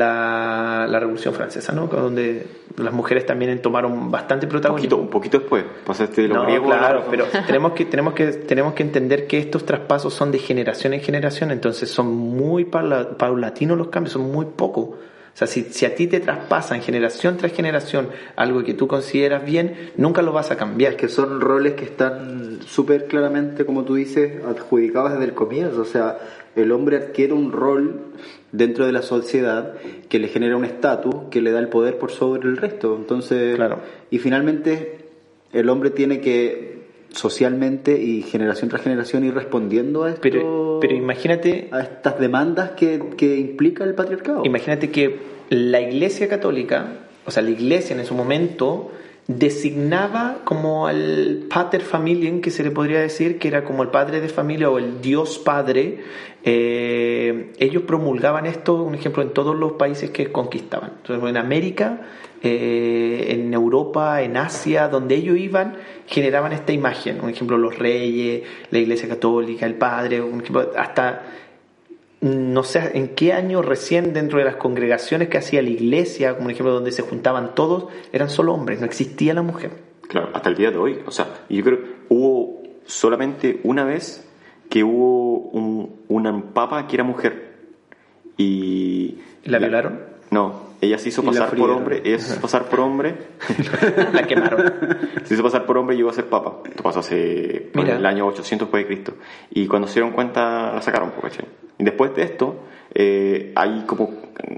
[SPEAKER 3] la, la Revolución Francesa, ¿no? Donde las mujeres también tomaron bastante
[SPEAKER 4] Un poquito,
[SPEAKER 3] protagonismo.
[SPEAKER 4] un poquito después. Pasaste de lo
[SPEAKER 3] No,
[SPEAKER 4] griego a lo-
[SPEAKER 3] claro, pero tenemos que, tenemos, que, tenemos que entender que estos traspasos son de generación en generación, entonces son muy paula- paulatinos los cambios, son muy pocos. O sea, si, si a ti te traspasan generación tras generación algo que tú consideras bien, nunca lo vas a cambiar.
[SPEAKER 1] que son roles que están súper claramente, como tú dices, adjudicados desde el comienzo. O sea, el hombre adquiere un rol dentro de la sociedad que le genera un estatus, que le da el poder por sobre el resto. Entonces,
[SPEAKER 3] Claro.
[SPEAKER 1] y finalmente el hombre tiene que socialmente y generación tras generación ir respondiendo a esto,
[SPEAKER 3] Pero, pero imagínate,
[SPEAKER 1] a estas demandas que, que implica el patriarcado.
[SPEAKER 3] imagínate que la Iglesia Católica, o sea, la Iglesia en su momento designaba como al pater familien, que se le podría decir que era como el padre de familia o el Dios Padre, eh, ellos promulgaban esto, un ejemplo, en todos los países que conquistaban. Entonces, en América, eh, en Europa, en Asia, donde ellos iban, generaban esta imagen. Un ejemplo, los reyes, la Iglesia Católica, el Padre, un ejemplo, hasta no sé en qué año recién dentro de las congregaciones que hacía la iglesia, como un ejemplo donde se juntaban todos, eran solo hombres, no existía la mujer.
[SPEAKER 4] Claro, hasta el día de hoy. O sea, yo creo hubo solamente una vez que hubo un, una papa que era mujer. Y.
[SPEAKER 3] ¿La violaron?
[SPEAKER 4] No, ella se hizo
[SPEAKER 1] Y la
[SPEAKER 4] pasar por
[SPEAKER 1] frieron.
[SPEAKER 4] hombre, ella se hizo pasar por hombre,
[SPEAKER 3] La quemaron.
[SPEAKER 4] se hizo pasar por hombre y llegó a ser papa. Esto pasó hace por
[SPEAKER 3] Mira.
[SPEAKER 4] el año 800 después de Cristo. Y cuando se dieron cuenta, la sacaron, po, ¿cachai? Y después de esto, eh, hay como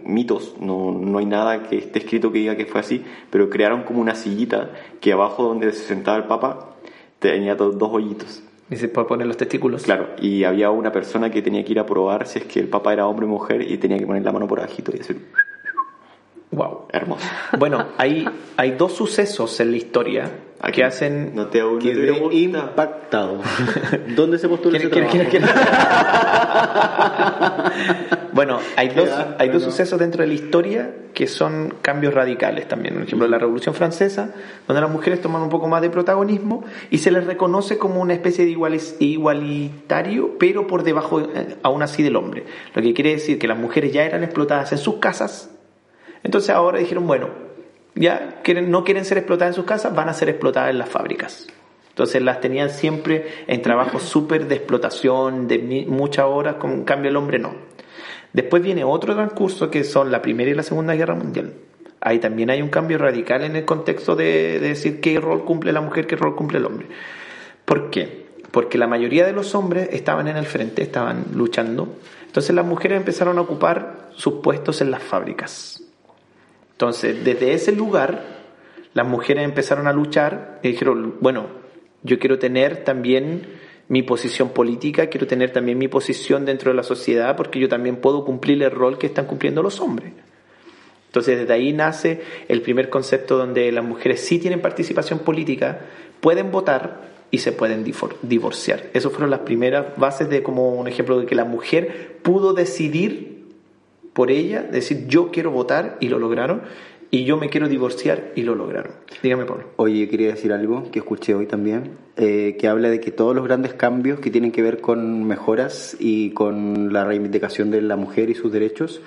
[SPEAKER 4] mitos, no, no hay nada que esté escrito que diga que fue así, pero crearon como una sillita que abajo donde se sentaba el papa tenía do- dos hoyitos.
[SPEAKER 3] Y se puede poner los testículos.
[SPEAKER 4] Claro, y había una persona que tenía que ir a probar si es que el papa era hombre o mujer y tenía que poner la mano por abajito y decir,
[SPEAKER 3] Wow.
[SPEAKER 4] hermoso.
[SPEAKER 3] Bueno, hay, hay dos sucesos en la historia
[SPEAKER 4] Aquí
[SPEAKER 3] que hacen.
[SPEAKER 4] No te, no te
[SPEAKER 1] Quedé
[SPEAKER 4] hubiera gustado.
[SPEAKER 1] impactado. ¿Dónde se postula ese
[SPEAKER 3] ¿Quién- quién-
[SPEAKER 1] trabajo?
[SPEAKER 3] quién- quién- Bueno, hay dos,
[SPEAKER 1] Ya,
[SPEAKER 3] hay dos
[SPEAKER 1] bueno.
[SPEAKER 3] sucesos dentro de la historia que son cambios radicales también. Por ejemplo, la Revolución Francesa, donde las mujeres toman un poco más de protagonismo y se les reconoce como una especie de igualis- igualitario, pero por debajo eh, aún así del hombre. Lo que quiere decir que las mujeres ya eran explotadas en sus casas, entonces ahora dijeron, bueno, ya quieren, no quieren ser explotadas en sus casas, van a ser explotadas en las fábricas. Entonces las tenían siempre en trabajos súper de explotación, de mi- muchas horas, con en cambio el hombre no. Después viene otro transcurso que son la Primera y la Segunda Guerra Mundial. Ahí también hay un cambio radical en el contexto de, de decir qué rol cumple la mujer, qué rol cumple el hombre. ¿Por qué? Porque la mayoría de los hombres estaban en el frente, estaban luchando. Entonces las mujeres empezaron a ocupar sus puestos en las fábricas. Entonces, desde ese lugar, las mujeres empezaron a luchar y dijeron, bueno, yo quiero tener también mi posición política, quiero tener también mi posición dentro de la sociedad, porque yo también puedo cumplir el rol que están cumpliendo los hombres. Entonces, desde ahí nace el primer concepto donde las mujeres sí tienen participación política, pueden votar y se pueden difor- divorciar. Esas fueron las primeras bases de como un ejemplo de que la mujer pudo decidir por ella, decir yo quiero votar y lo lograron, y yo me quiero divorciar y lo lograron. Dígame, Pablo.
[SPEAKER 1] Oye, quería decir algo que escuché hoy también, eh, que habla de que todos los grandes cambios que tienen que ver con mejoras y con la reivindicación de la mujer y sus derechos,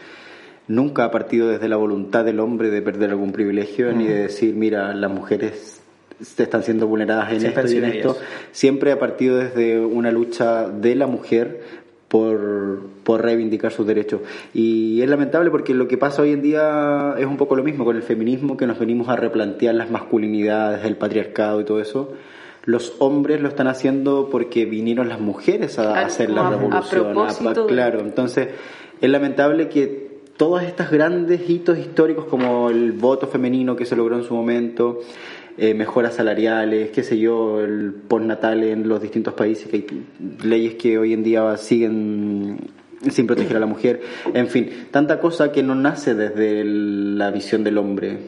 [SPEAKER 1] nunca ha partido desde la voluntad del hombre de perder algún privilegio, ni de decir, mira, las mujeres se están siendo vulneradas en
[SPEAKER 3] Siempre
[SPEAKER 1] esto y
[SPEAKER 3] han
[SPEAKER 1] en
[SPEAKER 3] sido
[SPEAKER 1] esto.
[SPEAKER 3] ellas.
[SPEAKER 1] Siempre ha partido desde una lucha de la mujer por, por reivindicar sus derechos. Y es lamentable porque lo que pasa hoy en día es un poco lo mismo con el feminismo, que nos venimos a replantear las masculinidades, el patriarcado y todo eso. Los hombres lo están haciendo porque vinieron las mujeres a a
[SPEAKER 2] Claro,
[SPEAKER 1] hacer
[SPEAKER 2] como
[SPEAKER 1] la
[SPEAKER 2] a- a
[SPEAKER 1] revolución.
[SPEAKER 2] propósito de-
[SPEAKER 1] claro, entonces es lamentable que todos estos grandes hitos históricos como el voto femenino que se logró en su momento, eh, mejoras salariales, qué sé yo, el postnatal en los distintos países, que hay leyes que hoy en día siguen sin proteger a la mujer, en fin, tanta cosa que no nace desde el- la visión del hombre,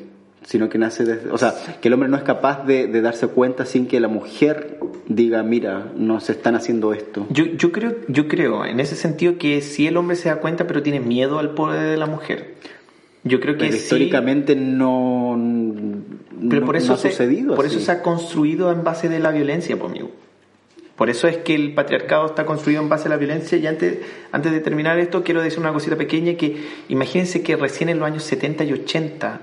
[SPEAKER 1] sino que nace desde, o sea, que el hombre no es capaz de, de darse cuenta sin que la mujer diga, mira, nos están haciendo esto.
[SPEAKER 3] Yo, yo, creo, yo creo, en ese sentido, que si el hombre se da cuenta, pero tiene miedo al poder de la mujer. Yo creo que
[SPEAKER 1] Pero
[SPEAKER 3] sí,
[SPEAKER 1] históricamente no,
[SPEAKER 3] Este, pero
[SPEAKER 1] no-
[SPEAKER 3] por eso
[SPEAKER 1] no ha
[SPEAKER 3] se-
[SPEAKER 1] sucedido
[SPEAKER 3] Por
[SPEAKER 1] así.
[SPEAKER 3] eso se ha construido en base de la violencia, por mí. Por eso es que el patriarcado está construido en base a la violencia. Y antes, antes de terminar esto, quiero decir una cosita pequeña que imagínense que recién en los años 70 y 80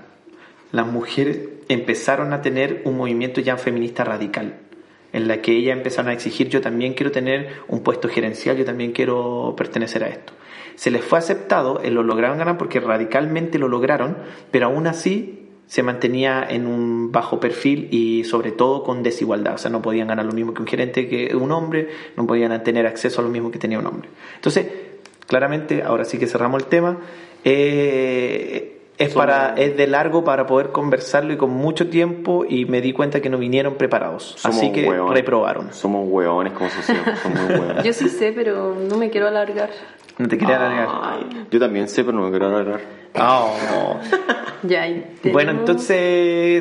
[SPEAKER 3] las mujeres empezaron a tener un movimiento ya feminista radical en la que ellas empezaron a exigir yo también quiero tener un puesto gerencial, yo también quiero pertenecer a esto. Se les fue aceptado, eh, lo lograron ganar porque radicalmente lo lograron, pero aún así se mantenía en un bajo perfil y sobre todo con desigualdad, o sea, no podían ganar lo mismo que un gerente que un hombre, no podían tener acceso a lo mismo que tenía un hombre. Entonces, claramente, ahora sí que cerramos el tema, eh, Es,
[SPEAKER 4] Son-
[SPEAKER 3] para, es de largo para poder conversarlo y con mucho tiempo y me di cuenta que no vinieron preparados.
[SPEAKER 4] Somos
[SPEAKER 3] así que
[SPEAKER 4] hueones.
[SPEAKER 3] reprobaron.
[SPEAKER 4] Somos hueones como sociedad. Somos hueones.
[SPEAKER 2] Yo sí sé, pero no me quiero alargar.
[SPEAKER 3] No te quería alargar.
[SPEAKER 4] Ay, yo también sé, pero no me quiero alargar.
[SPEAKER 3] Oh.
[SPEAKER 2] Ya, y tenemos-
[SPEAKER 3] Bueno, entonces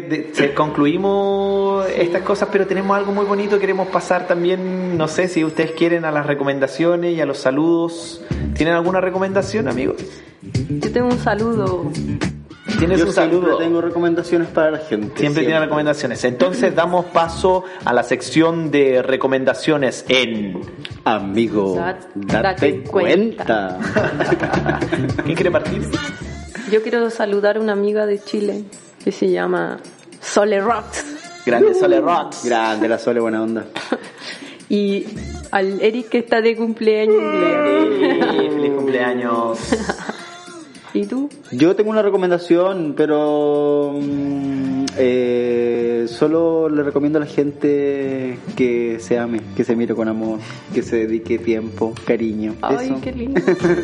[SPEAKER 3] de- se- concluimos estas cosas, pero tenemos algo muy bonito. Queremos pasar también, no sé si ustedes quieren, a las recomendaciones y a los saludos. ¿Tienen alguna recomendación, amigos?
[SPEAKER 2] Yo tengo un saludo.
[SPEAKER 3] ¿Tienes
[SPEAKER 1] Yo
[SPEAKER 3] un
[SPEAKER 1] siempre
[SPEAKER 3] saludo?
[SPEAKER 1] tengo recomendaciones para la gente.
[SPEAKER 3] Siempre tiene recomendaciones. Entonces damos paso a la sección de recomendaciones en...
[SPEAKER 1] Amigo,
[SPEAKER 2] Dat-
[SPEAKER 1] date,
[SPEAKER 2] date
[SPEAKER 1] cuenta.
[SPEAKER 2] cuenta.
[SPEAKER 3] ¿Quién quiere partir?
[SPEAKER 2] Yo quiero saludar a una amiga de Chile que se llama Sole Rocks
[SPEAKER 3] Grande Sole Rocks.
[SPEAKER 1] Grande, la Sole, buena onda.
[SPEAKER 2] y al Eric que está de cumpleaños.
[SPEAKER 3] Eh, Feliz cumpleaños.
[SPEAKER 2] ¿Y tú?
[SPEAKER 1] Yo tengo una recomendación, pero mm, eh, solo le recomiendo a la gente que se ame, que se mire con amor, que se dedique tiempo, cariño.
[SPEAKER 2] Ay,
[SPEAKER 1] Eso.
[SPEAKER 2] qué lindo.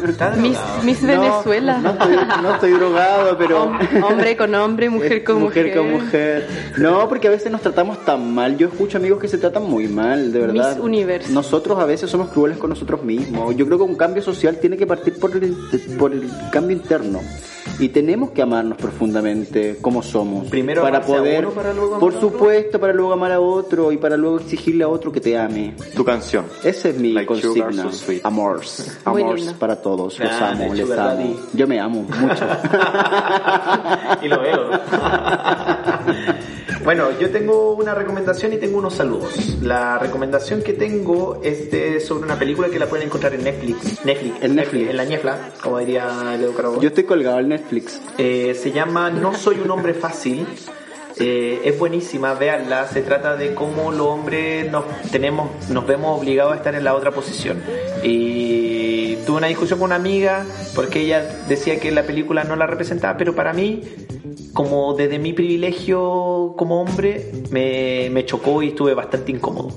[SPEAKER 3] ¿Estás
[SPEAKER 2] Miss,
[SPEAKER 3] drogado?
[SPEAKER 2] Miss
[SPEAKER 1] No,
[SPEAKER 2] Venezuela.
[SPEAKER 1] No, estoy, no estoy drogado, pero...
[SPEAKER 2] Hom- hombre con hombre, mujer con mujer.
[SPEAKER 1] con mujer. No, porque a veces nos tratamos tan mal. Yo escucho amigos que se tratan muy mal, de verdad.
[SPEAKER 2] Miss Universo.
[SPEAKER 1] Nosotros a veces somos crueles con nosotros mismos. Yo creo que un cambio social tiene que partir por el, por el cambio interno. Y tenemos que amarnos profundamente como somos.
[SPEAKER 3] Primero
[SPEAKER 1] para
[SPEAKER 3] amarse a
[SPEAKER 1] poder,
[SPEAKER 3] uno para luego amar
[SPEAKER 1] por
[SPEAKER 3] a otro.
[SPEAKER 1] supuesto, para luego amar a otro y para luego exigirle a otro que te ame.
[SPEAKER 4] Tu canción.
[SPEAKER 1] Esa es mi
[SPEAKER 4] Like sugar,
[SPEAKER 1] consigna.
[SPEAKER 4] so sweet.
[SPEAKER 1] Amors.
[SPEAKER 2] Muy
[SPEAKER 1] Amors
[SPEAKER 2] lindo.
[SPEAKER 1] para todos. Los
[SPEAKER 3] Grande,
[SPEAKER 1] amo, les
[SPEAKER 3] sugar
[SPEAKER 1] amo.
[SPEAKER 3] daddy.
[SPEAKER 1] Yo me amo mucho.
[SPEAKER 3] y lo veo. bueno, yo tengo una recomendación y tengo unos saludos. La recomendación que tengo es de- sobre una película que la pueden encontrar en Netflix. Netflix.
[SPEAKER 1] En Netflix.
[SPEAKER 3] En la niebla, como diría Leo Carabobo.
[SPEAKER 1] Yo estoy colgado al Netflix.
[SPEAKER 3] Eh, se llama No soy un hombre fácil. Eh, es buenísima, véanla. Se trata de cómo los hombres nos tenemos, nos vemos obligados a estar en la otra posición. Y tuve una discusión con una amiga porque ella decía que la película no la representaba, pero para mí, como desde mi privilegio como hombre, me, me chocó y estuve bastante incómodo.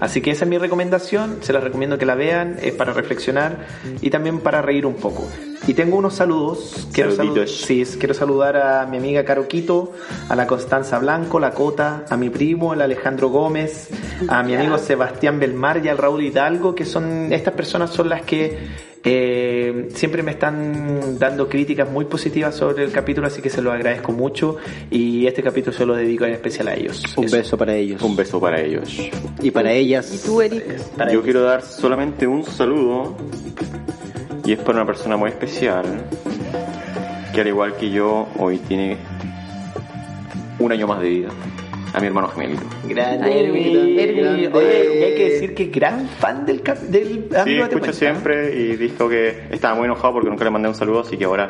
[SPEAKER 3] Así que esa es mi recomendación, se la recomiendo que la vean, es para reflexionar y también para reír un poco. Y tengo unos saludos Quiero, salu-
[SPEAKER 4] Saluditos.
[SPEAKER 3] sí, quiero saludar a mi amiga Caro Quito, a la Constanza Blanco, la Cota, a mi primo, el Alejandro Gómez, a mi amigo Sebastián Belmar y al Raúl Hidalgo, que son, estas personas son las que eh, siempre me están dando críticas muy positivas sobre el capítulo, así que se lo agradezco mucho y este capítulo se lo dedico en especial a ellos.
[SPEAKER 1] Un
[SPEAKER 3] Eso.
[SPEAKER 1] beso para ellos.
[SPEAKER 4] Un beso para ellos.
[SPEAKER 1] Y para ellas.
[SPEAKER 2] ¿Y tú, Eric?
[SPEAKER 3] Para
[SPEAKER 4] Yo
[SPEAKER 3] ellos.
[SPEAKER 4] quiero dar solamente un saludo y es para una persona muy especial que al igual que yo hoy tiene un año más de vida. A mi hermano gemelito.
[SPEAKER 3] Grande,
[SPEAKER 2] Ay,
[SPEAKER 3] Erwin,
[SPEAKER 2] Erwin.
[SPEAKER 3] Erwin. Oye, y hay que decir que gran fan del, cap- del amigo
[SPEAKER 4] Sí,
[SPEAKER 3] de Te
[SPEAKER 4] escucho
[SPEAKER 3] Cuento.
[SPEAKER 4] siempre y dijo que estaba muy enojado porque nunca le mandé un saludo, así que ahora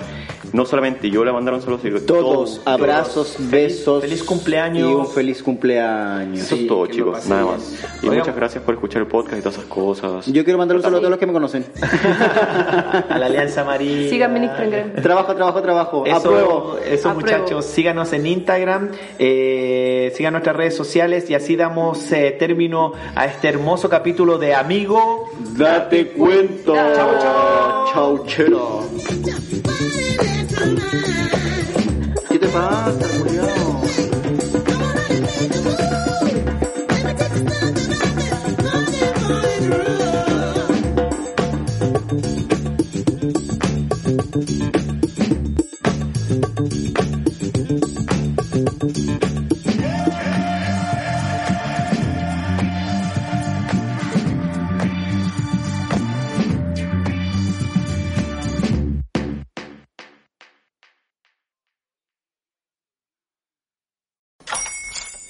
[SPEAKER 4] no solamente yo le mandaron un saludo, sino que
[SPEAKER 1] Todos,
[SPEAKER 4] todos.
[SPEAKER 1] abrazos, besos.
[SPEAKER 3] feliz cumpleaños.
[SPEAKER 1] Y un feliz cumpleaños.
[SPEAKER 4] Eso es todo,
[SPEAKER 3] que lo
[SPEAKER 4] chicos,
[SPEAKER 3] pasen
[SPEAKER 4] nada
[SPEAKER 3] bien.
[SPEAKER 4] más. Y
[SPEAKER 3] Oigan.
[SPEAKER 4] muchas gracias por escuchar el podcast y todas esas cosas.
[SPEAKER 1] Yo quiero mandar un saludo a todos los que me conocen.
[SPEAKER 3] A la Alianza
[SPEAKER 1] Eh,
[SPEAKER 3] María.
[SPEAKER 2] Síganme en Instagram.
[SPEAKER 1] trabajo, trabajo, trabajo.
[SPEAKER 3] Eso,
[SPEAKER 1] Apruebo.
[SPEAKER 3] eso,
[SPEAKER 2] Apruebo.
[SPEAKER 3] muchachos, síganos en Instagram, eh, sigan nuestras redes sociales y así damos eh, término a este hermoso capítulo de Amigo.
[SPEAKER 1] Date cuenta. Chau, chau. Chau, chero. ¿Qué te pasa, culiao?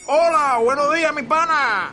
[SPEAKER 7] Hola, buenos días, mi pana.